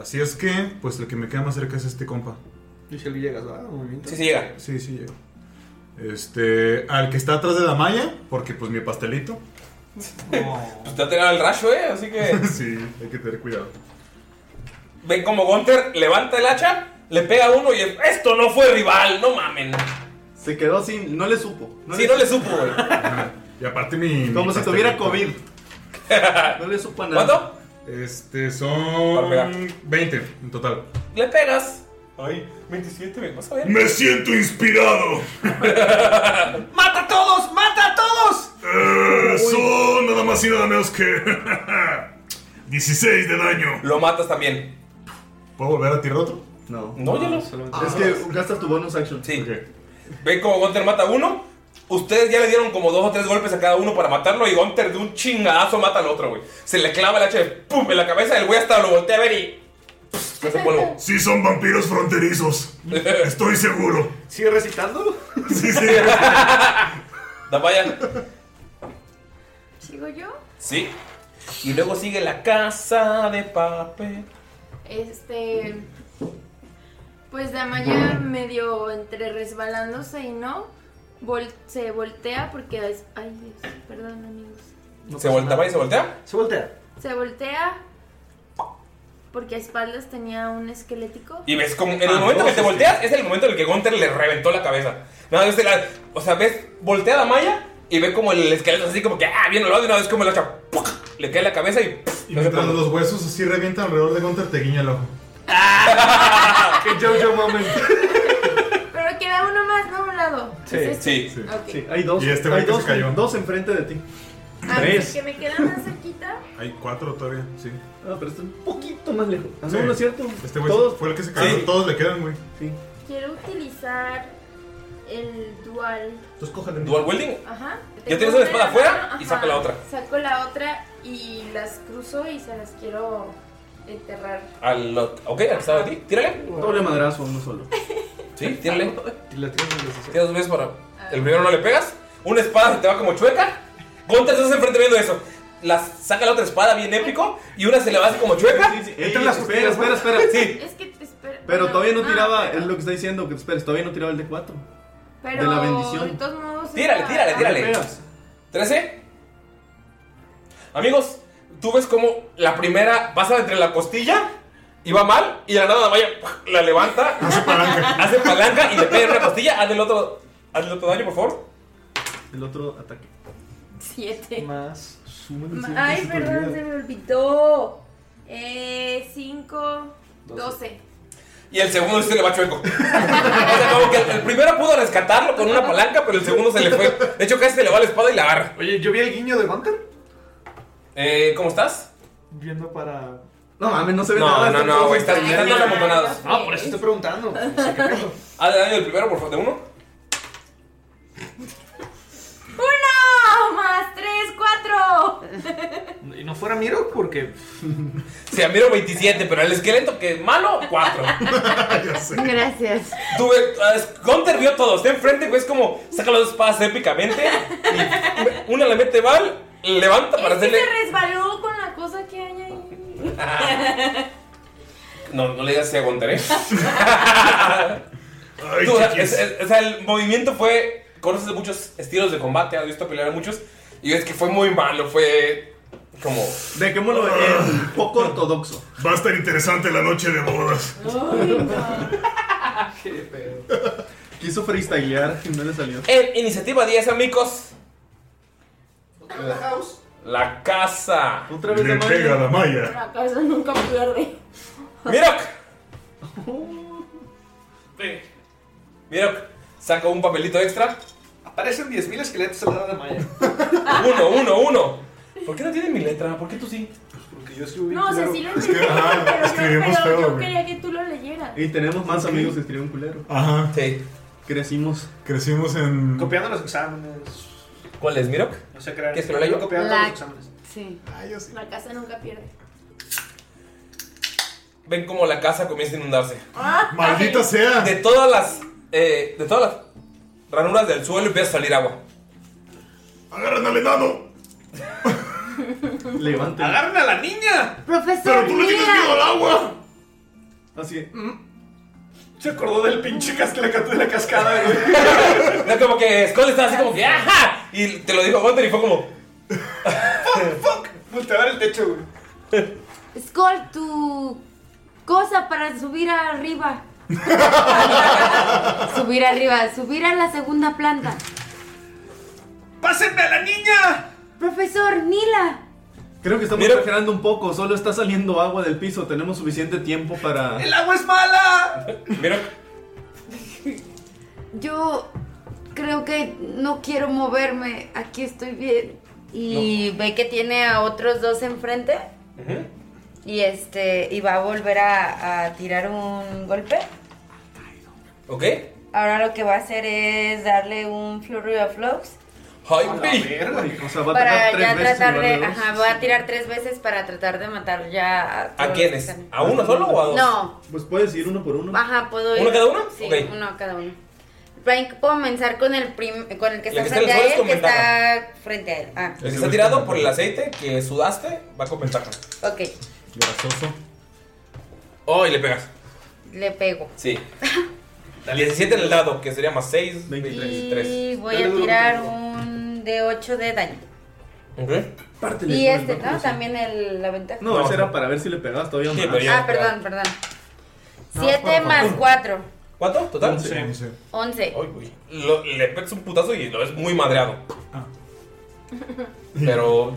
Speaker 9: Así es que, pues el que me queda más cerca es este compa.
Speaker 5: Y si llegas, va, movimiento.
Speaker 3: Sí, sí llega.
Speaker 9: Sí, sí llega. Este, al que está atrás de la malla, porque pues mi pastelito.
Speaker 3: Pues te va a tirar el rayo, eh, así que.
Speaker 9: sí, hay que tener cuidado.
Speaker 3: Ven como Gunter levanta el hacha, le pega a uno y es, esto no fue rival, no mamen.
Speaker 7: Se quedó así, no le supo.
Speaker 3: sí, no le supo, güey.
Speaker 9: Y aparte mi.
Speaker 7: Como
Speaker 9: mi
Speaker 7: si tuviera
Speaker 9: pastelito.
Speaker 7: No le supo nada.
Speaker 3: ¿Cuánto?
Speaker 9: Este son. 20 en total.
Speaker 3: Le pegas. Ay, 27, me vas a ver.
Speaker 10: Me siento inspirado.
Speaker 11: ¡Mata a todos! ¡Mata a todos!
Speaker 10: Eh, son nada más y nada menos que. 16 de daño.
Speaker 3: Lo matas también.
Speaker 9: ¿Puedo volver a tirar otro? Ah.
Speaker 7: No.
Speaker 3: No, ya no.
Speaker 7: Es que gastas tu bonus action.
Speaker 3: Sí. Ven como Gunter mata a uno. Ustedes ya le dieron como dos o tres golpes a cada uno para matarlo. Y Gunter de un chingadazo mata al otro, güey. Se le clava el hacha de pum en la cabeza. El güey hasta lo voltea a ver y. pss, se hace polvo.
Speaker 10: Sí, son vampiros fronterizos. Estoy seguro.
Speaker 5: ¿Sigue recitando?
Speaker 10: Sí, sí.
Speaker 3: Damaya.
Speaker 8: ¿Sigo yo?
Speaker 3: Sí. Y luego sigue la casa de papel.
Speaker 8: Este. Pues Damaya medio entre resbalándose y no. vol- se voltea porque. es- ay, Dios, perdón, amigos.
Speaker 3: ¿Se voltea y se voltea?
Speaker 11: Se voltea.
Speaker 8: Se voltea. Porque a espaldas tenía un esquelético.
Speaker 3: Y ves como. En el momento que te volteas, es el momento en el que Gunter le reventó la cabeza. Nada más, ves la- o sea, ves. Voltea la malla. Y ve como el esqueleto así como que. Ah, bien lado Y una vez como el hacha. ¡puc! Le cae en la cabeza y. pss,
Speaker 9: Y
Speaker 3: no se
Speaker 9: mientras
Speaker 3: puede.
Speaker 9: los huesos así revientan alrededor de Gunter, te guiña el ojo.
Speaker 3: Que Jojo mamen.
Speaker 8: Pero queda uno más, ¿no? A Un lado. ¿Es este? Ok.
Speaker 7: Sí, Hay dos.
Speaker 9: Y este güey
Speaker 7: hay
Speaker 9: que se
Speaker 7: dos,
Speaker 9: cayó.
Speaker 7: dos enfrente de ti.
Speaker 8: Ah, que me queda más cerquita.
Speaker 9: Hay cuatro todavía, sí.
Speaker 7: Ah, pero está un poquito más lejos. Ah,
Speaker 9: Sí.
Speaker 7: No, no es cierto.
Speaker 9: Este güey fue el que se cayó. Todos le quedan, güey.
Speaker 7: Sí.
Speaker 8: Quiero utilizar el dual.
Speaker 7: Entonces cógele.
Speaker 3: Dual welding.
Speaker 8: Ajá.
Speaker 3: Ya
Speaker 8: Tengo
Speaker 3: tienes
Speaker 8: una
Speaker 3: una espada
Speaker 8: en la
Speaker 3: afuera
Speaker 8: mano,
Speaker 3: y saca la otra.
Speaker 8: Saco la otra y las cruzo y se las quiero enterrar.
Speaker 3: Al lot. Ok, al que estaba aquí. Tírale.
Speaker 7: Doble madrazo, uno solo.
Speaker 3: Sí, tírale. Tira dos veces para. El primero no le pegas. Una espada se te va como chueca. Gunter estás enfrente viendo eso. Las, saca la otra espada bien épico. Y una se le va así como chueca.
Speaker 7: Entra en las espera, espera, espera.
Speaker 3: Sí.
Speaker 8: Es que te espero.
Speaker 7: Pero
Speaker 8: bueno,
Speaker 7: todavía no
Speaker 8: ah,
Speaker 7: tiraba, es lo que está diciendo, que esperes, todavía no tiraba el D4.
Speaker 8: Pero
Speaker 7: de la bendición.
Speaker 8: de todos modos.
Speaker 3: Tírale,
Speaker 8: era-
Speaker 3: tírale,
Speaker 8: ah,
Speaker 3: tírale. 13. Amigos, tú ves como la primera pasa entre la costilla y va mal. Y de la nada vaya, la levanta. Hace palanca. Hace palanca y le pega en una costilla. Hazle el otro, hazle el otro daño, por favor.
Speaker 7: El otro ataque.
Speaker 8: Siete.
Speaker 7: Más suma
Speaker 8: Ma- Ay, perdón, se me olvidó. Eh, cinco, doce.
Speaker 3: Y el segundo sí se le va chueco. o sea, como que el, el primero pudo rescatarlo con una palanca, pero el segundo se le fue. De hecho, casi se le va la espada y la agarra.
Speaker 5: Oye, yo vi el guiño de Gunter.
Speaker 3: Eh, ¿Cómo estás?
Speaker 5: Viendo para.
Speaker 7: No mames, no
Speaker 3: se ve No, nada, no, está no, todo güey, están- están bien. todas amontonadas.
Speaker 5: No, Ah, por eso estoy preguntando.
Speaker 3: Hazle daño del primero, por favor, de uno.
Speaker 8: ¡Uno! ¡Más tres, cuatro!
Speaker 5: Y no fuera Miro porque.
Speaker 3: Se miro 27, pero el esqueleto que es malo, 4.
Speaker 6: Gracias.
Speaker 3: Tú ves, ah, Gunter vio todo, está enfrente, ves como saca las dos espadas épicamente. y Una le mete bal, levanta para
Speaker 8: Es que
Speaker 3: hacerle.
Speaker 8: Este se resbaló con la cosa que hay ahí.
Speaker 3: No, no le digas así a Gunter, eh.
Speaker 10: Ay,
Speaker 3: Tú, o, sea,
Speaker 10: chiquis.
Speaker 3: es- es- o sea, el movimiento fue. Conoces muchos estilos de combate, has visto pelear a muchos. Y ves que fue muy malo, fue. Como.
Speaker 7: Dejémoslo en poco ortodoxo.
Speaker 10: Va a estar interesante la noche de bodas.
Speaker 7: Quiso freestylear y no le salió.
Speaker 3: En iniciativa 10, amigos.
Speaker 7: La house.
Speaker 3: La casa.
Speaker 7: Otra
Speaker 10: vez Le la malla. pega la malla.
Speaker 8: La casa nunca pierde.
Speaker 3: Mirok. Mirok saca un papelito extra.
Speaker 5: Aparecen 10.000 esqueletos al lado de Maya.
Speaker 3: Uno, uno, uno. ¿Por qué no tiene mi letra? ¿Por qué tú sí?
Speaker 5: Porque yo escribí.
Speaker 8: No, o sea, sí lo entendí,
Speaker 7: ajá,
Speaker 8: pero, no,
Speaker 7: escribimos
Speaker 8: pero
Speaker 7: feo,
Speaker 8: yo
Speaker 7: güey.
Speaker 8: quería que tú lo leyeras.
Speaker 7: Y tenemos más amigos que escriben culero.
Speaker 9: Ajá.
Speaker 3: Sí.
Speaker 7: Crecimos.
Speaker 9: Crecimos en.
Speaker 5: Copiando los exámenes.
Speaker 3: ¿Cuál es, Mirok?
Speaker 5: No sé creer.
Speaker 3: ¿Quieres que lo lea yo?
Speaker 5: Copiando
Speaker 3: La-
Speaker 5: los exámenes.
Speaker 6: Sí.
Speaker 8: La casa nunca pierde.
Speaker 3: Ven como la casa comienza a inundarse.
Speaker 8: Ah,
Speaker 3: ¡Maldita sea! De todas las. eh, de todas las ranuras del suelo empieza a salir agua.
Speaker 10: ¡Agarran al enano!
Speaker 7: Levanten.
Speaker 5: ¡Agarren a la niña!
Speaker 6: Profesor, mira.
Speaker 5: Ah,
Speaker 7: Así es.
Speaker 5: Mm. Se acordó del pinche cascada de la cascada, güey.
Speaker 3: No, como que Skull estaba así como que ¡Ajá! Y te lo dijo Gunter y fue como.
Speaker 5: Voltea a ver el techo, güey.
Speaker 6: Skull, tu cosa para subir arriba. Subir arriba, subir a la segunda planta.
Speaker 5: ¡Pásenme a la niña!
Speaker 6: Profesor, Nila.
Speaker 7: Creo que estamos exagerando un poco, solo está saliendo agua del piso, tenemos suficiente tiempo para...
Speaker 5: ¡El agua es mala!
Speaker 3: Mira,
Speaker 6: Yo creo que no quiero moverme. Aquí estoy bien. Y ve que tiene a otros dos enfrente. Y este. Y va a volver a, a tirar un golpe.
Speaker 3: ¿ok?
Speaker 6: Ahora lo que va a hacer es darle un Flurry of Blows.
Speaker 7: O sea, va a
Speaker 6: Para ya
Speaker 7: atacar tres veces
Speaker 6: tratar
Speaker 7: en
Speaker 6: de.
Speaker 7: lugar de dos.
Speaker 6: Ajá, va a tirar tres veces para tratar de matar ya.
Speaker 3: ¿A
Speaker 6: todos
Speaker 3: quiénes?
Speaker 6: los que están.
Speaker 3: ¿A uno solo o a dos?
Speaker 6: No.
Speaker 7: Pues puedes ir uno por uno.
Speaker 6: Ajá, puedo ir.
Speaker 3: ¿Uno cada uno?
Speaker 6: Sí,
Speaker 3: Ok.
Speaker 6: uno a cada uno. Frank, puedo comenzar con el, prim- con el que
Speaker 3: La
Speaker 6: está
Speaker 3: que está en
Speaker 6: frente a
Speaker 3: el suelo es
Speaker 6: él,
Speaker 3: con
Speaker 6: que
Speaker 3: ventaja.
Speaker 6: está frente a él. Ah,
Speaker 3: El que está tirado por el aceite que sudaste va con ventaja.
Speaker 6: ok.
Speaker 3: Grasoso. Oh, y le pegas.
Speaker 6: Le pego.
Speaker 3: Sí. La 17 en el dado, que sería más 6, 23.
Speaker 6: Y voy a tirar un de 8 de daño.
Speaker 3: Ok.
Speaker 6: Y este, ¿no? También el, la ventaja.
Speaker 7: No, ese era para ver si le pegabas todavía más.
Speaker 6: Ah, perdón, perdón. 7 más 4,
Speaker 3: ¿Cuánto? Total.
Speaker 7: Once.
Speaker 6: 11.
Speaker 3: Lo- le pegas un putazo y lo ves muy madreado. Pero, o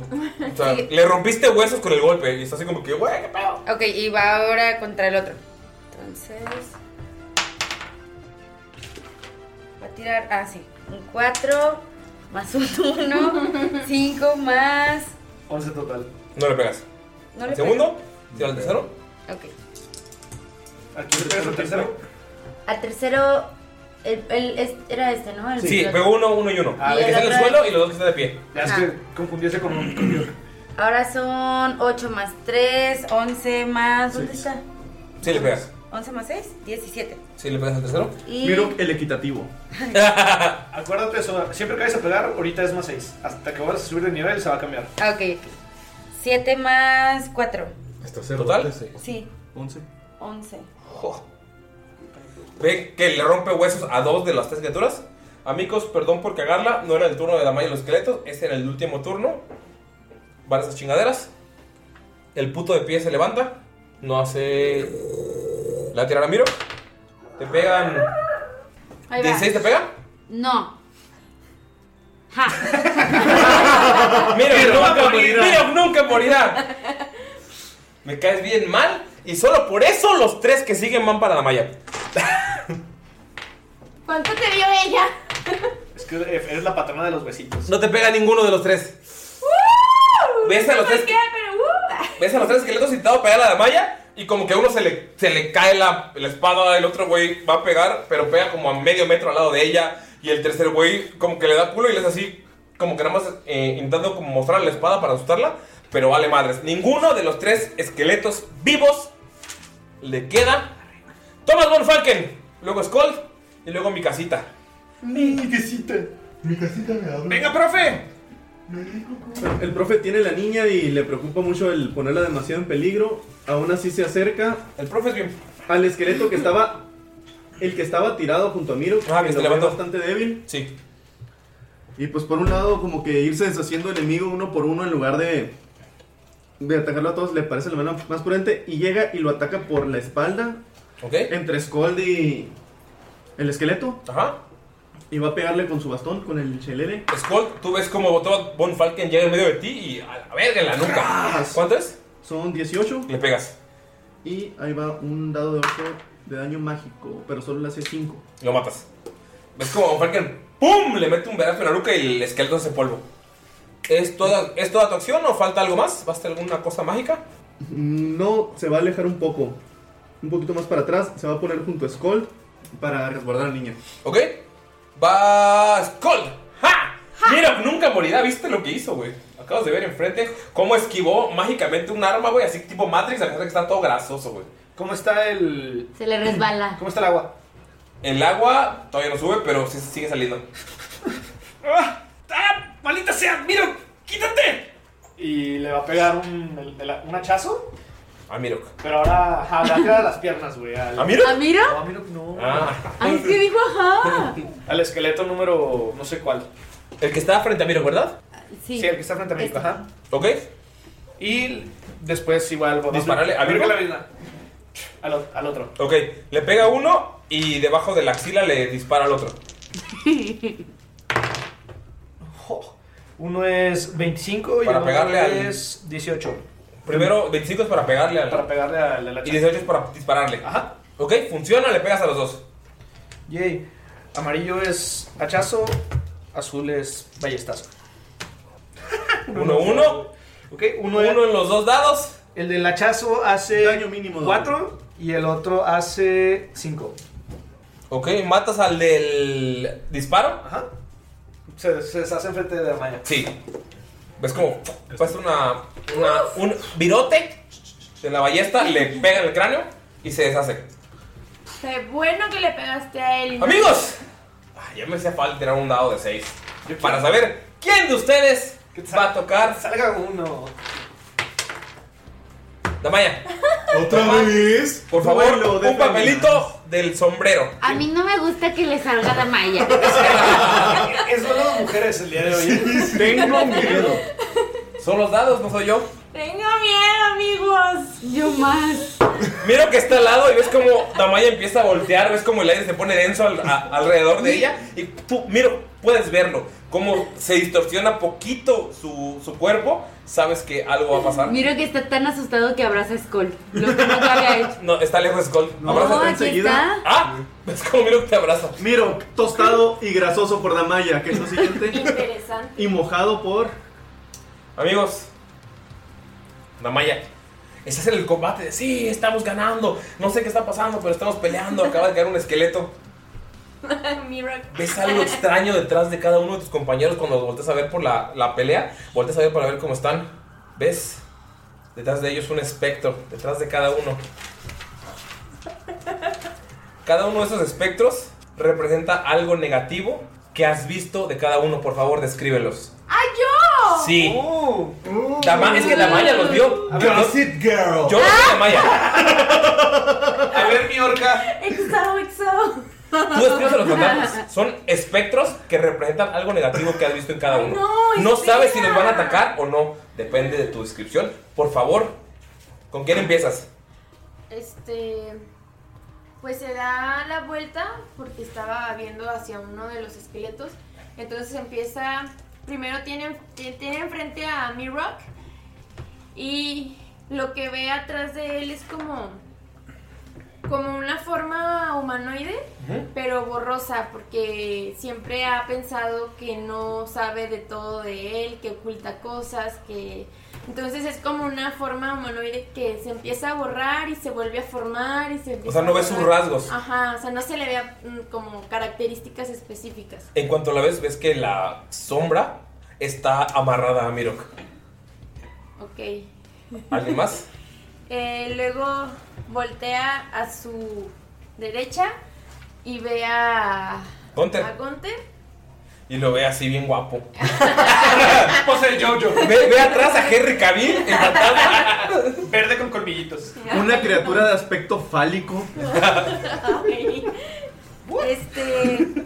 Speaker 3: sea,
Speaker 6: Sí.
Speaker 3: le rompiste huesos con el golpe y está así como que, güey, qué pedo.
Speaker 6: Ok, y va ahora contra el otro. Entonces. Va a tirar. Ah, sí. Un 4 más un 1. 5 más.
Speaker 5: 11 total.
Speaker 3: No le pegas.
Speaker 6: No le
Speaker 3: ¿Al segundo? ¿Sí, al tercero?
Speaker 6: Ok.
Speaker 5: Aquí le pegas al tercero.
Speaker 6: Al tercero. El, el- es- era este, ¿no? El
Speaker 3: Sí,
Speaker 6: otro.
Speaker 3: pegó uno, uno y uno.
Speaker 6: Ah,
Speaker 3: el que
Speaker 6: y
Speaker 3: está
Speaker 6: el
Speaker 3: en
Speaker 6: otro
Speaker 3: el
Speaker 6: Ah.
Speaker 3: suelo y los dos que están de pie.
Speaker 5: Ya es que confundirse con un cambio.
Speaker 6: Ahora son 8 más 3, 11 más. ¿Dónde está?
Speaker 3: Sí, le pegas.
Speaker 6: 11 más 6, 17.
Speaker 3: Sí, le pegas al tercero.
Speaker 6: Y- Miro
Speaker 7: el equitativo.
Speaker 5: Acuérdate, eso, siempre que vayas a pegar, ahorita es más 6. Hasta que vayas a subir de nivel se va a cambiar.
Speaker 6: Ah, Ok, ok. 7 más 4.
Speaker 3: ¿Total?
Speaker 6: Sí,
Speaker 7: 11.
Speaker 6: 11.
Speaker 3: Ve que le rompe huesos a dos de las tres criaturas. Amigos, perdón por cagarla. No era el turno de la malla y los esqueletos. Este era el último turno. Van esas chingaderas. El puto de pie se levanta. No hace. La tirar a Miro. Te pegan.
Speaker 6: Ahí va.
Speaker 3: ¿16 te pega?
Speaker 6: No.
Speaker 3: Miro
Speaker 5: Miro
Speaker 3: nunca
Speaker 5: nunca
Speaker 3: morirá.
Speaker 5: morirá.
Speaker 3: Miro nunca morirá. Me caes bien mal. Y solo por eso los tres que siguen van para la malla.
Speaker 8: ¿Cuánto te dio ella?
Speaker 5: Es que eres la patrona de los besitos.
Speaker 3: No te pega ninguno de los tres.
Speaker 8: ¡Uh!
Speaker 3: ¿Ves a los tres? Ves a los tres esqueletos intentando pegar a la malla y como que a uno se le, se le cae la, la espada, el otro güey va a pegar, pero pega como a medio metro al lado de ella y el tercer güey como que le da culo y le hace así, como que nada más eh, intentando como mostrar la espada para asustarla, pero vale madres. Ninguno de los tres esqueletos vivos le queda. Thomas Von Falken, luego Skull y luego mi casita.
Speaker 9: Mi casita. Mi casita me habla.
Speaker 3: Venga, profe.
Speaker 7: El profe tiene la niña y le preocupa mucho el ponerla demasiado en peligro. Aún así se acerca.
Speaker 3: El profe es bien.
Speaker 7: Al esqueleto que estaba. El que estaba tirado junto a Miro.
Speaker 3: Ah, que
Speaker 7: que
Speaker 3: se
Speaker 7: lo ve
Speaker 3: levantó.
Speaker 7: bastante débil.
Speaker 3: Sí.
Speaker 7: Y pues por un lado, como que irse deshaciendo enemigo uno por uno en lugar de. De atacarlo a todos le parece la manera más prudente. Y llega y lo ataca por la espalda.
Speaker 3: Ok.
Speaker 7: Entre Scold y. El esqueleto.
Speaker 3: Ajá.
Speaker 7: Y va a pegarle con su bastón, con el chelere.
Speaker 3: Skull, tú ves cómo botó Von Falken llega en medio de ti y a la verga en la nuca. ¿Cuánto es?
Speaker 7: Son 18.
Speaker 3: Le pegas.
Speaker 7: Y ahí va un dado de 8 de daño mágico, pero solo le hace 5.
Speaker 3: Lo matas. Ves como Von Falken, ¡pum! Le mete un pedazo en la nuca y el esqueleto se hace polvo. ¿Es toda, ¿Es toda tu acción o falta algo más? ¿Vas a hacer alguna cosa mágica?
Speaker 7: No, se va a alejar un poco. Un poquito más para atrás, se va a poner junto a Skull para resguardar al niño.
Speaker 3: ¿Ok? Va Skull. ¡Ja! Mira, nunca morirá. ¿Viste lo que hizo, güey? Acabas de ver enfrente cómo esquivó mágicamente un arma, güey. Así tipo Matrix, a pesar de que está todo grasoso, güey.
Speaker 5: ¿Cómo está el...?
Speaker 6: Se le resbala.
Speaker 5: ¿Cómo está el agua?
Speaker 3: El agua todavía no sube, pero sí sigue saliendo.
Speaker 5: ¡Ah! ¡Maldita sea! ¡Miro! ¡Quítate! Y le va a pegar un, el- el- un hachazo.
Speaker 3: A Miro.
Speaker 5: Pero ahora ajá, le va a tirar a las piernas, güey. al-
Speaker 3: ¿A Miro?
Speaker 6: ¿A Miro?
Speaker 5: No, a Miro no.
Speaker 6: Ay, es que dijo ajá.
Speaker 5: Al esqueleto número no sé cuál.
Speaker 3: El que está frente a Miro, ¿verdad?
Speaker 6: Sí.
Speaker 5: el que está frente a mí. Ajá.
Speaker 3: ¿Ok?
Speaker 5: Y después igual...
Speaker 3: Disparale, ¿a
Speaker 5: Miro
Speaker 3: Miro?
Speaker 5: la misma.
Speaker 11: Al, o- al otro.
Speaker 3: Ok, le pega uno y debajo de la axila le dispara al otro.
Speaker 11: Uno es 25 y
Speaker 3: Para
Speaker 11: el
Speaker 3: pegarle
Speaker 11: otro
Speaker 3: al-
Speaker 11: es 18.
Speaker 3: Primero, 25 es para pegarle al.
Speaker 11: Para pegarle al de la
Speaker 3: Y 18 es para dispararle. Ajá. Ok, funciona, le pegas a los dos.
Speaker 11: Yay. Amarillo es hachazo, azul es ballestazo.
Speaker 3: Uno, uno.
Speaker 11: Ok, uno, uno
Speaker 3: en los dos dados.
Speaker 11: El del hachazo hace daño mínimo 4 y el otro hace 5.
Speaker 3: Ok, matas al del disparo.
Speaker 11: Ajá. Se, se deshace enfrente de Este. Amaya.
Speaker 3: Sí. ¿Ves cómo pasa una, una- un virote de la ballesta, le pega en el cráneo y se deshace?
Speaker 8: Qué bueno que le pegaste a él.
Speaker 3: Amigos, ah, ya me hacía falta tirar un dado de 6. Para saber quién de ustedes va a tocar.
Speaker 11: Salga uno.
Speaker 3: Damaya.
Speaker 9: ¿Otra
Speaker 3: vez? Por favor, un papelito del sombrero.
Speaker 6: A mí no me gusta que le salga la malla.
Speaker 11: Es solo de mujeres el día de hoy.
Speaker 3: Tengo miedo. Son los dados, no soy yo.
Speaker 8: Tengo miedo, amigos.
Speaker 6: Yo más.
Speaker 3: Miro que está al lado y ves como Damaya empieza a voltear, ves como el aire se pone denso al- a- alrededor de ella y tú, miro, puedes verlo, como se distorsiona poquito su, su cuerpo, sabes que algo va a pasar.
Speaker 6: Miro que está tan asustado que abraza a Skull. Lo que nunca había hecho.
Speaker 3: No, está lejos Skull.
Speaker 6: No,
Speaker 3: Abrázate
Speaker 6: aquí está.
Speaker 3: Ah, es como miro que te abraza.
Speaker 7: Miro, tostado y grasoso por Damaya, que es lo siguiente.
Speaker 8: Interesante.
Speaker 7: y mojado por.
Speaker 3: Amigos, Damaya, estás en el combate de sí, estamos ganando, no sé qué está pasando, pero estamos peleando, acaba de caer un esqueleto.
Speaker 8: Miracle.
Speaker 3: ¿Ves algo extraño detrás de cada uno de tus compañeros cuando los volteas a ver por la, la pelea? Volteas a ver para ver cómo están. ¿Ves? Detrás de ellos un espectro, detrás de cada uno. Cada uno de esos espectros representa algo negativo que has visto de cada uno. Por favor, descríbelos.
Speaker 8: ¡Ah, yo!
Speaker 3: Sí. Dama- es que Damaya los vio. Gossip Girl. Yo los vi a Damaya. A ver, mi orca.
Speaker 8: Exo, exo.
Speaker 3: Tú describes a los fantasmas. Son espectros que representan algo negativo que has visto en cada uno.
Speaker 8: no, espera.
Speaker 3: sabes si nos van a atacar o no. Depende de tu descripción. Por favor, ¿con quién empiezas?
Speaker 8: Este. Pues se da la vuelta porque estaba viendo hacia uno de los esqueletos. Entonces empieza. Primero tiene, tiene enfrente a Mi Rock. Y lo que ve atrás de él es como. Como una forma humanoide,
Speaker 3: Ujú.
Speaker 8: pero borrosa, porque siempre ha pensado que no sabe de todo de él, que oculta cosas, que entonces es como una forma humanoide que se empieza a borrar y se vuelve a formar y se empieza
Speaker 3: O sea, no
Speaker 8: a
Speaker 3: ves sus
Speaker 8: borrar.
Speaker 3: rasgos.
Speaker 8: Ajá, o sea, no se le ve mm, como características específicas.
Speaker 3: En cuanto la ves, ves que la sombra está amarrada a Mirok.
Speaker 8: Ok.
Speaker 3: ¿Alguien más?
Speaker 8: Eh, luego voltea a su derecha y ve a.
Speaker 3: Gunther.
Speaker 8: A Gunther.
Speaker 3: Y lo ve así bien guapo. pues el Jojo. Ve, ve atrás a Henry Cavill, el fantasma.
Speaker 11: Verde con colmillitos.
Speaker 7: Una criatura de aspecto fálico.
Speaker 8: Ay. Este.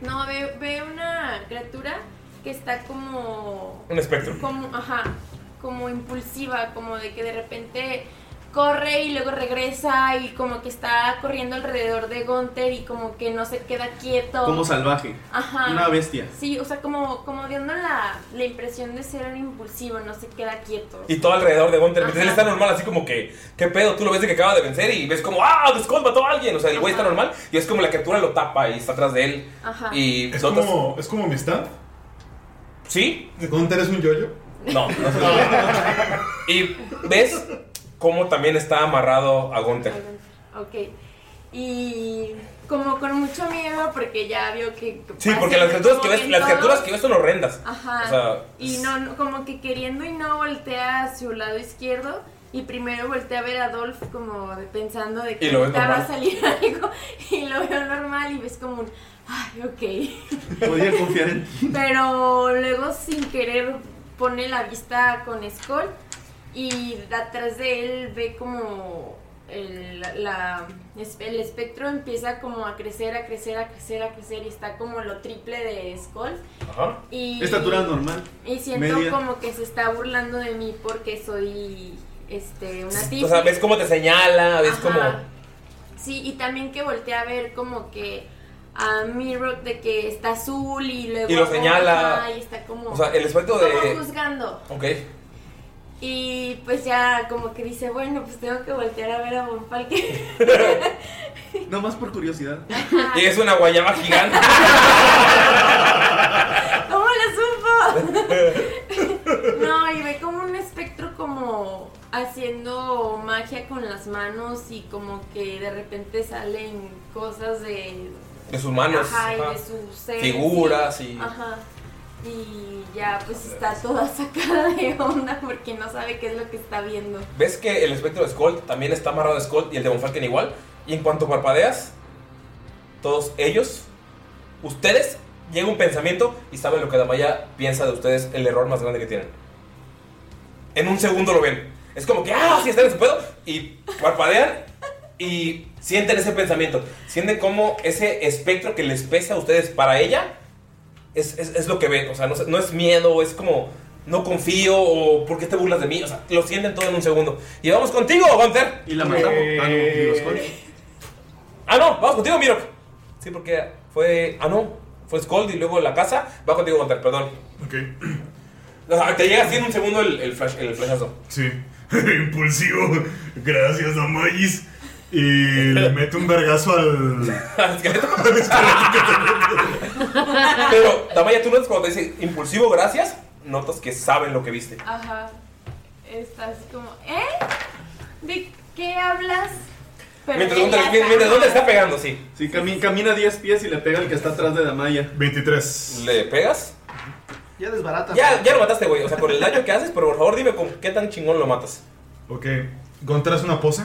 Speaker 8: No, ve, ve una criatura que está como.
Speaker 3: Un espectro.
Speaker 8: Como, ajá. Como impulsiva, como de que de repente corre y luego regresa y como que está corriendo alrededor de Gunther y como que no se queda quieto.
Speaker 7: Como salvaje.
Speaker 8: Ajá.
Speaker 7: Una bestia.
Speaker 8: Sí, o sea, como, como dando la, la impresión de ser impulsivo, no se queda quieto.
Speaker 3: Y todo alrededor de Gunter.
Speaker 8: Ajá.
Speaker 3: Él está normal, así como que, ¿qué pedo? Tú lo ves de que acaba de vencer y ves como, ¡ah! Skull mató a alguien. O sea, el güey está normal y es como la criatura lo tapa y está atrás de él.
Speaker 8: Ajá.
Speaker 3: Y
Speaker 9: Es
Speaker 3: notas-
Speaker 9: como, es como amistad.
Speaker 3: ¿Sí?
Speaker 9: ¿Gunter es un yoyo? Ah.
Speaker 3: No, no se lo digo. Y ves cómo también está amarrado a Gunter.
Speaker 8: Ok. Y como con mucho miedo porque ya vio que...
Speaker 3: Sí, porque las criaturas que
Speaker 8: como
Speaker 3: ves,
Speaker 8: en
Speaker 3: las
Speaker 8: todo-
Speaker 3: criaturas que ves son horrendas.
Speaker 8: Ajá.
Speaker 3: O sea,
Speaker 8: y no, no, como que queriendo y no voltea a su lado izquierdo. Y primero voltea a ver a Adolf como de- pensando de que
Speaker 3: Y lo ves
Speaker 8: ahorita va a
Speaker 3: normal.
Speaker 8: salir algo. Y lo veo normal y ves como un... Ay, ok.
Speaker 7: Podía confiar en ti.
Speaker 8: Pero luego sin querer pone la vista con Skull y atrás de él ve como el, la- el espectro empieza como a crecer, a crecer, a crecer, a crecer y está como lo triple de Skull.
Speaker 3: Ajá.
Speaker 8: Y,
Speaker 7: Estatura normal.
Speaker 8: Y siento
Speaker 7: media.
Speaker 8: como que se está burlando de mí porque soy este, una
Speaker 3: O sea,
Speaker 8: tifi.
Speaker 3: ves cómo te señala, ves
Speaker 8: Ajá.
Speaker 3: cómo.
Speaker 8: Sí, y también que voltea a ver como que a Mirror de que está azul y luego.
Speaker 3: Y lo señala.
Speaker 8: Ajá, y está como.
Speaker 3: O sea, el aspecto de-
Speaker 8: como juzgando.
Speaker 3: Ok.
Speaker 8: Y pues ya como que dice, bueno, pues tengo que voltear a ver a Bonfalque.
Speaker 7: Nada más por curiosidad.
Speaker 3: Y es una guayaba gigante.
Speaker 8: ¿Cómo lo supo? no, y ve como un espectro como haciendo magia con las manos y como que de repente salen cosas de...
Speaker 3: De sus manos,
Speaker 8: Ajá, y
Speaker 3: ajá.
Speaker 8: de sus seres,
Speaker 3: Figuras y-
Speaker 8: Ajá. Y ya pues está toda sacada de onda porque no sabe qué es lo que está viendo.
Speaker 3: Ves que el espectro de Skull también está amarrado a Skull y el de Bonfalken igual. Y en cuanto parpadeas, todos ellos, ustedes, llega un pensamiento y saben lo que Damaya piensa de ustedes, el error más grande que tienen. En un segundo lo ven. Es como que, ah, sí, están en su pedo. Y parpadean y sienten ese pensamiento. Sienten como ese espectro que les pesa a ustedes para ella es, es- es lo que ven. O sea, no, es- no es miedo, es como no confío o por qué te burlas de mí. O sea, lo sienten todo en un segundo. Y vamos contigo, Gunther. Y la
Speaker 7: matamos. Ah, no,
Speaker 3: Eh.
Speaker 7: Miroscol.
Speaker 3: Ah, no, vamos contigo, Mirok. Sí, porque fue. Ah, no, fue Scold y luego la casa. Va contigo, Gunther, perdón.
Speaker 10: Ok.
Speaker 3: O sea, te llega así en un segundo el, el flash, el flashazo.
Speaker 10: Sí. Impulsivo. Gracias, Damayis. Y le mete un vergazo al.
Speaker 3: Pero, Damaya, tú notas cuando te dice impulsivo, gracias, notas que saben lo que viste.
Speaker 8: Ajá. Está así como, ¿eh? ¿De qué hablas? Pero
Speaker 3: Mientras
Speaker 8: ella
Speaker 3: Gunther, mientras
Speaker 8: sabe.
Speaker 3: Gunther está pegando, sí.
Speaker 7: Sí, cami- camina 10 pies y le pega al que está atrás de Damaya.
Speaker 10: 23.
Speaker 3: ¿Le pegas?
Speaker 7: Ya desbarata.
Speaker 3: Ya, ya lo mataste, güey. O sea, por el daño que haces, pero por favor dime con qué tan chingón lo matas.
Speaker 10: Ok. Gontra hace una pose.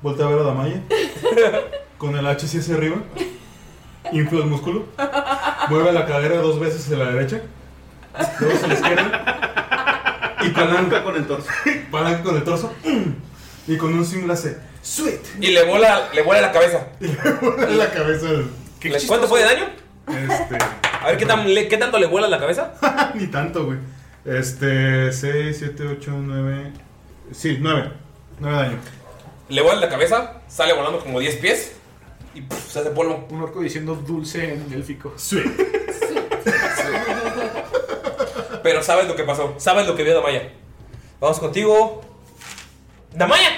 Speaker 10: Voltea a ver a Damaya. Con el H así hacia arriba. Infla el músculo. Mueve la cadera dos veces hacia la derecha. Luego hacia la izquierda. Y palanca
Speaker 7: con el torso.
Speaker 10: palanca con el torso. Y con un single hace. ¡Sweet!
Speaker 3: Y le vuela, le vuela la cabeza.
Speaker 10: En la cabeza del.
Speaker 3: ¿Le- ¿Cuánto fue de daño?
Speaker 10: Este.
Speaker 3: A ver, ¿qué, tan, le- ¿qué tanto le vuela la cabeza?
Speaker 10: Ni tanto, güey. Este, 6, 7, 8, 9. Sí, 9. 9 daño.
Speaker 3: Le vuela la cabeza, sale volando como 10 pies y puf, se hace polvo. Un orco diciendo dulce en élfico. Sí. Pero sabes lo que pasó, sabes lo que vio Damaya. Vamos contigo. ¡Damaya!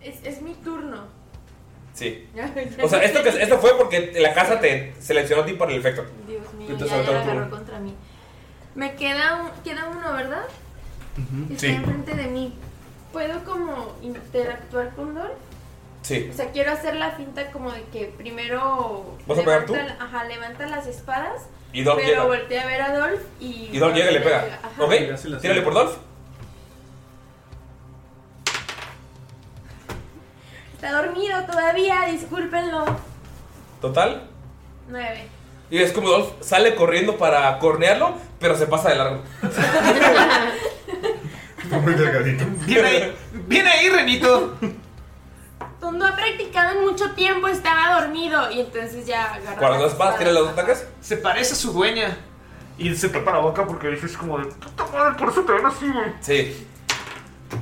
Speaker 8: Es, es mi turno.
Speaker 3: Sí. O sea, esto, que, esto fue porque la casa te seleccionó a ti para el efecto.
Speaker 8: Dios mío,
Speaker 3: Entonces,
Speaker 8: ya, ya
Speaker 3: ahorita
Speaker 8: la
Speaker 3: lo
Speaker 8: agarró
Speaker 3: tuvo.
Speaker 8: contra mí. Me queda, un- queda uno, ¿verdad? Está
Speaker 3: Sí,
Speaker 8: enfrente de mí. ¿Puedo como interactuar con Dolph?
Speaker 3: sí.
Speaker 8: O sea, quiero hacer la finta como de que primero...
Speaker 3: ¿Vas a pegar tú?
Speaker 8: levanta- Ajá, levanta las espadas.
Speaker 3: Y Dolph
Speaker 8: pero
Speaker 3: llega.
Speaker 8: voltea a ver a Dolph y...
Speaker 3: Y Dolph llega y le pega.
Speaker 8: Ajá.
Speaker 3: ¿Ok? Tírale por Dolph.
Speaker 8: Está dormido todavía, discúlpenlo.
Speaker 3: Total.
Speaker 8: Nueve.
Speaker 3: Y es como Dolph sale corriendo para cornearlo, pero se pasa de largo.
Speaker 10: Muy delgadito.
Speaker 5: Viene ahí, Renito.
Speaker 8: Tú Pues no ha practicado en mucho tiempo, estaba dormido. Y entonces ya agarra.
Speaker 3: Guarda las espadas, tira
Speaker 8: espadas.
Speaker 3: los dos ataques.
Speaker 5: Se parece a su dueña. Y se tapa la boca porque dices como de.
Speaker 8: Puta madre, Por eso te ven así, güey.
Speaker 3: Sí.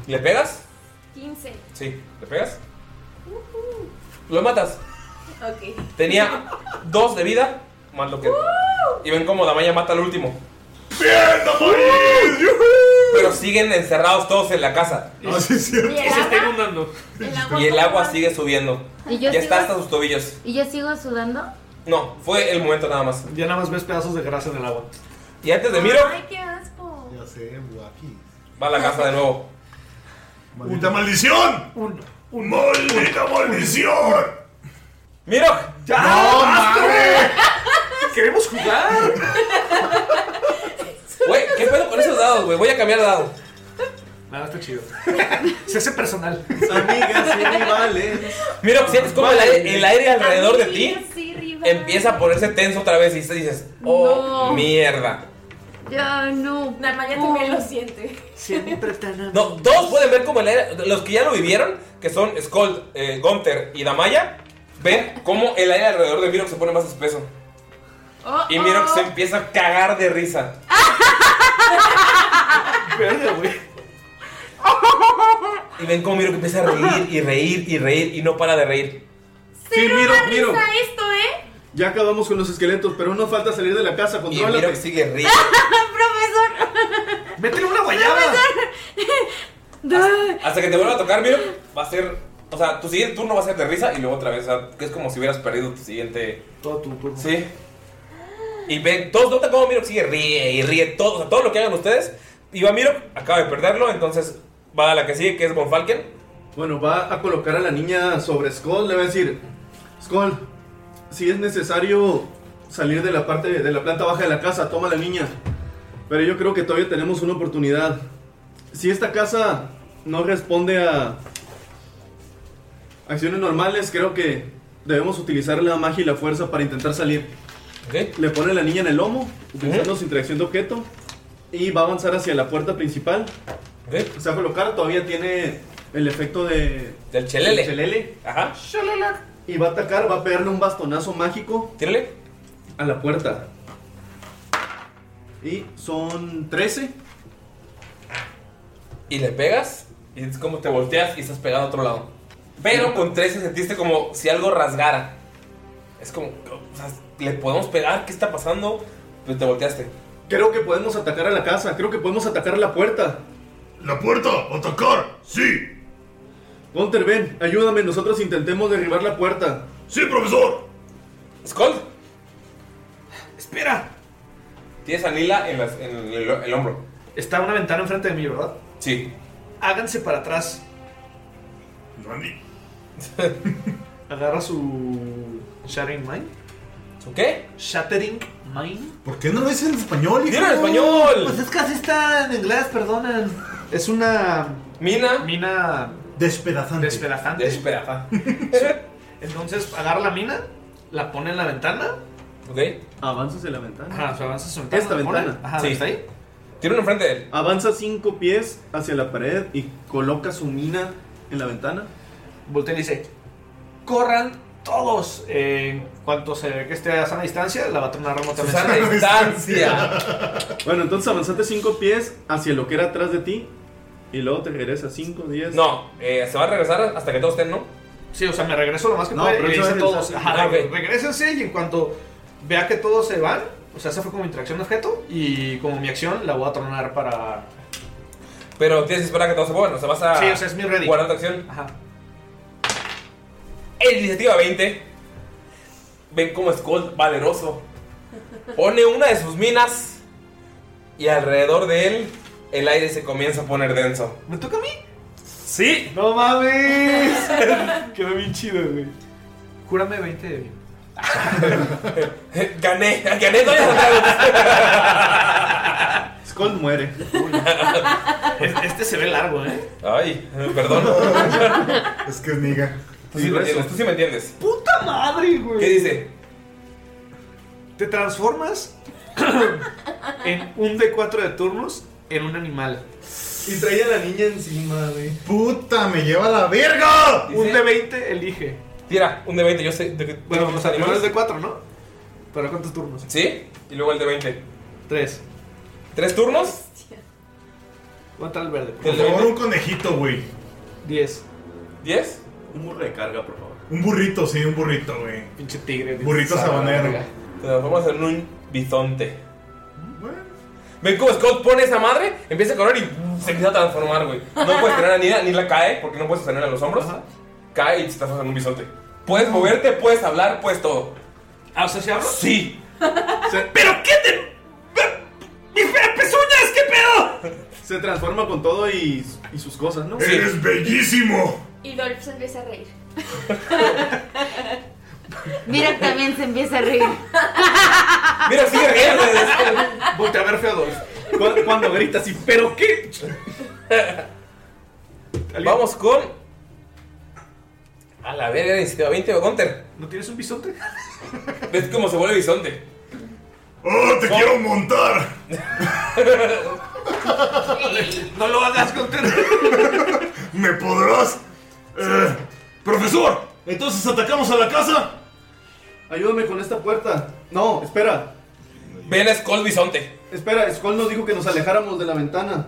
Speaker 3: ¿Le pegas?
Speaker 8: 15.
Speaker 3: Sí. ¿Le pegas? Lo matas.
Speaker 8: Ok.
Speaker 3: Tenía dos de vida, más lo que. Y ven cómo Damaya mata al último.
Speaker 10: ¡Bien,
Speaker 3: Pero siguen encerrados todos en la casa.
Speaker 10: No, sí, sí.
Speaker 6: Y el
Speaker 3: este?
Speaker 6: agua,
Speaker 3: Y el agua sigue subiendo.
Speaker 6: ¿Y yo
Speaker 3: Ya
Speaker 6: sigo-
Speaker 3: está hasta sus tobillos.
Speaker 6: ¿Y yo sigo sudando?
Speaker 3: No, fue el momento nada más.
Speaker 5: Ya nada más ves pedazos de grasa en el agua.
Speaker 3: Y antes de Miro,
Speaker 8: Ay, qué asco.
Speaker 10: Ya sé, guapi.
Speaker 3: va a la casa de nuevo.
Speaker 10: ¡Maldita maldición! ¡Maldita maldición!
Speaker 3: ¡Miro!
Speaker 5: ¡Ya!
Speaker 10: ¡No,
Speaker 5: ¡Queremos jugar!
Speaker 3: Güey, ¿qué pedo con esos dados, güey? Voy a cambiar de dado.
Speaker 5: Nada, está chido. Se hace personal.
Speaker 7: Amigas y rivales.
Speaker 3: Mira, sientes como el aire, el aire alrededor de ti
Speaker 8: Sí, Riva.
Speaker 3: empieza a ponerse tenso otra vez y dices, oh,
Speaker 8: No.
Speaker 3: mierda.
Speaker 8: Ya no. Nada más ya también lo siente.
Speaker 5: Siempre tan
Speaker 3: No, todos pueden ver como el aire, los que ya lo vivieron, que son Skull, eh, Gunther y Damaya, ven cómo el aire alrededor de Mirok se pone más espeso.
Speaker 8: Oh,
Speaker 3: Y Mirok
Speaker 8: oh.
Speaker 3: se empieza a cagar de risa.
Speaker 5: Verga, güey.
Speaker 3: Y ven cómo Miro que empieza a reír y reír y reír y no para de reír.
Speaker 8: Cero
Speaker 7: miro,
Speaker 8: da
Speaker 7: miro.
Speaker 8: risa esto, ¿eh?
Speaker 7: Ya acabamos con los esqueletos, pero no falta salir de la casa. Contrólate.
Speaker 3: Miro sigue riendo.
Speaker 7: ¡Métele una guayaba!
Speaker 3: Hasta que te vuelva a tocar, Miro, va a ser. O sea, tu siguiente turno va a ser de risa y luego otra vez. O sea, que es como si hubieras perdido tu siguiente.
Speaker 5: Todo tu turno.
Speaker 3: Sí. Y ven, todos notan cómo Miro sigue ríe y ríe. Todo, o sea, todo lo que hagan ustedes. Y va Miro, acaba de perderlo, entonces va a la que sigue, que es Bonfalken.
Speaker 7: Bueno, va a colocar a la niña sobre Skull. Le va a decir: Skull, si es necesario salir de la parte de la planta baja de la casa, toma a la niña. Pero yo creo que todavía tenemos una oportunidad. Si esta casa no responde a acciones normales, creo que debemos utilizar la magia y la fuerza para intentar salir. Le pone a la niña en el lomo, utilizando su interacción de objeto, y va a avanzar hacia la puerta principal. Se va a colocar, todavía tiene el efecto de...
Speaker 3: Del chelele.
Speaker 7: del chelele.
Speaker 3: Ajá.
Speaker 7: Y va a atacar, va a pegarle un bastonazo mágico.
Speaker 3: Tírale.
Speaker 7: A la puerta. Y son 13.
Speaker 3: Y le pegas. Y es como te volteas y estás pegado a otro lado. Pero con 13 sentiste como si algo rasgara. Es como, o sea, le podemos pegar, ¿qué está pasando? Pero te volteaste.
Speaker 7: Creo que podemos atacar a la casa, creo que podemos atacar a la puerta.
Speaker 10: ¡La puerta! ¡Atacar! ¡Sí!
Speaker 7: Gunter, ven, ayúdame, nosotros intentemos derribar la puerta.
Speaker 10: ¡Sí, profesor!
Speaker 3: ¡Skull!
Speaker 5: ¡Espera!
Speaker 3: Tienes a Lila en, las- en el, el hombro.
Speaker 5: Está una ventana enfrente de mí, ¿verdad?
Speaker 3: Sí.
Speaker 5: Háganse para atrás. Agarra su. Shattering Mind.
Speaker 3: ¿Su qué?
Speaker 5: Shattering Mind.
Speaker 9: ¿Por qué no lo dices en español? hijo?
Speaker 5: Pues es que así está en inglés, perdonen. Es una.
Speaker 3: Mina.
Speaker 5: Mina.
Speaker 13: Despedazante.
Speaker 5: Despedazante. Entonces agarra la mina, la pone en la ventana.
Speaker 3: Ok.
Speaker 7: Avanzas en la ventana.
Speaker 5: Ajá, o sea, avanzas en la ventana.
Speaker 7: Esta
Speaker 5: la pone.
Speaker 7: ventana.
Speaker 5: Ajá, está ahí.
Speaker 3: Tira uno enfrente de él.
Speaker 7: Avanza cinco pies hacia la pared y coloca su mina en la ventana.
Speaker 5: Voltea y dice: Corran todos. Eh, en cuanto se ve que esté a sana distancia, la va a tronar remotamente.
Speaker 7: bueno, entonces avanzaste cinco pies hacia lo que era atrás de ti. Y luego te regresas 5, 10.
Speaker 3: No, eh, se va a regresar hasta que todos estén, ¿no?
Speaker 5: Sí, o sea, me regreso lo más que
Speaker 7: No,
Speaker 5: pueda
Speaker 7: pero
Speaker 5: y
Speaker 7: eso
Speaker 5: le
Speaker 7: es el
Speaker 5: dice a todos.
Speaker 7: sal-
Speaker 5: Ajá,
Speaker 7: Ah, ok.
Speaker 5: regrésense y en cuanto vea que todos se van, o sea, esa fue como interacción de objeto y como mi acción la voy a tronar para.
Speaker 3: Pero tienes que esperar a que todos se muevan, o sea, vas a.
Speaker 5: Sí, o sea, es mi ready.
Speaker 3: Guardar tu acción.
Speaker 5: Ajá.
Speaker 3: Iniciativa 20. Ven cómo Skull, valeroso, pone una de sus minas y alrededor de él el aire se comienza a poner denso.
Speaker 5: ¿Me toca a mí?
Speaker 3: Sí.
Speaker 5: No mames. Quedó bien chido, güey. Júrame 20 de bien.
Speaker 3: gané, gané dos
Speaker 7: Skull muere.
Speaker 5: Este se ve largo, ¿eh?
Speaker 3: Ay, perdón.
Speaker 9: es que es niga.
Speaker 3: Tú Pues
Speaker 5: Pues
Speaker 3: sí, me entiendes, tú sí me entiendes.
Speaker 5: ¡Puta madre, güey!
Speaker 3: ¿Qué dice?
Speaker 5: Te transformas en un D4 de turnos en un animal.
Speaker 7: Y trae a la niña encima, güey.
Speaker 9: ¡Puta, me lleva a la verga!
Speaker 5: Un D20 elige.
Speaker 3: Tira, un D20, yo sé.
Speaker 5: bueno, los animales de 4, ¿no? ¿Para cuántos turnos?
Speaker 3: ¿Sí? Y luego el de 20.
Speaker 5: Tres.
Speaker 3: ¿Tres turnos?
Speaker 5: ¿Cuánto el verde?
Speaker 9: Por favor, un conejito, güey.
Speaker 5: 10.
Speaker 3: ¿10?
Speaker 7: Un burro de carga, por favor.
Speaker 9: Un burrito, sí, un burrito, güey.
Speaker 5: Pinche tigre.
Speaker 9: Burrito sabanero.
Speaker 3: Te transformas en un bisonte. Ven cómo Scott pone esa madre, empieza a correr y se empieza a transformar, güey. No puedes tener a Nila, Nila cae porque no puedes sostenerla en los hombros. Cae y se transforma en un bisonte. Puedes moverte, puedes hablar, puedes todo.
Speaker 5: ¿Ah, o sea, se habla?
Speaker 3: Sí.
Speaker 5: ¿Pero qué te.?
Speaker 7: ¡Mis pezuñas! ¿Qué pedo? Se transforma con todo y, y sus cosas, ¿no?
Speaker 10: ¡Eres bellísimo!
Speaker 8: Y Dolph se empieza a reír.
Speaker 6: Mira, también se empieza a reír.
Speaker 8: Ah,
Speaker 3: Mira, sigue riendo.
Speaker 5: Volte a ver Feodor.
Speaker 7: Cuando, cuando grita así, ¿pero qué?
Speaker 3: Vamos con. A la verga, iniciativa 20 o Gunter.
Speaker 5: ¿No tienes un bisonte?
Speaker 3: ¿Ves cómo se vuelve bisonte?
Speaker 10: ¡Oh, te quiero montar!
Speaker 5: ¡No lo hagas, Gunter!
Speaker 10: ¿Me podrás? Eh, ¡Profesor!
Speaker 7: Entonces atacamos a la casa. Ayúdame con esta puerta. No, espera.
Speaker 3: Ven a Skull bisonte.
Speaker 7: Espera, Skull nos dijo que nos alejáramos de la ventana.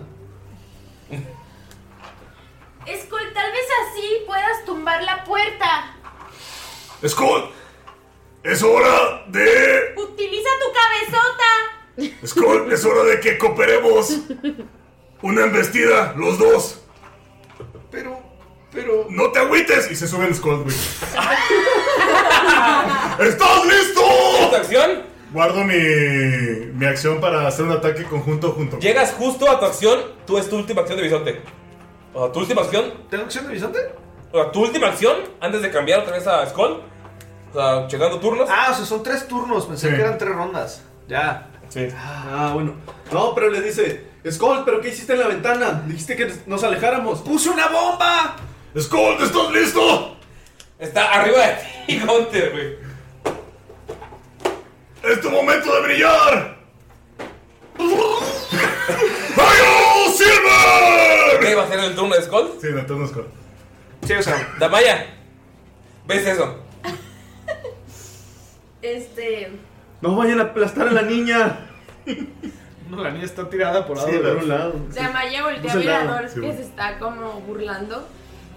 Speaker 8: Skull, tal vez así puedas tumbar la puerta.
Speaker 10: Skull, es hora de...
Speaker 8: Utiliza tu cabezota.
Speaker 10: Skull, es hora de que cooperemos. Una embestida, los dos.
Speaker 11: Pero, pero...
Speaker 10: No te agüites. Y se sube el Skull, güey. ¡Estás listo!
Speaker 3: ¿Tu acción?
Speaker 9: Guardo mi, mi acción para hacer un ataque conjunto junto.
Speaker 3: Llegas justo a tu acción, tú es tu última acción de bisonte. O sea, tu última acción.
Speaker 5: ¿Tengo acción de bisonte?
Speaker 3: O sea, tu última acción antes de cambiar otra vez a Skull. O sea, checando turnos.
Speaker 5: Ah, o sea, son tres turnos. Pensé
Speaker 3: Sí.
Speaker 5: que eran tres rondas. Ya.
Speaker 3: Sí.
Speaker 7: Ah, bueno. No, pero le dice, Skull, ¿pero qué hiciste en la ventana? Dijiste que nos alejáramos. ¡Puse una bomba!
Speaker 10: ¡Skull, estás listo!
Speaker 3: Está arriba de ti, Hunter, güey.
Speaker 10: ¡Es tu momento de brillar!
Speaker 1: ¡Oh,
Speaker 10: ¡Rayo Silver!
Speaker 3: ¿Qué va a ser el turno de Skull?
Speaker 9: Sí, el turno de Skull.
Speaker 3: Sí, o sea. Damaya, ¿ves eso?
Speaker 8: Este.
Speaker 7: No vayan a aplastar a la niña.
Speaker 5: No, la niña está tirada por
Speaker 7: Sí, por un lado.
Speaker 8: Damaya voltea a
Speaker 7: Puse el
Speaker 8: ver a
Speaker 7: dado, sí,
Speaker 8: Dolph que
Speaker 7: güey.
Speaker 8: se está como burlando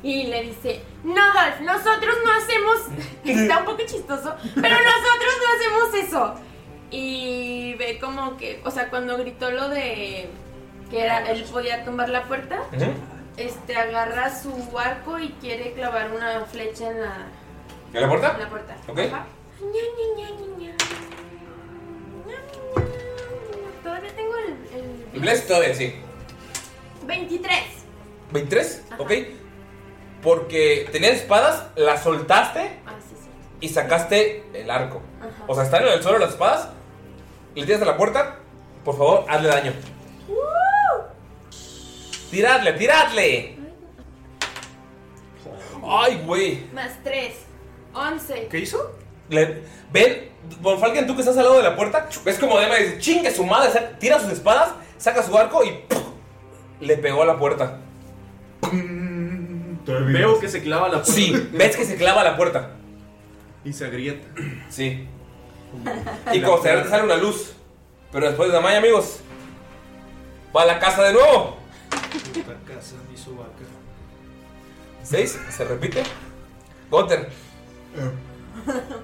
Speaker 8: y le dice, no Dolph, nosotros no hacemos, está un poco chistoso, pero nosotros no hacemos eso. Y ve como que, o sea, cuando gritó lo de que era, él podía tumbar la puerta, este agarra su arco y quiere clavar una flecha en la...
Speaker 3: ¿En la puerta?
Speaker 8: En la puerta.
Speaker 3: Ok.
Speaker 8: Ajá. Ña, ña, ña, ña, ña. Ña, ña, ña, ña. Todavía tengo el... el-
Speaker 3: Inglés todavía sí.
Speaker 8: 23.
Speaker 3: ¿23? Ok. Porque tenías espadas, las soltaste y sacaste el arco.
Speaker 8: Ajá.
Speaker 3: O sea, están en el suelo las espadas, le tiras a la puerta, por favor, hazle daño. ¡Tiradle, tiradle! ¡Ay, güey!
Speaker 8: Más 3. 11.
Speaker 3: ¿Qué hizo? ven, Von Falken, tú que estás al lado de la puerta, ves como Dema dice, chingue su madre, sa- tira sus espadas, saca su arco y ¡pum! le pegó a la puerta.
Speaker 9: Mm,
Speaker 7: Veo que se clava la puerta.
Speaker 3: Sí, ves que se clava la puerta.
Speaker 7: Y se agrieta.
Speaker 3: Sí. Y como se sale una luz. Pero después de Damaya, amigos, va a la casa de nuevo.
Speaker 5: Puta casa, mi subaca.
Speaker 3: ¿Seis? ¿Se repite? Gotter.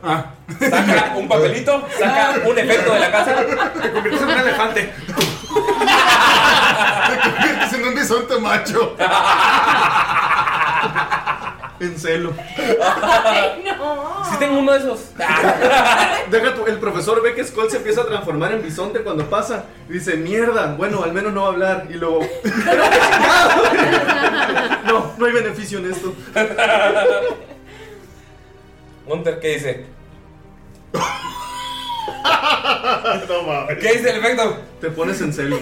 Speaker 9: Ah.
Speaker 3: Saca un papelito, saca un efecto de la casa.
Speaker 5: Te conviertes en un elefante.
Speaker 9: Te conviertes en un bisonte macho.
Speaker 7: En celo.
Speaker 8: Ay, no.
Speaker 3: Sí tengo uno de esos.
Speaker 7: Deja tu- el profesor ve que Skull se empieza a transformar en bisonte cuando pasa. Y dice, mierda, bueno, al menos no va a hablar. Y luego... "Pero qué chingado". no, no hay beneficio en esto.
Speaker 3: Gunter, ¿qué dice? ¿Qué dice el efecto?
Speaker 7: Te pones en celo.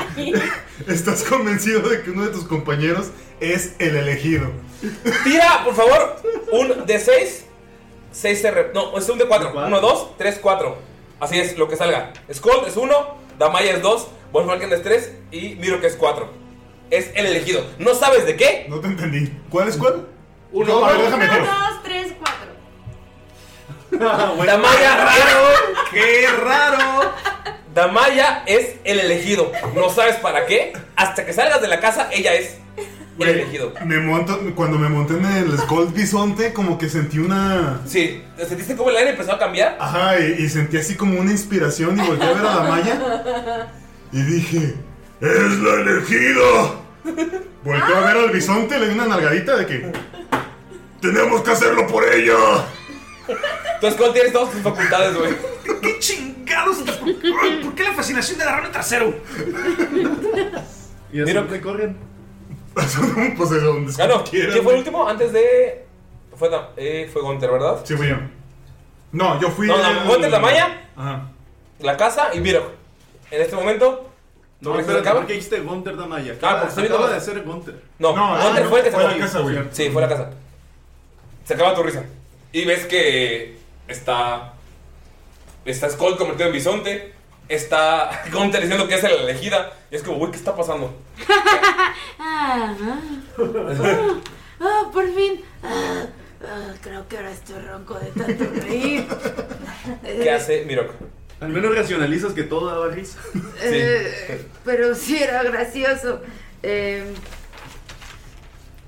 Speaker 9: Estás convencido de que uno de tus compañeros es el elegido.
Speaker 3: Tira, por favor, un de 6. 6 se re- No, es un de 4. 1, 2, 3, 4. Así es, lo que salga. Skull es 1, Damaya es 2, Von Falken es 3 y Miro que es 4. Es el elegido. ¿No sabes de qué?
Speaker 9: No te entendí. ¿Cuál es cuál?
Speaker 3: Uno,
Speaker 9: No, a ver, déjame
Speaker 8: 1,
Speaker 9: tiro.
Speaker 8: 2, 3, 4.
Speaker 3: Damaya, raro, qué raro. Damaya es el elegido. No sabes para qué. Hasta que salgas de la casa, ella es el elegido.
Speaker 9: Me monto, cuando me monté en el Gold Bisonte, como que sentí una.
Speaker 3: Sí, ¿sentiste cómo el aire empezó a cambiar?
Speaker 9: Ajá, y, y sentí así como una inspiración y volteé a ver a Damaya y dije: ¡Es la elegida! Volteé a ver al bisonte, le di una nalgadita de que.
Speaker 10: ¡Tenemos que hacerlo por ella!
Speaker 3: Tú, Skull, tienes todas tus facultades, güey.
Speaker 5: ¿Qué chingados? ¿Por qué- por qué la fascinación de agarrarme trasero?
Speaker 7: Y así te corren.
Speaker 9: pues de donde
Speaker 3: Ah, no. ¿Quién fue el último? Antes de. Fue, Dam- eh, fue Gunter, ¿verdad?
Speaker 9: Sí, fui yo. No, yo fui.
Speaker 3: No, no,
Speaker 9: el-
Speaker 3: Gunter, Damaya,
Speaker 6: Ah,
Speaker 9: Ajá.
Speaker 3: la casa y Miro. En este momento.
Speaker 7: No,
Speaker 3: ¿no
Speaker 7: espérate,
Speaker 3: acaba?
Speaker 7: ¿por qué dijiste Gunter Damaya?
Speaker 3: Ah,
Speaker 7: Acaba,
Speaker 3: porque estoy viendo
Speaker 7: acaba de
Speaker 3: los-
Speaker 7: ser Gunter.
Speaker 3: No,
Speaker 7: No,
Speaker 3: Gunter
Speaker 7: ah,
Speaker 3: fue el que
Speaker 7: no, fue
Speaker 3: sacó.
Speaker 7: la casa, güey.
Speaker 3: Sí, fue la casa. Se acaba tu risa. Y ves que está. Está Skull convertido en bisonte. Está Gunter diciendo que es la elegida. Y es como, güey, ¿qué está pasando?
Speaker 6: Ah, ah, ah, ah, por fin. Ah, ah, creo que ahora estoy ronco de tanto reír.
Speaker 3: ¿Qué hace Mirok?
Speaker 7: Al menos racionalizas que todo daba risa.
Speaker 6: Eh, pero sí era gracioso. Eh,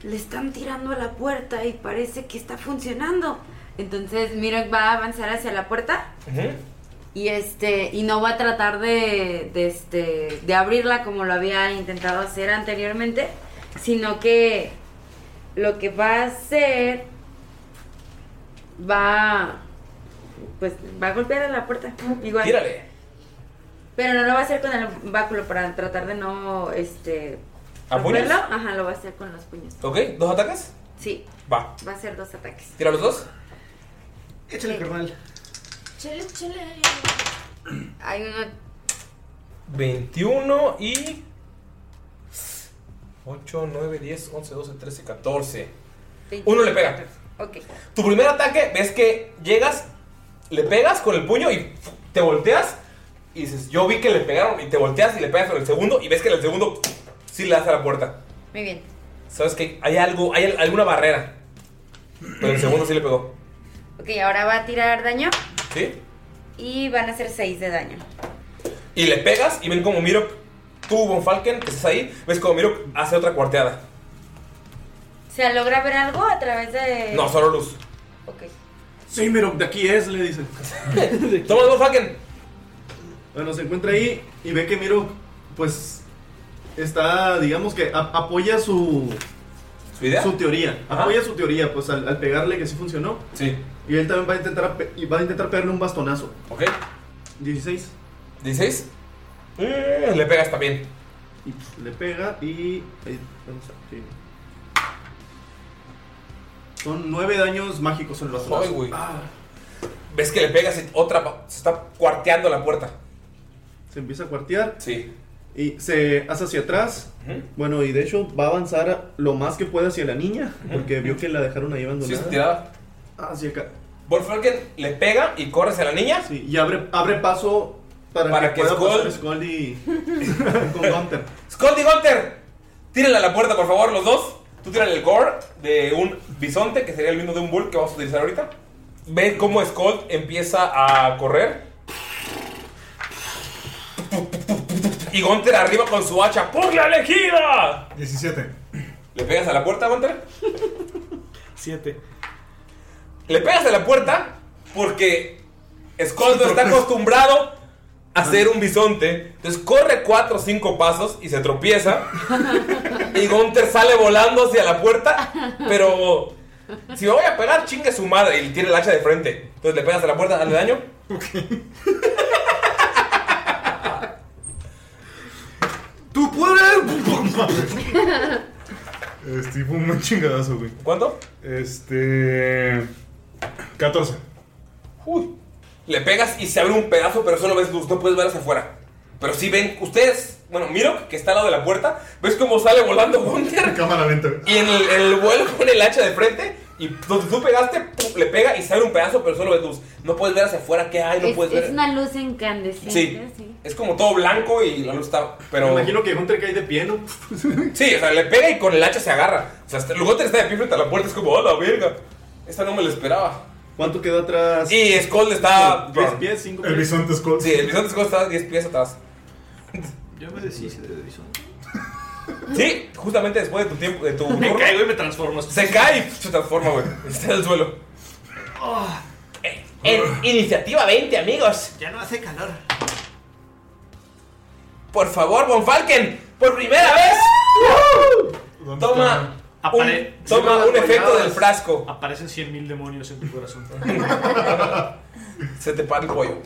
Speaker 6: le están tirando a la puerta y parece que está funcionando. Entonces Mirok va a avanzar hacia la puerta y este y no va a tratar de, de, este, de abrirla como lo había intentado hacer anteriormente, sino que lo que va a hacer va pues va a golpear a la puerta igual.
Speaker 3: Tírale.
Speaker 6: Pero no lo va a hacer con el báculo para tratar de no este
Speaker 3: ¿A puños?
Speaker 6: romperlo. Ajá, lo va a hacer con los puños.
Speaker 3: ¿Ok? ¿Dos ataques?
Speaker 6: Sí,
Speaker 3: Va.
Speaker 6: va a ser dos ataques.
Speaker 3: ¿Tira los dos?
Speaker 5: Échale, carnal.
Speaker 8: Chele, chele.
Speaker 6: Hay uno
Speaker 3: 21 y... 8, 9, 10, 11, 12, 13, 14. Uno le pega.
Speaker 6: Ok.
Speaker 3: Tu primer ataque ves que llegas, le pegas con el puño y fu- te volteas. Y dices, yo vi que le pegaron y te volteas y le pegas con el segundo y ves que en el segundo sí le das a la puerta.
Speaker 6: Muy bien.
Speaker 3: Sabes que hay algo, hay al- alguna barrera. Pero el segundo sí le pegó.
Speaker 6: Ok, ahora va a tirar daño
Speaker 3: ¿Sí?
Speaker 6: y van a ser 6 de daño.
Speaker 3: Y le pegas y ven como Miro, tú, Von Falken, que estás ahí, ves como Miro hace otra cuarteada.
Speaker 6: ¿Se logra ver algo a través de.?
Speaker 3: No, solo luz.
Speaker 6: Ok.
Speaker 7: Sí, pero de aquí es, le dice.
Speaker 3: Toma dos fucking.
Speaker 7: Bueno, se encuentra ahí y ve que Miro, pues, está, digamos que a- apoya su.
Speaker 3: ¿Su idea?
Speaker 7: teoría.
Speaker 3: Ajá.
Speaker 7: Apoya su teoría, pues al, al pegarle que sí funcionó.
Speaker 3: Sí.
Speaker 7: Y él también va a intentar, a pe- y va a intentar pegarle un bastonazo.
Speaker 3: Ok.
Speaker 7: 16.
Speaker 3: ¿16? Eh, le pegas también.
Speaker 7: Y pues, le pega y. ahí, vamos a- sí. Son 9 daños mágicos en los Ah.
Speaker 3: Ay, güey. Ves que le pegas y otra pa- se está cuarteando la puerta.
Speaker 7: Se empieza a cuartear.
Speaker 3: Sí.
Speaker 7: Y se hace hacia atrás. Bueno, y de hecho va a avanzar lo más que pueda hacia la niña. Porque vio que la dejaron ahí
Speaker 3: Sí,
Speaker 7: abandonada.
Speaker 3: está tirada.
Speaker 7: Hacia acá.
Speaker 3: Von Falken le pega y corre hacia la niña.
Speaker 7: Sí, y abre, abre paso para,
Speaker 3: Para que
Speaker 7: pueda
Speaker 3: Skull-
Speaker 7: pasar Skull y. con Gunter.
Speaker 3: Scotty Gunter, tírenle a la puerta, por favor, los dos. Tú tírale el gore de un bisonte, que sería el mismo de un bull que vamos a utilizar ahorita. Ven cómo Scott empieza a correr. Y Gunter arriba con su hacha. ¡Por la elegida!
Speaker 9: 17.
Speaker 3: ¿Le pegas a la puerta, Gunter? 7. Le pegas a la puerta porque Scott no está acostumbrado a ser un bisonte. Entonces corre 4 o 5 pasos y se tropieza. y Gunter sale volando hacia la puerta. Pero si me voy a pegar, chingue su madre. Y tiene el hacha de frente. Entonces le pegas a la puerta, dale daño.
Speaker 9: ¡Tú puedes! Este fue un buen chingadazo, güey.
Speaker 3: ¿Cuánto?
Speaker 9: Este. 14.
Speaker 3: Le pegas y se abre un pedazo, pero solo ves luz, no puedes ver hacia afuera. Pero si ven, ustedes, bueno, Miro, que está al lado de la puerta, ves cómo sale volando Gunter.
Speaker 9: Cámara lenta.
Speaker 3: Y en el, en el vuelo pone el hacha de frente y donde tú pegaste, pum, le pega y se abre un pedazo, pero solo ves luz. No puedes ver hacia afuera qué hay, no
Speaker 6: es,
Speaker 3: puedes
Speaker 6: es
Speaker 3: ver.
Speaker 6: una luz incandescente.
Speaker 3: Sí. Es como todo blanco y la luz está. Pero...
Speaker 7: Me imagino que Gunter cae de pie, ¿no?
Speaker 3: Sí, o sea, le pega y con el hacha se agarra. O sea, hasta- el Gunter está de pie frente a la puerta, es como, ¡oh, la verga! Esta no me la esperaba.
Speaker 7: ¿Cuánto quedó atrás?
Speaker 3: Y Skull está.
Speaker 7: ¿Diez pies? ¿Cinco pies? El bisonte
Speaker 9: Skull.
Speaker 3: Sí, el bisonte Skull está 10 pies atrás.
Speaker 5: Yo me deshice de bisonte.
Speaker 3: Sí, justamente después de tu tiempo, de tu
Speaker 5: Me
Speaker 3: caigo y me transformo. Se cae y se transforma, güey. Está en el suelo. En iniciativa 20, amigos.
Speaker 11: Ya no hace calor.
Speaker 3: Por favor, Von Falken, por primera vez. Toma.
Speaker 11: Apare-
Speaker 3: un, toma un efecto del frasco.
Speaker 11: Aparecen 100.000 demonios en tu corazón.
Speaker 5: Ah,
Speaker 3: Se te para el pollo.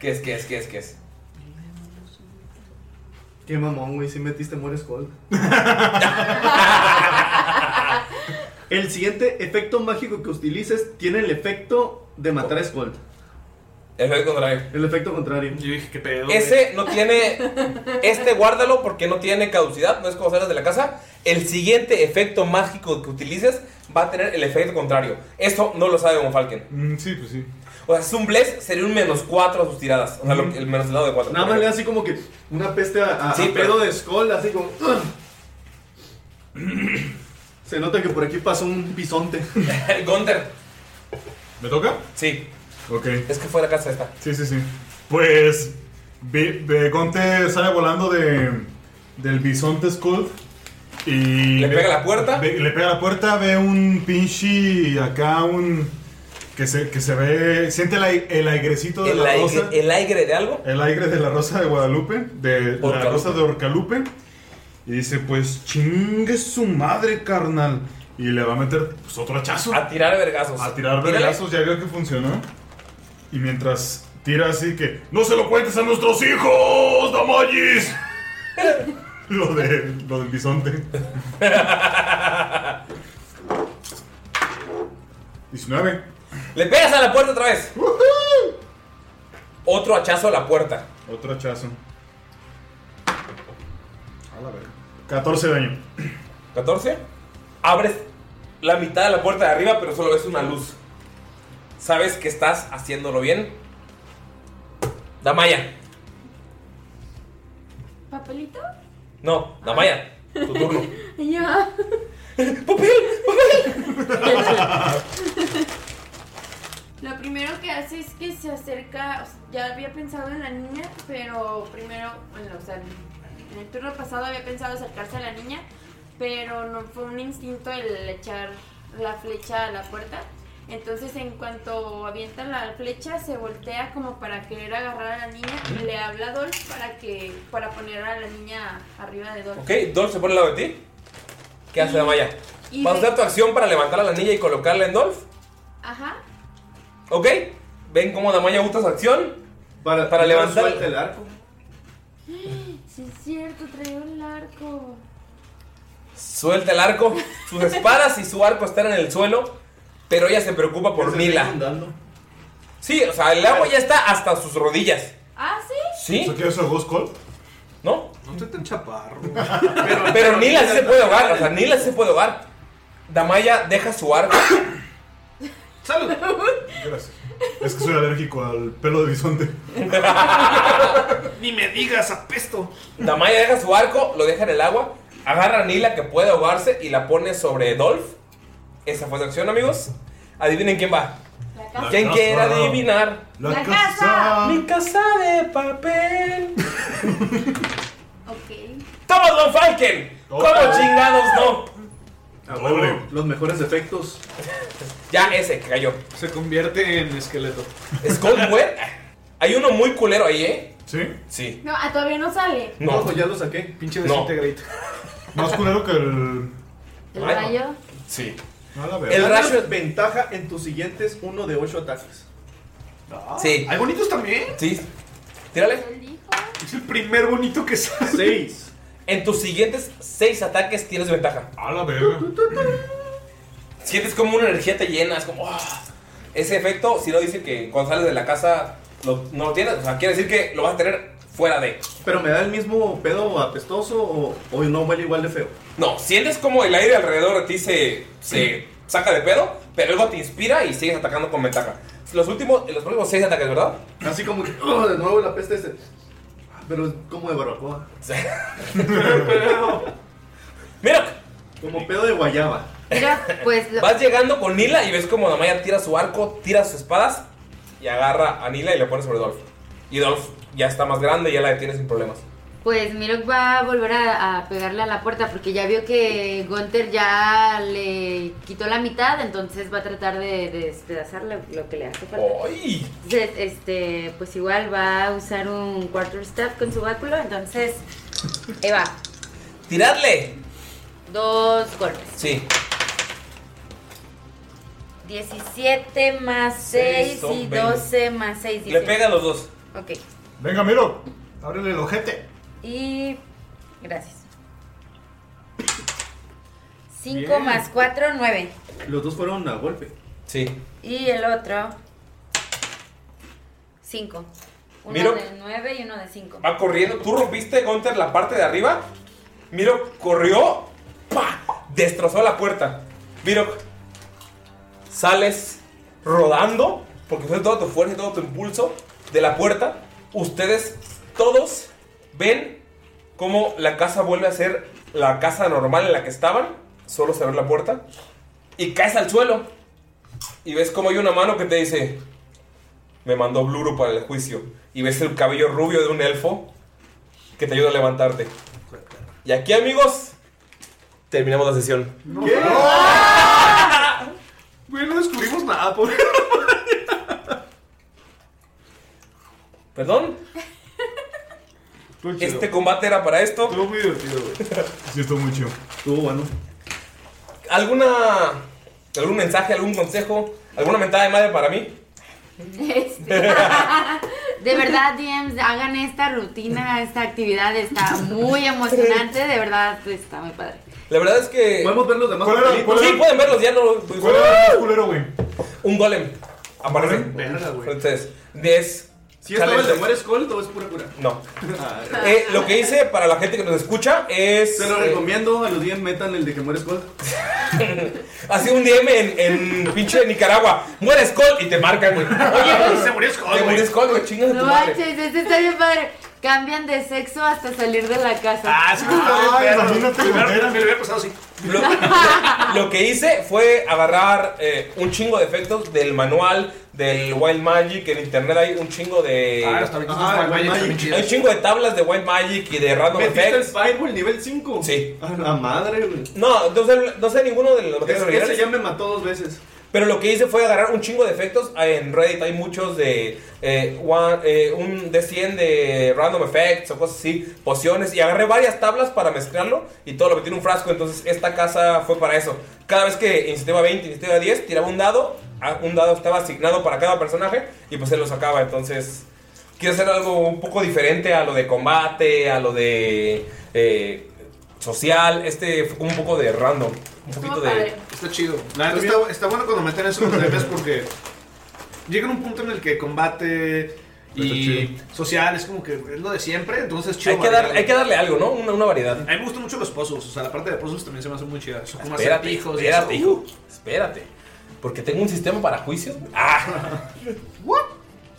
Speaker 3: ¿Qué es, qué es, qué es, qué es?
Speaker 7: Qué mamón, güey. Si metiste, mueres Skull. el siguiente efecto mágico que utilices tiene el efecto de matar a Skull.
Speaker 3: El efecto contrario.
Speaker 7: El efecto contrario.
Speaker 5: Yo dije, qué pedo.
Speaker 3: Ese no tiene. Este guárdalo porque no tiene caducidad, no es como sales de la casa. El siguiente efecto mágico que utilices va a tener el efecto contrario. Esto no lo sabe Von Falken.
Speaker 9: Mm, sí, pues sí.
Speaker 3: O sea, si es un bless, sería un menos 4 a sus tiradas. O sea, lo- el menos el lado de 4.
Speaker 7: Mm. Nada más le da así como que una peste a, a-
Speaker 3: Sí,
Speaker 7: a
Speaker 3: pero-
Speaker 7: pedo de Skull, así como. ¡ah! Se nota que por aquí pasó un bisonte.
Speaker 3: Gunter.
Speaker 9: ¿Me toca?
Speaker 3: Sí.
Speaker 9: Ok.
Speaker 3: Es que fue la casa esta.
Speaker 9: Sí, sí, sí. Pues. vi- de Gonte sale volando de, del bisonte Skull. Y. ¿Le pega la puerta? le pega la puerta, ve un pinche. Acá un. Que se, que se ve. Siente el, ai- el airecito de
Speaker 3: ¿El
Speaker 9: la
Speaker 3: aire-
Speaker 9: rosa.
Speaker 3: el aire de algo?
Speaker 9: El aire de la rosa de Guadalupe. De
Speaker 3: Orcalupe.
Speaker 9: la rosa de Orcalupe. Y dice: Pues chingue su madre, carnal. Y le va a meter pues, otro hachazo.
Speaker 3: A tirar vergazos.
Speaker 9: A tirar
Speaker 3: Ah, Tírale.
Speaker 9: vergazos, ya veo que funcionó. Y mientras tira así que. ¡No se lo cuentes a nuestros hijos, Damayis! lo, de, lo del bisonte. 19.
Speaker 3: Le pegas a la puerta otra vez. Otro hachazo a la puerta.
Speaker 9: Otro hachazo. A la verga. 14 daño.
Speaker 3: 14. Abres la mitad de la puerta de arriba, pero solo ves una luz. Sabes que estás haciéndolo bien. Damaya.
Speaker 8: ¿Papelito?
Speaker 3: No, Damaya. Tu turno.
Speaker 8: Ya. Lo primero que hace es que se acerca, o sea, ya había pensado en la niña, pero primero, bueno, o sea, en el turno pasado había pensado acercarse a la niña, pero no fue un instinto el echar la flecha a la puerta. Entonces en cuanto avienta la flecha se voltea como para querer agarrar a la niña y le habla a Dolph para que para poner a la niña arriba de Dolph.
Speaker 3: Ok, Dolph se pone al lado de ti. ¿Qué hace Damaya?
Speaker 8: y
Speaker 3: Vas a
Speaker 8: ve-
Speaker 3: usar tu acción para levantar a la niña y colocarla en Dolph.
Speaker 8: Ajá.
Speaker 3: ¿Ok? ¿Ven cómo Damaya usa su acción? Para, levantar.
Speaker 7: suelta el arco.
Speaker 8: Sí es cierto, traía un arco.
Speaker 3: Suelta el arco. Sus espadas y su arco están en el suelo. Pero ella se preocupa por Mila. Sí, o sea, el agua ya está hasta sus rodillas.
Speaker 8: Ah, sí.
Speaker 3: ¿Sí?
Speaker 9: ¿Eso quieres el Ghost Call?
Speaker 3: No.
Speaker 5: No estoy tan chaparro.
Speaker 3: Pero, pero Nila sí se puede ahogar. O sea, Nila sí se puede ahogar. Damaya deja su arco.
Speaker 5: ¡Salud!
Speaker 9: Gracias. Es que soy alérgico al pelo de bisonte.
Speaker 5: Ni me digas, apesto.
Speaker 3: Damaya deja su arco, lo deja en el agua. Agarra a Nila que puede ahogarse y la pone sobre Dolph. Esa fue su acción, amigos. Adivinen quién va.
Speaker 8: casa.
Speaker 3: ¿Quién
Speaker 8: La
Speaker 3: quiere
Speaker 8: casa.
Speaker 3: adivinar?
Speaker 8: La La casa. casa.
Speaker 3: Mi casa de papel.
Speaker 8: Ok.
Speaker 3: ¡Toma Don Falken! ¿Cómo
Speaker 8: Oh.
Speaker 3: chingados no?
Speaker 5: Los mejores efectos.
Speaker 3: Ya ese que cayó.
Speaker 5: Se convierte en esqueleto.
Speaker 3: Skull Web. Hay uno muy culero ahí, ¿eh?
Speaker 9: ¿Sí?
Speaker 3: Sí.
Speaker 8: No, ah, todavía no sale.
Speaker 3: No.
Speaker 5: pues ya lo saqué. Pinche
Speaker 3: No.
Speaker 5: desintegrate.
Speaker 9: Más culero que el.
Speaker 8: ¿El rayo?
Speaker 3: Sí.
Speaker 9: No, la
Speaker 3: El
Speaker 9: verdad.
Speaker 5: El
Speaker 3: rayo-
Speaker 5: rayo es ventaja en tus siguientes uno de ocho ataques.
Speaker 3: Sí.
Speaker 5: ¿Hay bonitos también?
Speaker 3: Sí. Tírale.
Speaker 5: Es el primer bonito que sale.
Speaker 3: Seis. En tus siguientes seis ataques tienes ventaja.
Speaker 9: A la verga.
Speaker 3: Sientes como una energía te llena, es como. "Ah". Ese efecto, si no dice que cuando sales de la casa lo- no lo tienes, o sea, quiere decir que lo vas a tener fuera de.
Speaker 7: Pero me da el mismo pedo apestoso o, o no huele igual de feo.
Speaker 3: No, sientes como el aire alrededor de ti se, se saca de pedo, pero algo te inspira y sigues atacando con ventaja. Los últimos, los próximos seis ataques, ¿verdad?
Speaker 7: Así como que, "Oh, de nuevo la peste este. Pero es como de barbacoa.
Speaker 3: Mira.
Speaker 7: Como pedo de guayaba.
Speaker 6: Mira, pues lo-
Speaker 3: Vas llegando con Nila y ves como Damaya tira su arco, tira sus espadas y agarra a Nila y le pone sobre Dolph. Y Dolph ya está más grande y ya la detiene sin problemas.
Speaker 6: Pues Mirok va a volver a, a pegarle a la puerta porque ya vio que Gunther ya le quitó la mitad, entonces va a tratar de, de despedazar lo, lo que le hace falta.
Speaker 3: ¡Ay!
Speaker 6: Entonces, este, pues igual va a usar un quarter staff con su báculo, entonces ahí va,
Speaker 3: ¡Tiradle!
Speaker 6: dos golpes.
Speaker 3: Sí.
Speaker 6: 17 más
Speaker 3: Seis
Speaker 6: 6
Speaker 3: son
Speaker 6: y
Speaker 3: 20.
Speaker 6: 12 más 6.
Speaker 3: Le pega a los dos.
Speaker 6: Ok.
Speaker 9: Venga, miro. Ábrele el ojete.
Speaker 6: Y gracias. 5
Speaker 7: Bien.
Speaker 6: más 4, 9.
Speaker 7: Los dos fueron a golpe.
Speaker 3: Sí.
Speaker 6: Y el otro. 5. Uno
Speaker 3: Miro.
Speaker 6: de 9 y uno de 5.
Speaker 3: Va corriendo. Tú rompiste, Gunter, la parte de arriba. Miro corrió. ¡pa! Destrozó la puerta. Miro, sales rodando. Porque fue toda tu fuerza y todo tu impulso de la puerta. Ustedes todos ven cómo la casa vuelve a ser la casa normal en la que estaban. Solo se abre la puerta. Y caes al suelo. Y ves como hay una mano que te dice, me mandó Bluru para el juicio. Y ves el cabello rubio de un elfo que te ayuda a levantarte. Y aquí, amigos, terminamos la sesión.
Speaker 5: Güey, no descubrimos nada, pobre.
Speaker 3: ¿Perdón? Este combate era para esto.
Speaker 9: Estuvo muy divertido, güey. Sí, estuvo muy chido.
Speaker 3: Estuvo bueno. ¿Alguna, ¿Algún mensaje, algún consejo, alguna mentada de madre para mí?
Speaker 6: Este, de verdad, DMs, hagan esta rutina, esta actividad está muy emocionante, de verdad está muy padre.
Speaker 3: La verdad es que. Podemos ver los demás.
Speaker 9: ¿Cuál era-
Speaker 3: papelitos?
Speaker 9: cuál era-
Speaker 3: sí, pueden verlos, ya no los.
Speaker 9: ¿Cuál era el culero, güey?
Speaker 3: Un golem. Aparece. Entonces, 10.
Speaker 5: Si estaba el de
Speaker 3: challenges.
Speaker 5: mueres cold o es pura cura.
Speaker 3: No. Eh, lo que hice para la gente que nos escucha es. eh,
Speaker 5: Se lo
Speaker 3: recomiendo, a los 10 metan el de que mueres Cold. Así un DM en, en pinche Nicaragua. Mueres Cold y te marcan, güey. Oye, güey, se murió Cold. Se murió Cold, güey, chingas de
Speaker 6: No
Speaker 3: tu madre.
Speaker 6: manches, este está bien padre. Cambian de sexo hasta salir de la casa. Ah, sí,
Speaker 5: me lo hubiera pasado así.
Speaker 3: Lo que hice fue agarrar eh, un chingo de efectos del manual del Wild Magic. En internet hay un chingo de.
Speaker 5: Ah, los tablitos de Wild Magic están bien chidos.
Speaker 3: Hay un chingo de tablas de Wild Magic y de Random
Speaker 5: ¿Metiste
Speaker 3: Effects. el Fireball nivel 5? Sí.
Speaker 5: Ah,
Speaker 3: A la madre, güey. No, no sé, no sé ninguno de los materiales
Speaker 5: Ese-
Speaker 3: originales.
Speaker 5: ese ya me mató dos veces.
Speaker 3: Pero lo que hice fue agarrar un chingo de efectos Ah, en Reddit. Hay muchos de eh, one- eh, un D100 de random effects o cosas así, pociones. Y agarré varias tablas para mezclarlo y todo lo metí en un frasco. Entonces esta casa fue para eso. Cada vez que iniciativa 20, iniciativa 10, tiraba un dado. a- Un dado estaba asignado para cada personaje y pues se lo sacaba. Entonces quiero hacer algo un poco diferente a lo de combate, a lo de eh, social. Este fue como un poco de random. Un poquito de...
Speaker 5: Está chido. La neta está, está bueno cuando meten eso en los DMs porque llega un punto en el que combate y social es como que es lo de siempre, entonces es chido.
Speaker 3: Hay que
Speaker 5: variar.
Speaker 3: darle- hay que darle algo, ¿no? Una, variedad.
Speaker 5: A mí me gustan mucho los pozos, o sea, la parte de pozos también se me hace muy chida. Son como
Speaker 3: Espérate,
Speaker 5: acertijos y
Speaker 3: espérate,
Speaker 5: eso.
Speaker 3: hijo. Espérate. Porque tengo un sistema para juicios. Ah.
Speaker 5: Uh,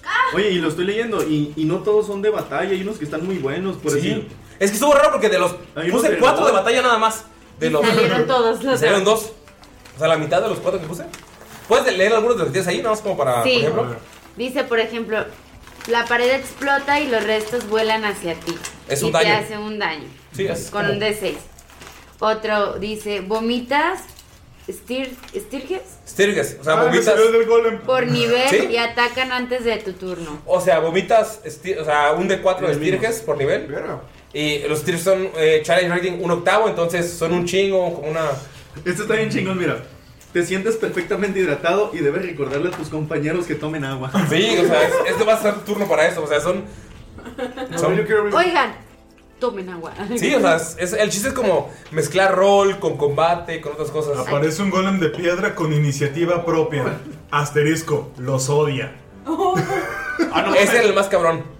Speaker 8: Ah.
Speaker 7: Oye, y lo estoy leyendo, y, y no todos son de batalla, hay unos que están muy buenos, por
Speaker 3: Sí.
Speaker 7: decir.
Speaker 3: Es que estuvo raro porque de los. puse cuatro de batalla nada más. De los,
Speaker 7: Salieron
Speaker 6: todos los
Speaker 3: Salieron dos. O sea, la mitad de los cuatro que puse. Puedes leer algunos de los que tienes ahí, nada más como para.
Speaker 6: Sí.
Speaker 3: Por ejemplo.
Speaker 6: Dice, por ejemplo, la pared explota y los restos vuelan hacia ti.
Speaker 3: Es un
Speaker 6: y
Speaker 3: daño.
Speaker 6: te hace un daño.
Speaker 3: Sí, es
Speaker 6: Con
Speaker 3: como-
Speaker 6: un D6. Otro dice, vomitas estir- estirges
Speaker 3: Stirges. O sea,
Speaker 6: Ah, me
Speaker 3: vomitas.
Speaker 6: salió
Speaker 3: golem.
Speaker 6: por nivel
Speaker 3: ¿Sí?
Speaker 6: y atacan antes de tu turno.
Speaker 3: O sea, vomitas. esti- O sea, un de cuatro de Stirges por nivel. Y los Stirges son eh, challenge rating un octavo, entonces son un chingo, como una.
Speaker 7: Esto está bien chingón, mira. Te sientes perfectamente hidratado y debes recordarle a tus compañeros que tomen agua.
Speaker 3: Sí, o sea, es- este va a ser turno para eso. O sea, son. son-
Speaker 6: Oigan, tomen agua.
Speaker 3: Sí, o sea, es- es- el chiste es como mezclar rol con combate, con otras cosas.
Speaker 9: Aparece un golem de piedra con iniciativa propia. Asterisco, los odia.
Speaker 3: Ah, no, ese era el más cabrón.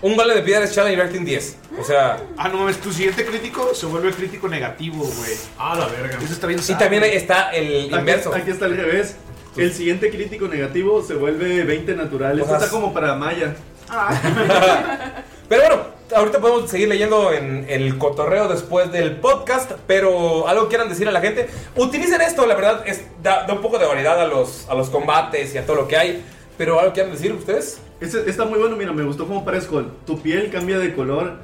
Speaker 3: Un golem de piedra es Challenge Rating 10. O sea.
Speaker 5: Ah, no mames, tu siguiente crítico se vuelve crítico negativo, güey.
Speaker 9: Ah, la verga.
Speaker 5: Eso está bien
Speaker 3: Y
Speaker 5: sad,
Speaker 3: también
Speaker 5: güey.
Speaker 3: está el
Speaker 7: Aquí-
Speaker 3: inverso.
Speaker 7: Aquí, está al revés. El siguiente crítico negativo se vuelve 20 natural. Esto
Speaker 3: O sea,
Speaker 7: está como para Maya.
Speaker 3: Pero bueno, ahorita podemos seguir leyendo en el cotorreo después del podcast. Pero algo quieran decir a la gente. Utilicen esto, la verdad, es, da, da un poco de variedad a los, a los combates y a todo lo que hay. Pero algo quieran decir ustedes.
Speaker 7: Este está muy bueno, mira, me gustó como para Skull. Tu piel cambia de color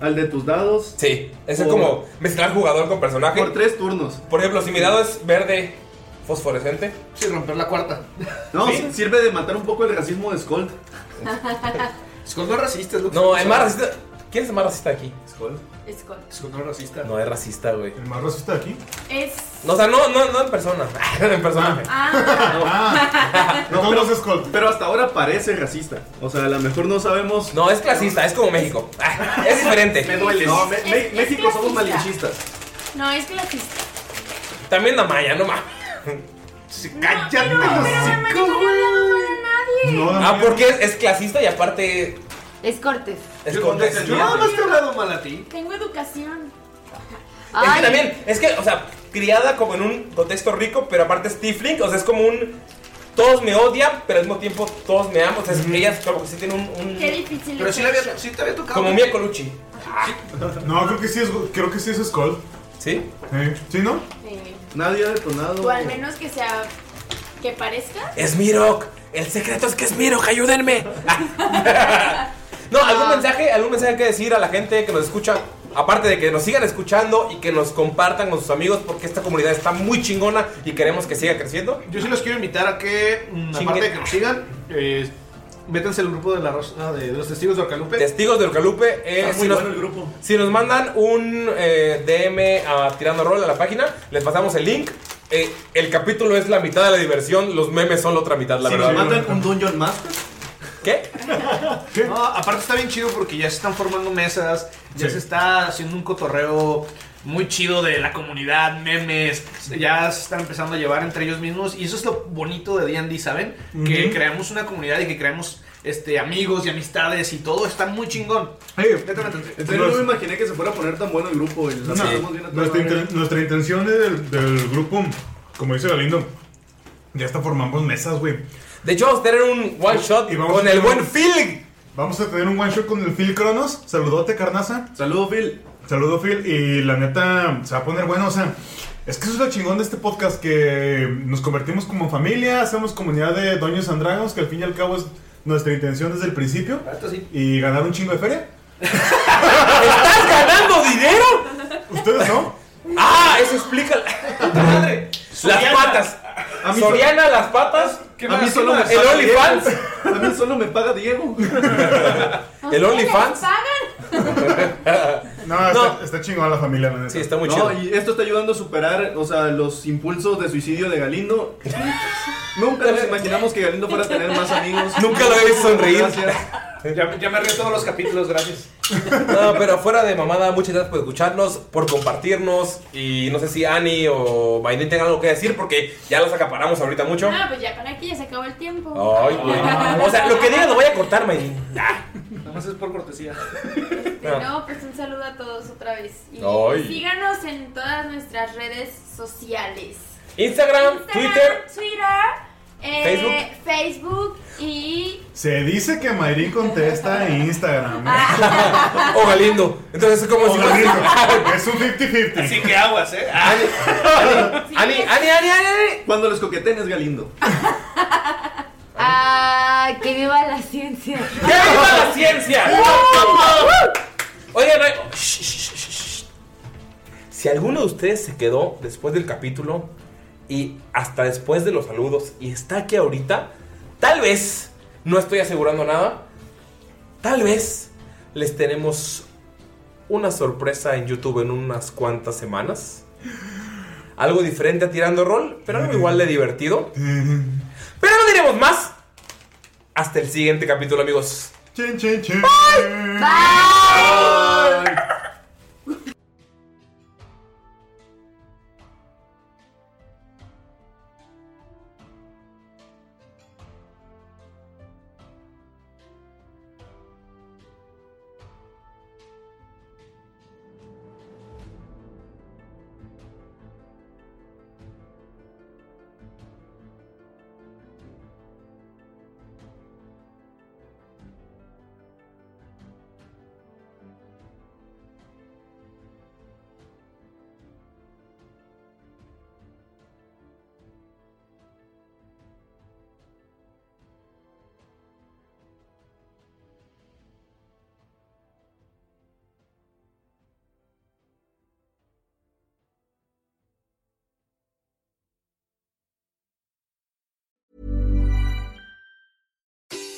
Speaker 7: al de tus dados.
Speaker 3: Sí, ese es como mezclar jugador con personaje. Por
Speaker 7: tres turnos.
Speaker 3: Por ejemplo, si mi dado es verde fosforescente.
Speaker 5: Sin romper la cuarta.
Speaker 7: No, sirve de matar un poco el racismo de Skull.
Speaker 5: Skull no es racista, es lo que
Speaker 3: No,
Speaker 5: estamos
Speaker 3: el más
Speaker 5: hablando.
Speaker 3: racista. ¿Quién es el más racista aquí?
Speaker 7: Skull.
Speaker 8: Scott.
Speaker 5: Skull no es racista.
Speaker 3: No es racista, güey. ¿El
Speaker 9: más racista aquí?
Speaker 8: Es.
Speaker 3: No, o sea, no, no, no en persona. en personaje.
Speaker 8: Ah.
Speaker 7: No, pero, pero hasta ahora parece racista. O sea, a lo mejor no sabemos.
Speaker 3: No, es clasista, es como México. Ah, es diferente.
Speaker 7: Me duele.
Speaker 3: No,
Speaker 7: Me-
Speaker 8: Es-
Speaker 7: Me-
Speaker 8: es
Speaker 7: México somos
Speaker 8: clasista.
Speaker 7: malinchistas.
Speaker 8: No, es clasista.
Speaker 3: También la maya, no más.
Speaker 8: Pero, pero la Maya no le habla mal a nadie.
Speaker 3: ah, porque es, es clasista y aparte
Speaker 6: Es cortes.
Speaker 3: es cortés.
Speaker 5: Yo nada más te he hablado mal a ti.
Speaker 8: Tengo educación.
Speaker 3: Es que también, es que, o sea, criada como en un contexto rico, pero aparte es tiefling, o sea, es como un. Todos me odian, pero al mismo tiempo todos me aman. O sea, es- ella como que sí tiene un. un-
Speaker 8: Qué difícil
Speaker 5: Pero
Speaker 8: es
Speaker 5: sí, le había,
Speaker 8: eso.
Speaker 5: sí te había tocado.
Speaker 3: como Mia Colucci.
Speaker 9: No, creo que sí es, creo que sí es Skull. ¿Eh?
Speaker 3: ¿Sí?
Speaker 9: ¿Sí, no?
Speaker 8: Sí.
Speaker 7: Nadie ha detonado.
Speaker 8: O al menos que sea ¿Que parezca?
Speaker 3: ¡Es Mirok! ¡El secreto es que es Mirok! ¡Ayúdenme! no, ¿algún mensaje, ¿algún mensaje que decir a la gente que nos escucha? Aparte de que nos sigan escuchando y que nos compartan con sus amigos porque esta comunidad está muy chingona y queremos que siga creciendo.
Speaker 5: Yo sí los quiero invitar a que, mm,
Speaker 3: Chinguen.
Speaker 5: aparte de que nos sigan, eh, métanse al grupo de, la Rosa- de, de los testigos de Orcalupe.
Speaker 3: Testigos del Calupe. eh,
Speaker 5: Está muy
Speaker 3: si nos-
Speaker 5: bueno el grupo.
Speaker 3: Si nos mandan un eh, DM a Tirando Roll a la página, les pasamos el link. Eh, el capítulo es la mitad de la diversión, los memes son la otra mitad, la
Speaker 7: si
Speaker 3: verdad.
Speaker 7: nos mandan un Dungeon Master,
Speaker 5: No, aparte está bien chido porque ya se están formando mesas, ya
Speaker 7: Sí.
Speaker 5: se está haciendo un cotorreo muy chido de la comunidad, memes, ya se están empezando a llevar entre ellos mismos y eso es lo bonito de D&D, ¿saben? Que
Speaker 11: Ujú.
Speaker 5: creamos una comunidad y que creamos este, amigos y amistades y todo, está muy chingón. Netamente.
Speaker 7: en serio no me imaginé que se fuera a poner tan bueno el grupo. y la
Speaker 9: No,
Speaker 7: pasamos bien a toda
Speaker 9: nuestra,
Speaker 7: madre.
Speaker 9: inten- nuestra intención del, del grupo, como dice Galindo, ya hasta formamos mesas, güey.
Speaker 3: De hecho, vamos a tener un one shot
Speaker 9: con
Speaker 3: el buen Phil.
Speaker 9: Vamos a tener un one shot con el Phil Cronos. Saludote, carnaza. Saludo, Phil. Saludo, Phil. Y la neta, se va a poner bueno, o sea. Es que eso es lo chingón de este podcast, que nos convertimos como familia, hacemos comunidad de Doños and Dragons, que al fin y al cabo es nuestra intención desde el principio. Y ganar un chingo de feria.
Speaker 3: ¿Estás ganando dinero?
Speaker 9: ¿Ustedes no?
Speaker 3: ¡Ah! Eso explica. Las patas.
Speaker 7: A mí
Speaker 3: Soriana,
Speaker 7: solo-
Speaker 3: las patas.
Speaker 7: A mí solo me
Speaker 3: El
Speaker 7: paga
Speaker 3: OnlyFans.
Speaker 7: Diego. A mí solo me paga Diego.
Speaker 3: ¿El OnlyFans?
Speaker 9: No, Está, está chingón la familia, la neta. Sí,
Speaker 3: está
Speaker 7: no, y esto está ayudando a superar, o sea, los impulsos de suicidio de Galindo. Nunca nos imaginamos que Galindo fuera a tener más amigos.
Speaker 3: Nunca lo he visto sonreír.
Speaker 7: Gracias.
Speaker 5: Ya, ya me río todos los capítulos, gracias.
Speaker 3: No, pero fuera de mamada, muchas gracias por escucharnos, por compartirnos. Y no sé si Ani o Vainil tengan algo que decir porque ya los acaparamos ahorita mucho.
Speaker 8: No, pues ya para aquí ya se acabó el tiempo.
Speaker 3: Ay, güey. O sea, lo que diga lo voy a cortar, Vainil.
Speaker 5: Nada más es por cortesía.
Speaker 8: No, pues un saludo a todos otra vez. Y
Speaker 3: Ay.
Speaker 8: síganos en todas nuestras redes sociales.
Speaker 3: Instagram, Twitter.
Speaker 8: Twitter, eh, Facebook. y...
Speaker 9: Se dice que Mayrin contesta en Instagram. ¿eh?
Speaker 3: o Galindo. Entonces es como
Speaker 9: si Galindo. Es un 50-50.
Speaker 5: Así que aguas, ¿eh?
Speaker 3: Ani, Ani, Ani, Ani.
Speaker 7: Cuando los coquetenes, Galindo.
Speaker 6: ¡Ah! ¡Que viva la ciencia!
Speaker 3: ¡Que viva la ciencia! Oigan, eh, shh, shh, shh, shh. si alguno de ustedes se quedó después del capítulo y hasta después de los saludos y está aquí ahorita, tal vez, no estoy asegurando nada, tal vez les tenemos una sorpresa en YouTube en unas cuantas semanas. Algo diferente a tirando rol, pero algo igual de divertido.
Speaker 9: Eh,
Speaker 3: Pero no diremos más. Hasta el siguiente capítulo, amigos.
Speaker 9: Chin, chin, chin.